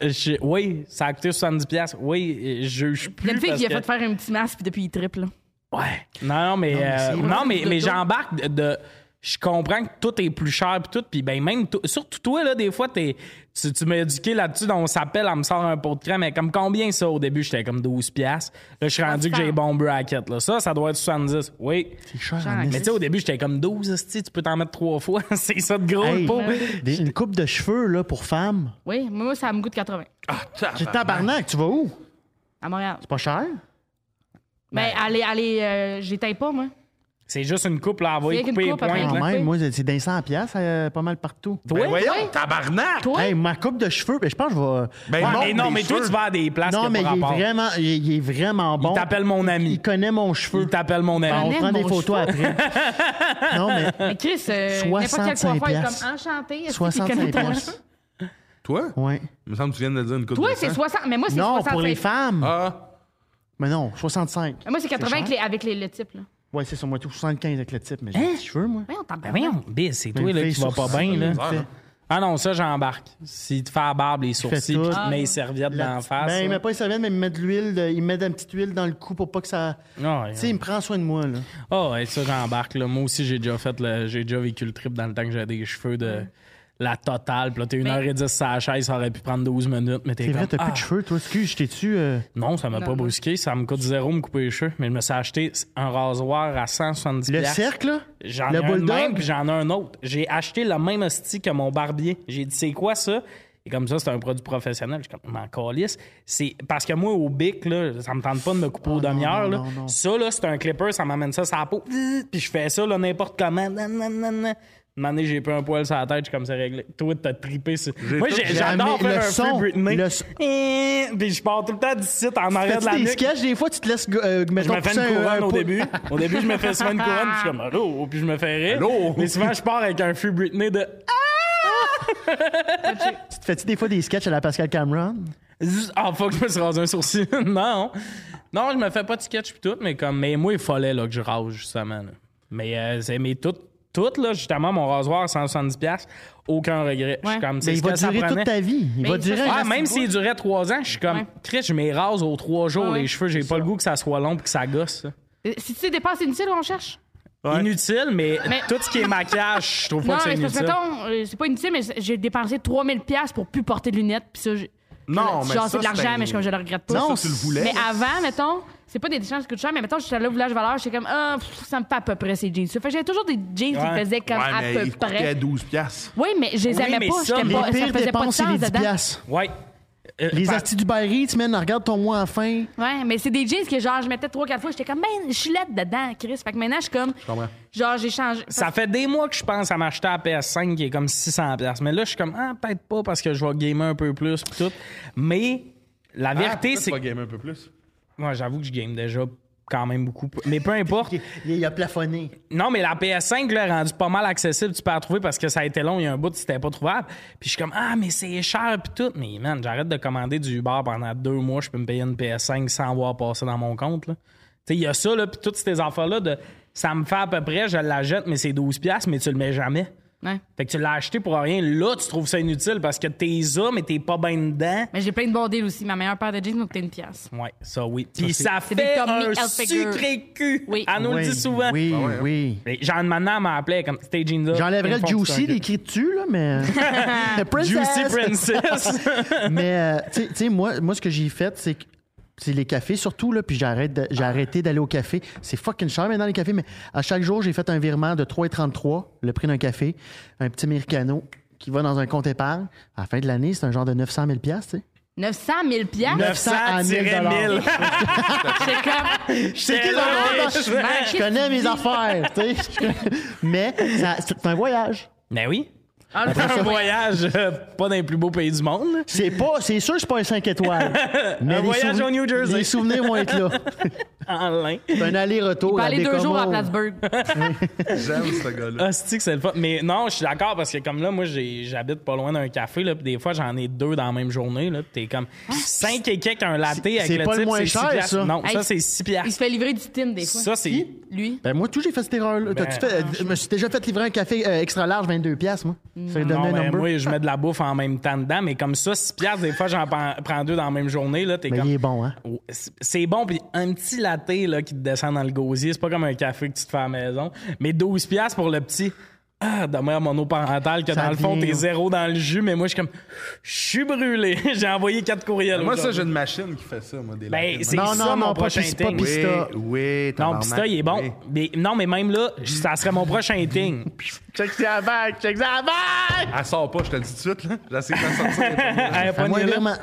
A: Je- oui, ça a coûté 70$. Oui, je juge plus.
C: Il y a une fille
A: parce
C: qui a
A: que-
C: fait faire un petit masque, puis depuis, il triple, là.
A: Ouais. Non, non, mais, euh,
B: c'est-
A: non, mais,
C: de
A: mais
C: tout.
A: j'embarque de. de- je comprends que tout est plus cher puis tout, puis ben même to- surtout toi là des fois t'es- tu, tu m'as éduqué là-dessus, donc on s'appelle, elle me sort un pot de crème, mais comme combien ça au début j'étais comme 12 pièces, là je suis rendu que j'ai les bons brackets là, ça ça doit être 70, oui.
B: Ah, C'est cher.
C: Cher,
B: en
C: hein.
A: Mais tu sais au début j'étais comme 12, hostie, tu peux t'en mettre trois fois, c'est ça de gros
B: Hey, Ben
A: le pot.
B: des- une coupe de cheveux là, pour femmes.
C: Oui, moi, ça me goûte 80
D: Ah,
B: C'est tabarnak, tu vas où?
C: à Montréal.
B: C'est pas cher?
C: Mais allez, allez, euh, j'étais pas, moi.
A: C'est juste une coupe là, elle va
C: C'est
A: y
C: qu'une
A: couper les
C: coupe, après.
A: pointes.
B: Quand
A: là.
C: Ouais.
B: même, moi, c'est d'un 100 piastres, euh, pas mal partout. Ben,
A: Toi?
D: Ben voyons, tabarnak!
C: Toi?
B: Hey, ma coupe de cheveux, ben, je pense que je vais.
D: Ben
A: Ouais,
D: monte
A: mais non,
D: des
A: mais toi
D: cheveux.
A: tu vas à des places
B: non,
A: qui
B: mais
A: a
B: il
A: pas
B: est,
A: rapport.
B: vraiment, il, est- il est vraiment bon.
A: Il t'appelle mon
B: Il
A: ami.
B: connaît mon cheveu.
A: Il t'appelle mon ami.
B: On
C: connaît
B: prend des
C: mon
B: photos après. non, mais
C: Mais Chris, euh, n'importe quel
B: 65
C: coiffeur est
B: piastres.
C: comme enchanté. est-ce qu'il connaît
B: 65
C: ton
B: piastres.
D: Toi?
B: Ouais.
D: Il me semble que tu viens de dire une coupe
C: Toi,
D: de
C: c'est
D: sang.
C: 60. Mais moi, c'est 65.
B: Non, pour les femmes.
D: Ah,
B: Mais non, 65.
C: Mais Moi, c'est 80
B: cher.
C: avec, les, avec les, le type. Là.
B: Ouais, c'est sur moi tout 75 avec le type, mais j'ai Hein? des petits cheveux, moi.
C: Voyons, t'en
A: Ben voyons, Biz, c'est Hein? toi
B: Une
A: là,
B: fille
A: qui va pas
B: sourcil,
A: bien. Là.
B: une fille.
A: Ah non, ça, j'embarque. Si tu fais la barbe, les sourcils,
B: tout.
A: puis tu
B: Ah,
A: mets les serviettes
B: La
A: d'en
B: petite-
A: face.
B: Ben, il
A: là.
B: met pas les serviettes, mais il me met de l'huile, de- il me met de la petite huile dans le cou pour pas que ça.
A: Ah ouais,
B: Tu sais, il me prend soin de moi, là.
A: Ah ouais, ça, j'embarque. là. Moi aussi, j'ai déjà fait le- j'ai déjà vécu le trip dans le temps que j'avais des cheveux de la totale. Puis là, t'es 1h10 sur la chaise, ça aurait pu prendre 12 minutes. Mais t'es
B: C'est vrai,
A: comme,
B: t'as plus
A: ah,
B: de cheveux, toi. Excuse, je t'ai-tu. euh,
A: Non, ça m'a pas brusqué. Ça me coûte zéro me couper les cheveux. Mais je me suis acheté un rasoir à 170
B: Le
A: piastres.
B: cercle, là?
A: J'en ai
B: le
A: un de même, puis j'en ai un autre. J'ai acheté le même hostie que mon barbier. J'ai dit, c'est quoi ça? Et comme ça, c'est un produit professionnel. Je suis comme, m'en calisse. C'est parce que moi, au bic, là, ça me tente pas de me couper aux demi-heures.
B: Ah, non,
A: là.
B: non, non.
A: Ça, là, c'est un clipper, ça m'amène ça sur la peau. Puis je fais ça, là, n'importe comment. Nan, nan, nan, nan. Une année, j'ai pris un poil sur la tête, je suis comme, c'est réglé. Toi, t'as trippé. sur- Moi, j'ai-
B: tout-
A: j'adore
B: Jamais-
A: faire un
B: le son,
A: free Britney.
B: le son.
A: Eh, Puis je pars tout le temps d'ici, en arrière de
B: Fais-tu
A: la
B: des
A: nuque.
B: sketchs? Des fois, tu te laisses. euh,
A: Je
B: mettons,
A: me fais
B: pousser
A: une
B: un- un
A: couronne au
B: pou-
A: début. Au début, je me fais souvent une couronne, puis je suis comme allô, puis je me fais rire.
D: Allô?
A: Mais souvent, je pars avec un Free Britney de
B: Tu te fais-tu des fois des sketchs à la Pascal Cameron?
A: Zzz, ah fuck, je me suis rasé un sourcil. non, non, je me fais pas de sketch puis tout, mais comme mais moi il fallait là que je rase justement. là. Mais euh, c'est mais tout tout là justement mon rasoir 170 pièces, aucun regret. Je suis
C: Ouais. Ben,
A: comme c'est
B: Mais
A: ce
B: il
A: que
B: va
A: ça
B: durer
A: prenait.
B: toute ta vie. Il
C: Mais
B: va
C: il
B: durer.
C: fait
A: Ouais,
C: Ah,
A: même
C: c'est
A: s'il durait trois ans, je suis comme
C: Ouais.
A: Chris, je m'y rase aux trois jours
C: Ouais, ouais. Euh,
A: les cheveux, j'ai pas le goût que ça soit long puis que ça gosse. ça.
C: Si tu sais, dépenses inutile, on cherche.
A: Ouais. Inutile, mais,
C: Mais-
A: tout ce qui est maquillage, je trouve pas
C: Non,
A: que c'est
C: mais c'est parce que,
A: inutile.
C: mettons, euh, c'est pas inutile, mais c'est- j'ai dépensé 3000 pièces pour plus porter de lunettes. Puis ça, j'ai-
D: Non, mais
C: genre,
D: ça,
C: c'est de
D: c'est
C: l'argent,
D: un-
C: mais je, comme, je le regrette pas.
B: Non,
D: Ça, tu le voulais.
C: Mais avant, mettons, c'est pas des jeans qui coûtent cher, mais mettons, j'étais là au village valeur, j'étais comme, ah, pff, ça me fait à peu près ces jeans. Fait que j'avais toujours des jeans
A: Ouais.
C: qui faisaient comme
D: Ouais,
C: à
D: mais
C: peu
D: il
C: près.
D: coûtait 12 piastres.
C: Oui, mais je les
A: Oui,
C: aimais
A: mais
C: pas,
A: ça,
C: j'étais
A: les
C: pas,
B: Les
C: ça
B: pires
C: faisait pas de
B: dépenses, c'est
C: sens
B: les 10
C: dedans.
B: piastres.
A: Ouais. Euh,
B: Les
A: par-
B: artistes du Barry, tu mènes, regarde ton mois à fin.
C: Ouais, mais c'est des jeans que genre, je mettais 3-4 fois, j'étais comme, ben, je suis là dedans, Chris. Fait que maintenant, je suis comme,
D: comprends.
C: genre, j'ai changé.
A: Ça fait des mois que je pense à m'acheter la PS5 qui est comme 600$. piastres. Mais là, je suis comme, ah, peut-être pas parce que je vais gamer un peu plus pis tout. Mais la vérité, c'est
D: Ah, pas
A: que.
D: gamer un peu plus.
A: Moi, j'avoue que je game déjà quand même beaucoup. Mais peu importe.
B: Il il a plafonné.
A: Non, mais la PS5 là, est rendue pas mal accessible. Tu peux la trouver parce que ça a été long. Il y a un bout, c'était pas trouvable. Puis je suis comme, ah, mais c'est cher, puis tout. Mais man, j'arrête de commander du Uber pendant deux mois. Je peux me payer une PS5 sans voir passer dans mon compte. là. Tu sais, il y a ça, là, puis toutes ces affaires-là de ça me fait à peu près, je la jette, mais c'est 12$, piastres, mais tu le mets jamais.
C: Ouais.
A: Fait que tu l'as acheté pour rien. Là, tu trouves ça inutile parce que t'es ça, mais t'es pas bien dedans.
C: Mais j'ai plein de bons deals aussi. Ma meilleure paire de jeans m'a coûté une pièce.
A: Ouais, ça oui. Puis
B: c'est-
A: ça
C: C'est des
A: fait
C: Tommy
A: un
C: Hilfiger.
A: sucré cul.
C: Oui.
A: Elle nous
B: oui,
A: le dit souvent.
B: Oui,
D: Ah ouais, hein.
B: oui.
A: Mais Jean de Manin m'a appelé comme c'était jeans
B: J'enlèverais le Juicy d'écrit dessus, là, mais. The princess.
A: Juicy Princess.
B: mais, euh, tu sais- tu sais, moi, moi, ce que j'ai fait, c'est que. C'est les cafés surtout, là, puis j'arrête de- j'ai arrêté d'aller au café. C'est fucking cher maintenant les cafés, mais à chaque jour, j'ai fait un virement de 3,33, le prix d'un café, un petit americano qui va dans un compte épargne. À la fin de l'année, c'est un genre de 900 000 tu sais.
C: 900 000 pièces?
B: 900 à 1000
A: 900-1000.
C: J'étais comme,
B: C'est qui Ah, le
A: là,
B: vendeur?
A: Eh je-
B: Je connais mes affaires, tu sais. Je- Mais ça- c'est un voyage.
A: Ben oui.
C: Ah, le
A: Un voyage euh, pas dans les plus beaux pays du monde.
B: C'est pas, c'est sûr, que c'est pas un 5 étoiles. Mais
A: Un
B: les
A: voyage
B: souveni-
A: au New Jersey.
B: Les souvenirs vont être là.
A: En lin.
B: C'est un aller-retour.
C: Pour
B: à
C: aller deux
B: Bécomo.
C: jours à Plattsburgh.
D: J'aime ce gars-là.
A: Hostie que c'est le fun. Mais non, je suis d'accord parce que comme là, moi, j'ai- j'habite pas loin d'un café, là, puis des fois, j'en ai deux dans la même journée, là, puis t'es comme 5 et quelques, un latte avec
B: c'est
A: le
B: pas le
A: type,
B: moins
A: c'est six
B: cher,
A: piastres.
B: ça.
A: Non,
C: Hey,
A: ça, c'est 6
C: Il se
A: piastres.
C: fait livrer du tin des fois.
A: Ça, c'est...
C: Lui.
B: Ben, moi, tout, j'ai fait cette erreur-là. T'as-tu fait- euh, Je me suis déjà fait livrer un café euh, extra large, 22 piastres, moi.
D: Mm.
B: Ça lui
A: Non,
B: donnait un
A: mais
B: number.
A: moi, je mets de la bouffe en même temps dedans, mais comme ça, 6 piastres, des fois, j'en prends prends deux dans la même journée, là, t'es
B: Mais
A: comme...
B: il est bon, hein?
A: Oh, c'est- C'est bon, puis un petit latte là, qui te descend dans le gosier, c'est pas comme un café que tu te fais à la maison. Mais 12$ piastres pour le petit. Ah, demeure monoparental que
B: Ça
A: dans le fond,
B: vient,
A: t'es
B: ouais.
A: zéro dans le jus, mais moi, je suis comme, je suis brûlé. j'ai envoyé quatre courriels.
D: Moi,
A: Euh,
D: ça,
A: aujourd'hui.
D: j'ai une machine qui fait ça, moi, des
A: Ben,
D: lattes.
A: c'est
B: Non,
A: ça mon
B: non, non, pas
A: prochain
B: pis- c'est pas
A: thing.
B: pis-
D: Oui,
B: Pista.
D: oui,
A: Non,
D: tabarnak,
A: Pista, il est bon.
D: oui.
A: Mais, non, mais même là, ça serait mon prochain thing.
B: Check ça bague, check ça bague!
D: Elle sort pas, je te le dis tout de suite, là. J'essaie de la sortir.
A: Hey, pas
B: Moi,
A: de
B: un
A: là.
B: virement.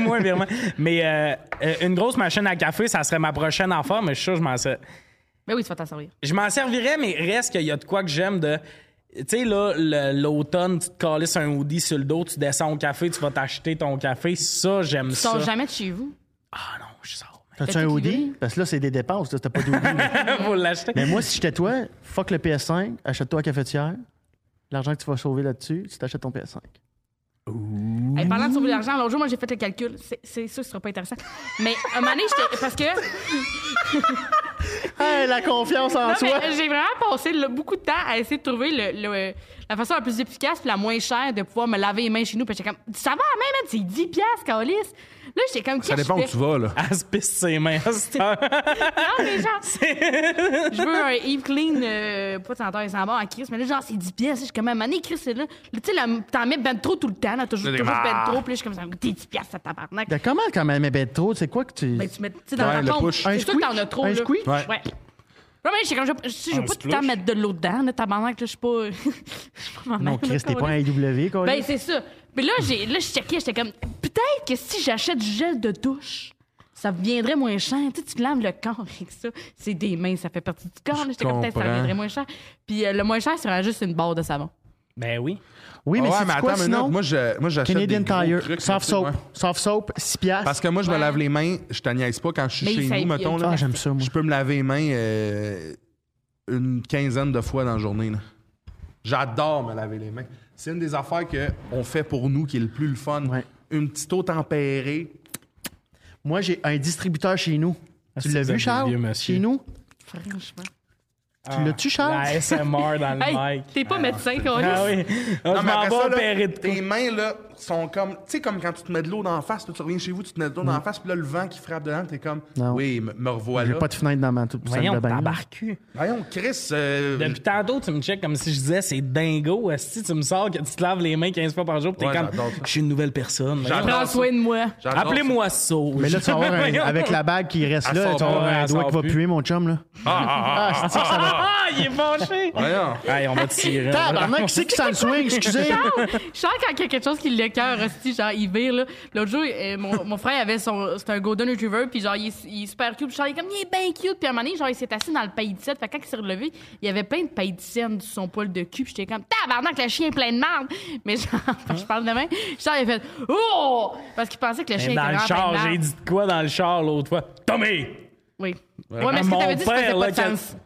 A: Moi, virement. Mais euh, euh, une grosse machine à café, ça serait ma prochaine affaire, mais je suis sûr que je m'en sais.
C: Ben oui, tu vas t'en servir.
A: Je m'en servirais, mais reste qu'il y a de quoi que j'aime de. Tu sais, là, le- l'automne, tu te calisses un hoodie sur le dos, tu descends au café, tu vas t'acheter ton café. Ça, j'aime
C: Tu sors
A: ça.
C: jamais de chez vous.
A: Ah non, je sors. man.
B: T'as-tu un
C: tout
B: hoodie?
C: livré?
B: Parce que là, c'est des dépenses, là. T'as pas d'hoodie. là.
A: Faut l'acheter.
B: Mais moi, si j'étais toi, fuck le PS5, achète-toi la cafetière. L'argent que tu vas sauver là-dessus, tu t'achètes ton PS5.
C: Hey, parlant de sauver l'argent, l'autre jour, moi, j'ai fait le calcul. C'est- C'est sûr que ce sera pas intéressant. Mais un moment donné, j'étais. Parce que.
B: Hey, la confiance en
C: Non,
B: soi!
C: mais j'ai vraiment passé là, beaucoup de temps à essayer de trouver le, le, euh, la façon la plus efficace puis la moins chère de pouvoir me laver les mains chez nous. Puis j'étais comme, ça va, même, c'est 10 piastres, Caolis. Là, j'étais comme,
D: Ça dépend où tu vas, là.
B: Ah
A: Elle se pisse ses mains. à cette heure.
C: Non, mais genre, je veux un Eve Clean, euh, pas de senteur et sans bord à Chris, mais là, genre, c'est 10 piastres. Je suis comme, mané, Chris, c'est là. Là, Tu sais, là, t'en mets ben trop tout le temps, là, toujours,
D: Là, t'es
C: toujours
D: comme,
C: ben
D: ah.
C: trop. Puis là, je suis comme, ça me coûte 10 piastres, ça tabarnak.
B: T'as comment quand même, mais ben trop, c'est quoi que tu.
C: Ben, tu mets, tu sais, dans
D: Ouais, le
C: le compte,
D: push.
C: c'est
B: Un
C: sûr que t'en as
B: squeak?
C: trop,
B: Un
C: là.
B: squeak?
D: Ouais.
C: Ouais. Non, mais j'ai comme, je, je, je veux pas tout le temps
A: splouche.
C: mettre de l'eau dedans, là, tabarnak, là, je suis pas. je suis pas ma
B: non,
C: mère, là,
B: Chris, t'es pas
C: câlisse.
B: un AW, quoi.
C: Ben, c'est ça. Mais là, j'ai, là, je checkais, j'étais comme, peut-être que si j'achète du gel de douche, ça viendrait moins cher. Tu sais, tu te laves le corps avec ça. C'est des mains, ça fait partie du corps. là. J'étais comme, peut-être que ça
D: comprends.
C: viendrait moins cher. Puis euh, le moins cher, c'est juste une barre de savon.
A: ben oui.
B: oui, mais
D: Ouais,
B: c'est
D: mais
B: quoi
D: attends une
B: sinon?
D: minute. Moi, je- moi, j'achète des
B: Canadian
D: gros
B: Tire,
D: trucs,
B: soft
D: tu sais,
B: soap,
D: ouais.
B: soft soap, 6 piastres.
D: Parce que moi, je me
C: Ouais.
D: lave les mains, je te niaise pas quand je suis
C: Mais
D: chez
C: ça- il
D: nous,
C: y a
D: mettons.
C: du
D: là.
B: Ah, j'aime ça, moi.
D: Je peux me laver les mains euh, une quinzaine de fois dans la journée. là. J'adore me laver les mains. C'est une des affaires qu'on fait pour nous qui est le plus le fun.
B: Ouais.
D: Une petite eau tempérée.
B: Moi, j'ai un distributeur chez nous. Tu
A: c'est
B: l'as
A: vous êtes
B: vu,
A: vieux
B: Charles?
A: monsieur.
B: Chez nous?
C: Franchement.
A: Ah,
B: l'as-tu, Charles?
A: La SMR dans le
C: Hey,
A: mic.
C: t'es pas médecin,
A: Ah
C: Colis.
A: oui. Ah,
D: Non,
A: je
D: mais
A: m'en
D: après
A: vais
D: ça, là,
A: opérer de quoi.
D: tes mains, là, sont comme. Tu sais, comme quand tu te mets de l'eau dans la face, là, tu reviens chez vous, tu te mets de l'eau dans la face, puis là, le vent qui frappe dedans, t'es comme.
B: Non.
D: Oui, me, me revoilà.
B: J'ai pas de fenêtre dans ma toute salle de
A: Voyons,
B: bain. là.
A: t'embarques.
D: Voyons, Chris. euh,
A: Depuis tantôt, tu me checkes comme si je disais c'est dingo. Si tu me sors que tu te laves les mains 15 fois par jour, pis t'es
D: Ouais,
A: comme
D: j'adore ça.
A: je suis une nouvelle personne.
D: J'adore
C: Prends
D: ça.
C: soin de moi.
D: j'adore ça.
A: Appelez-moi Sauge.
B: Mais là, tu vas avoir un-
A: Voyons.
B: avec la bague qui reste
D: Elle
B: là,
D: sort
B: tu vas avoir
A: pas,
B: un
A: elle
B: doigt
A: sort
B: qui va
A: plus.
B: puer, mon chum, là.
D: Ah, ah, ah,
B: Ah, c'est-tu que ça va.
A: Ah, il est fâché.
D: Voyons.
A: Hey, on va tirer.
B: Tabarnak, qui c'est qui s'en swing, excusez?
C: Je sens quand il y a quelque chose qui l'écœure aussi, genre, il vire, là. L'autre jour, euh, mon, mon frère avait son. C'était un Golden Retriever, puis genre, il est, il est super cute. Puis genre, il est comme, il est bien cute. Puis à un moment donné, genre, il s'est assis dans le pays de Seine. Fait que quand il s'est relevé, il y avait plein de pays de Seine sur son poil de cul. Puis j'étais comme, tabarnak, le chien est plein de merde. Mais genre, quand je parle demain, genre, il a fait, oh! Parce qu'il pensait que le chien était
A: Dans le
C: vraiment plein de
A: char, j'ai
C: marde.
A: dit de quoi dans le char l'autre fois? Tommy!
C: Oui. Ouais, mais ce que
A: Mon
C: t'avais dit, ça
A: père,
C: faisait pas
A: là,
C: de
A: quand-
C: sens.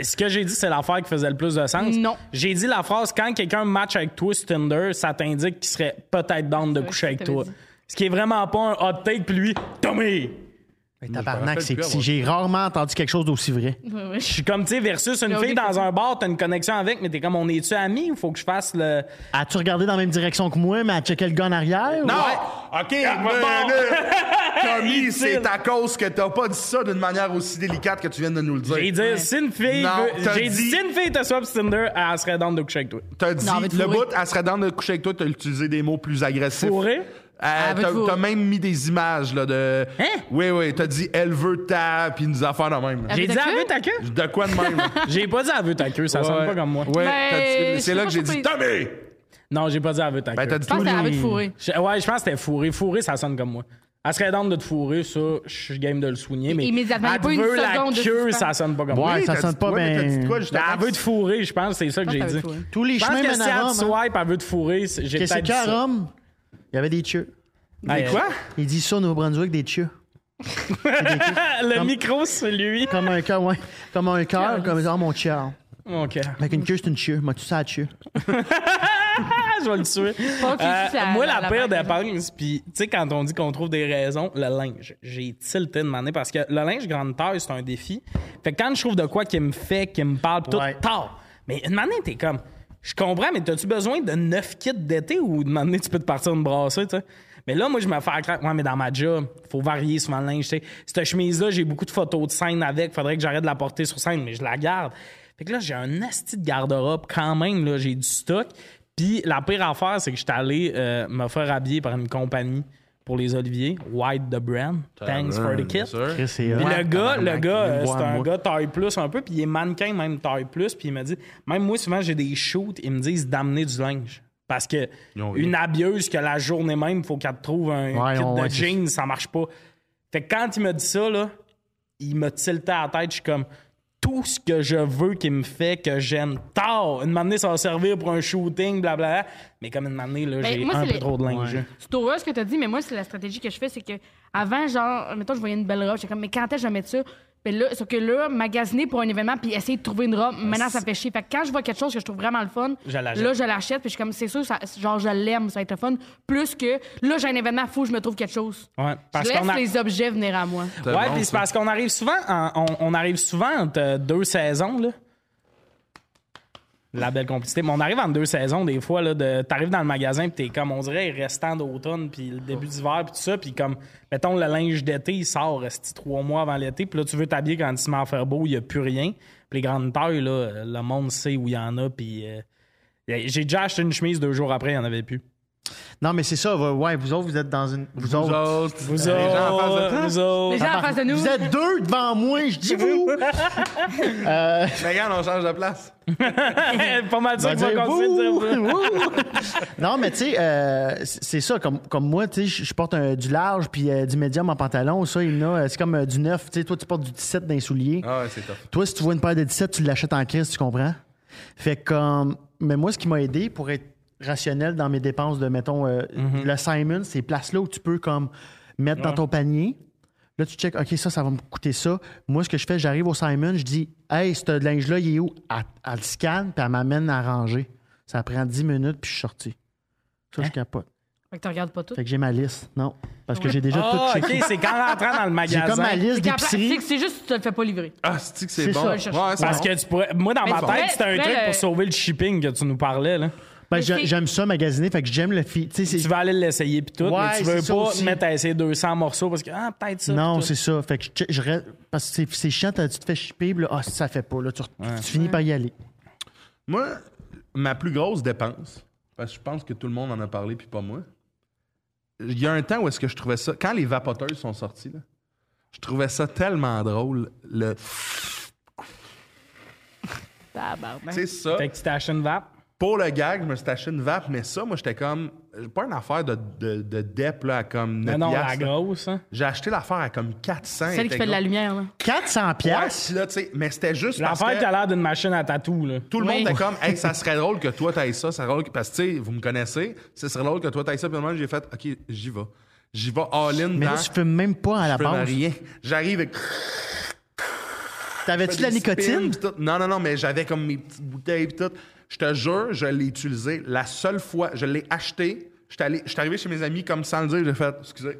A: Ce que j'ai dit, c'est l'affaire qui faisait le plus de sens.
C: Non.
A: J'ai dit la phrase quand quelqu'un match avec toi sur Tinder, ça t'indique qu'il serait peut-être down de
C: Ouais,
A: coucher
C: je
A: avec
C: t'avais
A: toi.
C: dit.
A: Ce qui est vraiment pas un hot take, puis lui, Tommy!
B: Mais
D: je me rappelle
B: tabarnak, c'est
D: plus
B: si j'ai rarement entendu quelque chose d'aussi vrai.
C: Ouais, ouais.
A: Je suis comme, tu sais, versus une
C: Là, au
A: fille
C: début-
A: dans un bar, t'as une connexion avec, mais t'es comme, on est-tu amis ou faut que je fasse le.
B: As-tu regardé dans la même direction que moi, mais à checker le gars en arrière?
D: Non!
B: ou-
D: OK,
A: Ah,
D: minute. Tommy, c'est à cause que t'as pas dit ça d'une manière aussi délicate que tu viens de nous le
A: J'ai
D: dire.
A: dit, si une fille.
D: Non,
A: veut-
D: t'as
A: J'ai dit,
D: dit-
A: si une fille te swap sur Tinder, elle serait down de coucher avec toi.
D: T'as dit,
C: Non, mais tu
D: le
C: fourrais.
D: bout, elle serait dans de coucher avec toi, t'as utilisé des mots plus agressifs.
A: Fourré?
D: Euh,
C: Elle veut te
D: t'as,
C: fourrer.
D: t'as même mis des images là, de.
A: Hein?
D: Oui, oui, t'as dit elle veut ta, puis nous affaires de même. là.
C: Elle
A: J'ai
C: veut
A: dit,
C: ta
A: elle
C: queue?
A: veut ta queue?
D: De quoi de même? là?
A: J'ai pas dit, elle veut ta queue, ça
D: Ouais.
A: sonne pas comme moi.
D: Ouais,
C: Mais
D: t'as dit-
C: je
D: c'est
C: sais
D: là
C: pas
D: que j'ai dit
C: pourquoi
D: Tommy!
A: Non, j'ai pas dit, elle veut ta
D: Ben,
A: queue.
D: t'as dit
C: Je pense qu'elle avait de fourrer.
A: Je- ouais, je pense que c'était fourré. Fourré, ça sonne comme moi. Elle serait down de te fourrer, ça, je suis game de le soigner, mais.
C: Immédiatement,
A: elle te
C: pas une
A: veut
C: seconde de
A: la queue,
C: suspense.
A: ça sonne pas comme moi.
B: Ouais,
D: Oui,
B: ça
D: t'as
B: sonne
D: dit
B: pas
D: quoi, mais t'as
B: bien.
D: dit quoi, justement?
A: Ben, elle veut te fourrer, je pense, c'est ça que
C: Je
A: j'ai
C: pense
A: dit.
C: qu'elle veut te fourrer.
B: Tous les
A: Je pense
B: chemins
A: que
B: mènent
A: si
B: à
A: elle te
B: Rome. hein.
A: swipe, elle veut te fourrer, c'est- j'ai
B: Qu'est-ce
A: peut-être
B: qu'il
A: dit
B: y a à
A: ça.
B: Rome? Il y avait des chieux.
A: Hey,
D: Quoi?
B: Il dit ça au Nouveau-Brunswick, des chieux.
A: Le micro, c'est lui.
B: Comme un cœur, ouais. Comme un cœur, comme genre mon chieur.
A: OK.
B: Avec une queue, c'est une chieux. Moi, tu sais, la chieux.
A: Ah, je vais le tuer.
C: Pas qu'il
A: Euh,
C: dise à-
A: moi,
C: à
A: la,
C: la
A: pire
C: banque.
A: dépense, puis tu sais, quand on dit qu'on trouve des raisons, le linge. J'ai tilté de m'en parce que le linge grande taille, c'est un défi. Fait que quand je trouve de quoi qui me fait, qui me parle, pis tout,
B: Ouais.
A: tard. Mais une manée, t'es comme, je comprends, mais t'as-tu besoin de neuf kits d'été ou de manée, tu peux te partir une brassée, tu sais? Mais là, moi, je me fais craquer. Ouais, mais dans ma job, faut varier souvent le linge, tu sais. Cette chemise-là, j'ai beaucoup de photos de scène avec. Faudrait que j'arrête de la porter sur scène, mais je la garde. Fait que là, j'ai un asti de garde-robe quand même, là. J'ai du stock. Puis la pire affaire, c'est que j'étais allé euh, me faire habiller par une compagnie pour les Oliviers, White the Brand. Thanks for the kit.
B: Chris, c'est
A: Puis
B: hot.
A: le gars, le gars,
B: tabarnak, il vient
A: euh,
B: me voir,
A: c'est un
B: moi.
A: gars taille plus un peu, puis il est mannequin même taille plus, puis il m'a dit, même moi souvent j'ai des shoots, ils me disent d'amener du linge. Parce que
D: Ils ont ri.
A: une habilleuse que la journée même, faut qu'elle te trouve un
B: Ouais,
A: kit
B: ouais, ouais,
A: de
B: c'est
A: jeans, ça marche pas. Fait que quand il m'a dit ça, là, il m'a tilté à la tête, je suis comme tout ce que je veux qu'il me fait que j'aime tard. Une matinée, ça va servir pour un shooting, blablabla. Mais comme une matinée, là,
C: Ben,
A: j'ai
C: moi,
A: un
C: c'est
A: peu
C: les-
A: trop de linge.
C: C'est heureux ce que tu as dit, mais moi, c'est la stratégie que je fais, c'est que avant, genre, mettons, je voyais une belle robe, j'étais comme, mais quand est-ce que je vais mettre ça? Ben là, sauf que là, magasiner pour un événement puis essayer de trouver une robe, maintenant, ça me fait chier. Fait que quand je vois quelque chose que je trouve vraiment le fun,
A: Je l'achète.
C: là, je l'achète, puis je suis comme, c'est sûr, ça, genre, je l'aime, ça va être le fun, plus que là, j'ai un événement, faut que je me trouve quelque chose.
A: Ouais, parce
C: je laisse
A: qu'on a-
C: les objets venir à moi.
D: C'est
A: Ouais,
D: bon,
A: puis
D: ça.
A: c'est parce qu'on arrive souvent, en- on, on arrive souvent entre euh, deux saisons là. La belle complicité. Mais on arrive en deux saisons des fois là. De, t'arrives dans le magasin puis t'es comme on dirait restant d'automne puis le début d'hiver puis tout ça puis comme mettons le linge d'été il sort reste trois mois avant l'été puis là tu veux t'habiller quand il se met à faire beau il y a plus rien. Puis les grandes tailles là, le monde sait où il y en a puis euh, j'ai déjà acheté une chemise deux jours après il y en avait plus.
B: Non, mais c'est ça. va- Ouais, vous autres, vous êtes dans une. Vous,
D: Vous
B: autres.
D: autres,
A: Vous
D: les
A: autres, Oh!
D: gens en face de toi.
A: vous autres.
C: Les gens en face de nous.
B: Vous êtes deux devant moi, je dis vous.
D: Mais Ben, regarde, on change de place.
A: pas mal ça
B: Ben,
A: qu'ils vont
B: dire,
A: continuer de dire ça.
B: Wouh! Wouh! non, mais tu sais, euh, c'est c'est ça. Comme, comme moi, tu sais, je je porte un- du large puis euh, du médium en pantalon. Ça, il y en a, euh, c'est comme euh, du neuf. Tu sais, toi, tu portes du 17 dans les souliers.
D: Ah ouais, c'est tough.
B: Toi, si tu vois une paire de 17, tu l'achètes en crise, tu comprends? Fait que, comme. Mais moi, ce qui m'a aidé pour être rationnel dans mes dépenses de, mettons, euh, le Simon, c'est place là où tu peux, comme, mettre dans ton panier. Là, tu checkes, OK, ça, ça va me coûter ça. Moi, ce que je fais, j'arrive au Simon, je dis, Hey, ce linge-là, il est où? Elle, elle le scanne, puis elle m'amène à ranger. Ça prend 10 minutes, puis je suis sorti. Ça, je capote.
C: Fait que tu regardes pas tout.
B: Fait que j'ai ma liste. Non, parce que j'ai déjà
A: Ah,
B: tout
A: ok,
B: checké.
A: c'est quand rentrant dans le
B: J'ai
A: magasin.
B: comme ma liste
C: Fait qu'en pla-
B: d'épicerie.
C: c'est- C'est juste que tu te le fais pas livrer.
D: Ah, c'est que c'est
B: C'est
D: bon.
B: ça,
D: Ouais,
C: je
D: c'est
C: cherche.
D: bon.
A: Parce que tu pourrais. Moi, dans
C: Mais
A: ma
C: tu
A: tête,
C: pourrais-
A: c'était un
C: tu
A: truc
C: pourrais le-
A: pour sauver le shipping que tu nous parlais, là.
B: Ben,
C: Mais
B: j'a-
C: c'est-
B: j'aime ça magasiner, fait que j'aime le fi. tu sais,
A: Tu
B: c'est-
A: vas aller l'essayer puis tout,
B: Ouais,
A: mais tu
B: c'est
A: veux
B: ça
A: pas
B: aussi.
A: te mettre à essayer 200 morceaux parce que ah, peut-être ça.
B: Non,
A: puis tout.
B: c'est ça. Fait que je, je reste- parce que c'est- c'est chiant, t'as- tu te fais chier, puis là, ah, ça fait pas, là, tu, tu finis par y aller.
D: Moi, ma plus grosse dépense, parce que je pense que tout le monde en a parlé, puis pas moi. Il y a un temps où est-ce que je trouvais ça. Quand les vapoteuses sont sorties, là, je trouvais ça tellement drôle. Le...
C: Tabarnak.
A: Ah, bah, ben.
D: Tu sais, ça.
A: Fait que tu t'achètes une vape.
D: Pour le gag, je me suis acheté une vape, mais ça, moi, j'étais comme. Pas une affaire de, de, de dep, là, à comme.
A: Mais
D: 9
A: non, la
D: piastres, là.
A: grosse. Hein.
D: J'ai acheté l'affaire à comme 400.
C: Celle qui fait de la lumière, là.
B: 400
D: Ouais,
B: piastres?
D: puis là, tu sais, mais c'était juste. parce
A: L'affaire
D: que-
A: qui a l'air d'une machine à tatou. Là.
D: Tout le
C: Oui.
D: monde était comme, hey, ça serait drôle que toi t'ailles ça, ça serait drôle que- Parce que, tu sais, vous me connaissez, ça serait drôle que toi t'ailles ça. Puis, à un moment, j'ai fait, OK, j'y vais. J'y vais all-in
B: Mais
D: dans.
B: là, tu fumes même pas à la
D: je fume à
B: base.
D: rien. J'arrive avec.
B: T'avais-tu de la
D: des spins,
B: nicotine?
D: puis tout. Non, non, non, mais j'avais comme mes petites bouteilles et tout. Je te jure, je l'ai utilisé la seule fois. Je l'ai acheté. J'étais allé- j'étais arrivé chez mes amis comme sans le dire. J'ai fait, excusez.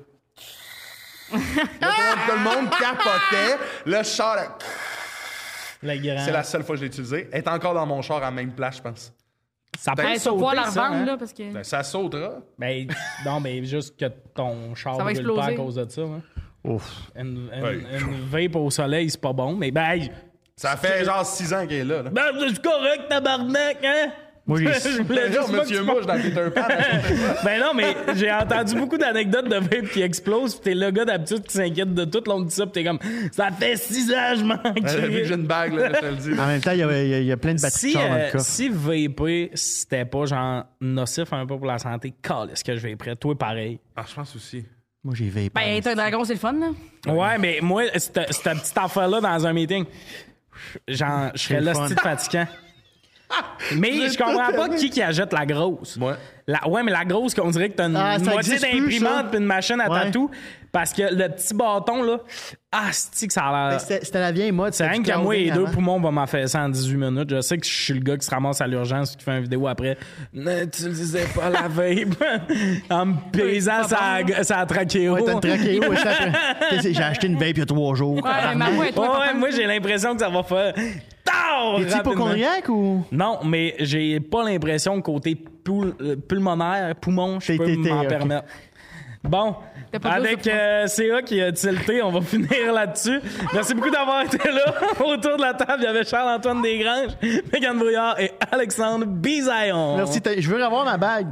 D: Là, tout le monde capotait. Là, je sors. là,
A: La grande.
D: C'est la seule fois que je l'ai utilisé. Elle est encore dans mon char à la même place, je pense.
A: Ça peut
D: Hey,
C: Hey, faut
A: sauter,
C: pouvoir la
A: ça,
C: revendre,
A: hein.
C: là, parce que.
D: Ben, ça sautera.
A: Ben, non, mais juste que ton char
C: Ça va
A: brûle pas à
C: exploser.
A: cause de ça. hein.
B: Ouf.
A: Une, une,
D: Hey.
A: une vape au soleil, c'est pas bon. Mais ben, hey,
D: Ça fait genre six ans qu'elle est là. là.
A: ben c'est correct, tabarnak, hein?
B: Moi, j'ai-
A: Je voulais juste
D: D'ailleurs,
A: pas que
D: Monsieur
A: tu penses-
D: Mouche dans Peter Pan. achetait ça.
A: Ben non, mais j'ai entendu beaucoup d'anecdotes de vape qui explosent, pis t'es le gars d'habitude qui s'inquiète de tout, l'on dit ça, pis t'es comme « Ça fait six ans, je m'en
D: Elle a vu que j'ai
A: crie.
D: une bague, là, je te le dis.
B: En même temps, il y, a- il y a- il y a plein de batteries de
A: Si,
B: char dans
A: euh,
B: le cas.
A: si vaper, c'était pas genre nocif un peu pour la santé, call, est-ce que je vais prêt? Toi, pareil.
D: Ah, je pense aussi.
B: Moi, j'ai veillé.
C: Ben, être un dragon, c'est le fun, là.
A: Ouais, mais moi, cette cette petite affaire-là dans un meeting, genre, je serais
B: le
A: là,
B: fun.
A: c'est fatigant. Mais je comprends pas qui qui achète la grosse.
D: Ouais.
A: La- ouais, mais la grosse, on dirait que t'as une
B: Ah, ça
A: moitié
B: existe plus, ça.
A: d'imprimante puis une machine à
B: Ouais.
A: tatou. Parce que le petit bâton, là, ah, c'est que ça a l'air.
B: C'était c'était la vieille mode.
A: C'est
B: c'était
A: rien
B: du
A: qu'à moi, les
B: clothing
A: deux
B: avant.
A: poumons vont m'en faire ça en 18 minutes. Je sais que je suis le gars qui se ramasse à l'urgence qui fait une vidéo après. Ne tu disais pas la vape. en me
C: Oui,
A: pesant
C: c'est
A: ça,
C: pas bon.
A: ça a traquéo.
B: Ouais, t'as une traquée, ouais, ça fait- Qu'est-ce que- J'ai acheté une vape il y a trois jours.
C: Ouais, ma voix est trop
A: Ouais, ouais,
C: importante.
A: moi j'ai l'impression que ça va faire. Tao!
B: T'es-tu
A: rapidement.
B: hypochondriaque ou.
A: Non, mais j'ai pas l'impression que côté poul- euh, pulmonaire, poumon, je
B: T'es-
A: peux
B: t'es-
A: m'en
B: t'es- ok.
A: permettre. Bon,
C: T'as pas de dose
A: avec
C: de
A: euh, CA qui a tilté, on va finir là-dessus. Merci beaucoup d'avoir été là. Autour de la table, il y avait Charles-Antoine Desgranges, Megan Brouillard et Alexandre Bisaillon.
B: Merci, t'as- je veux revoir ma bague.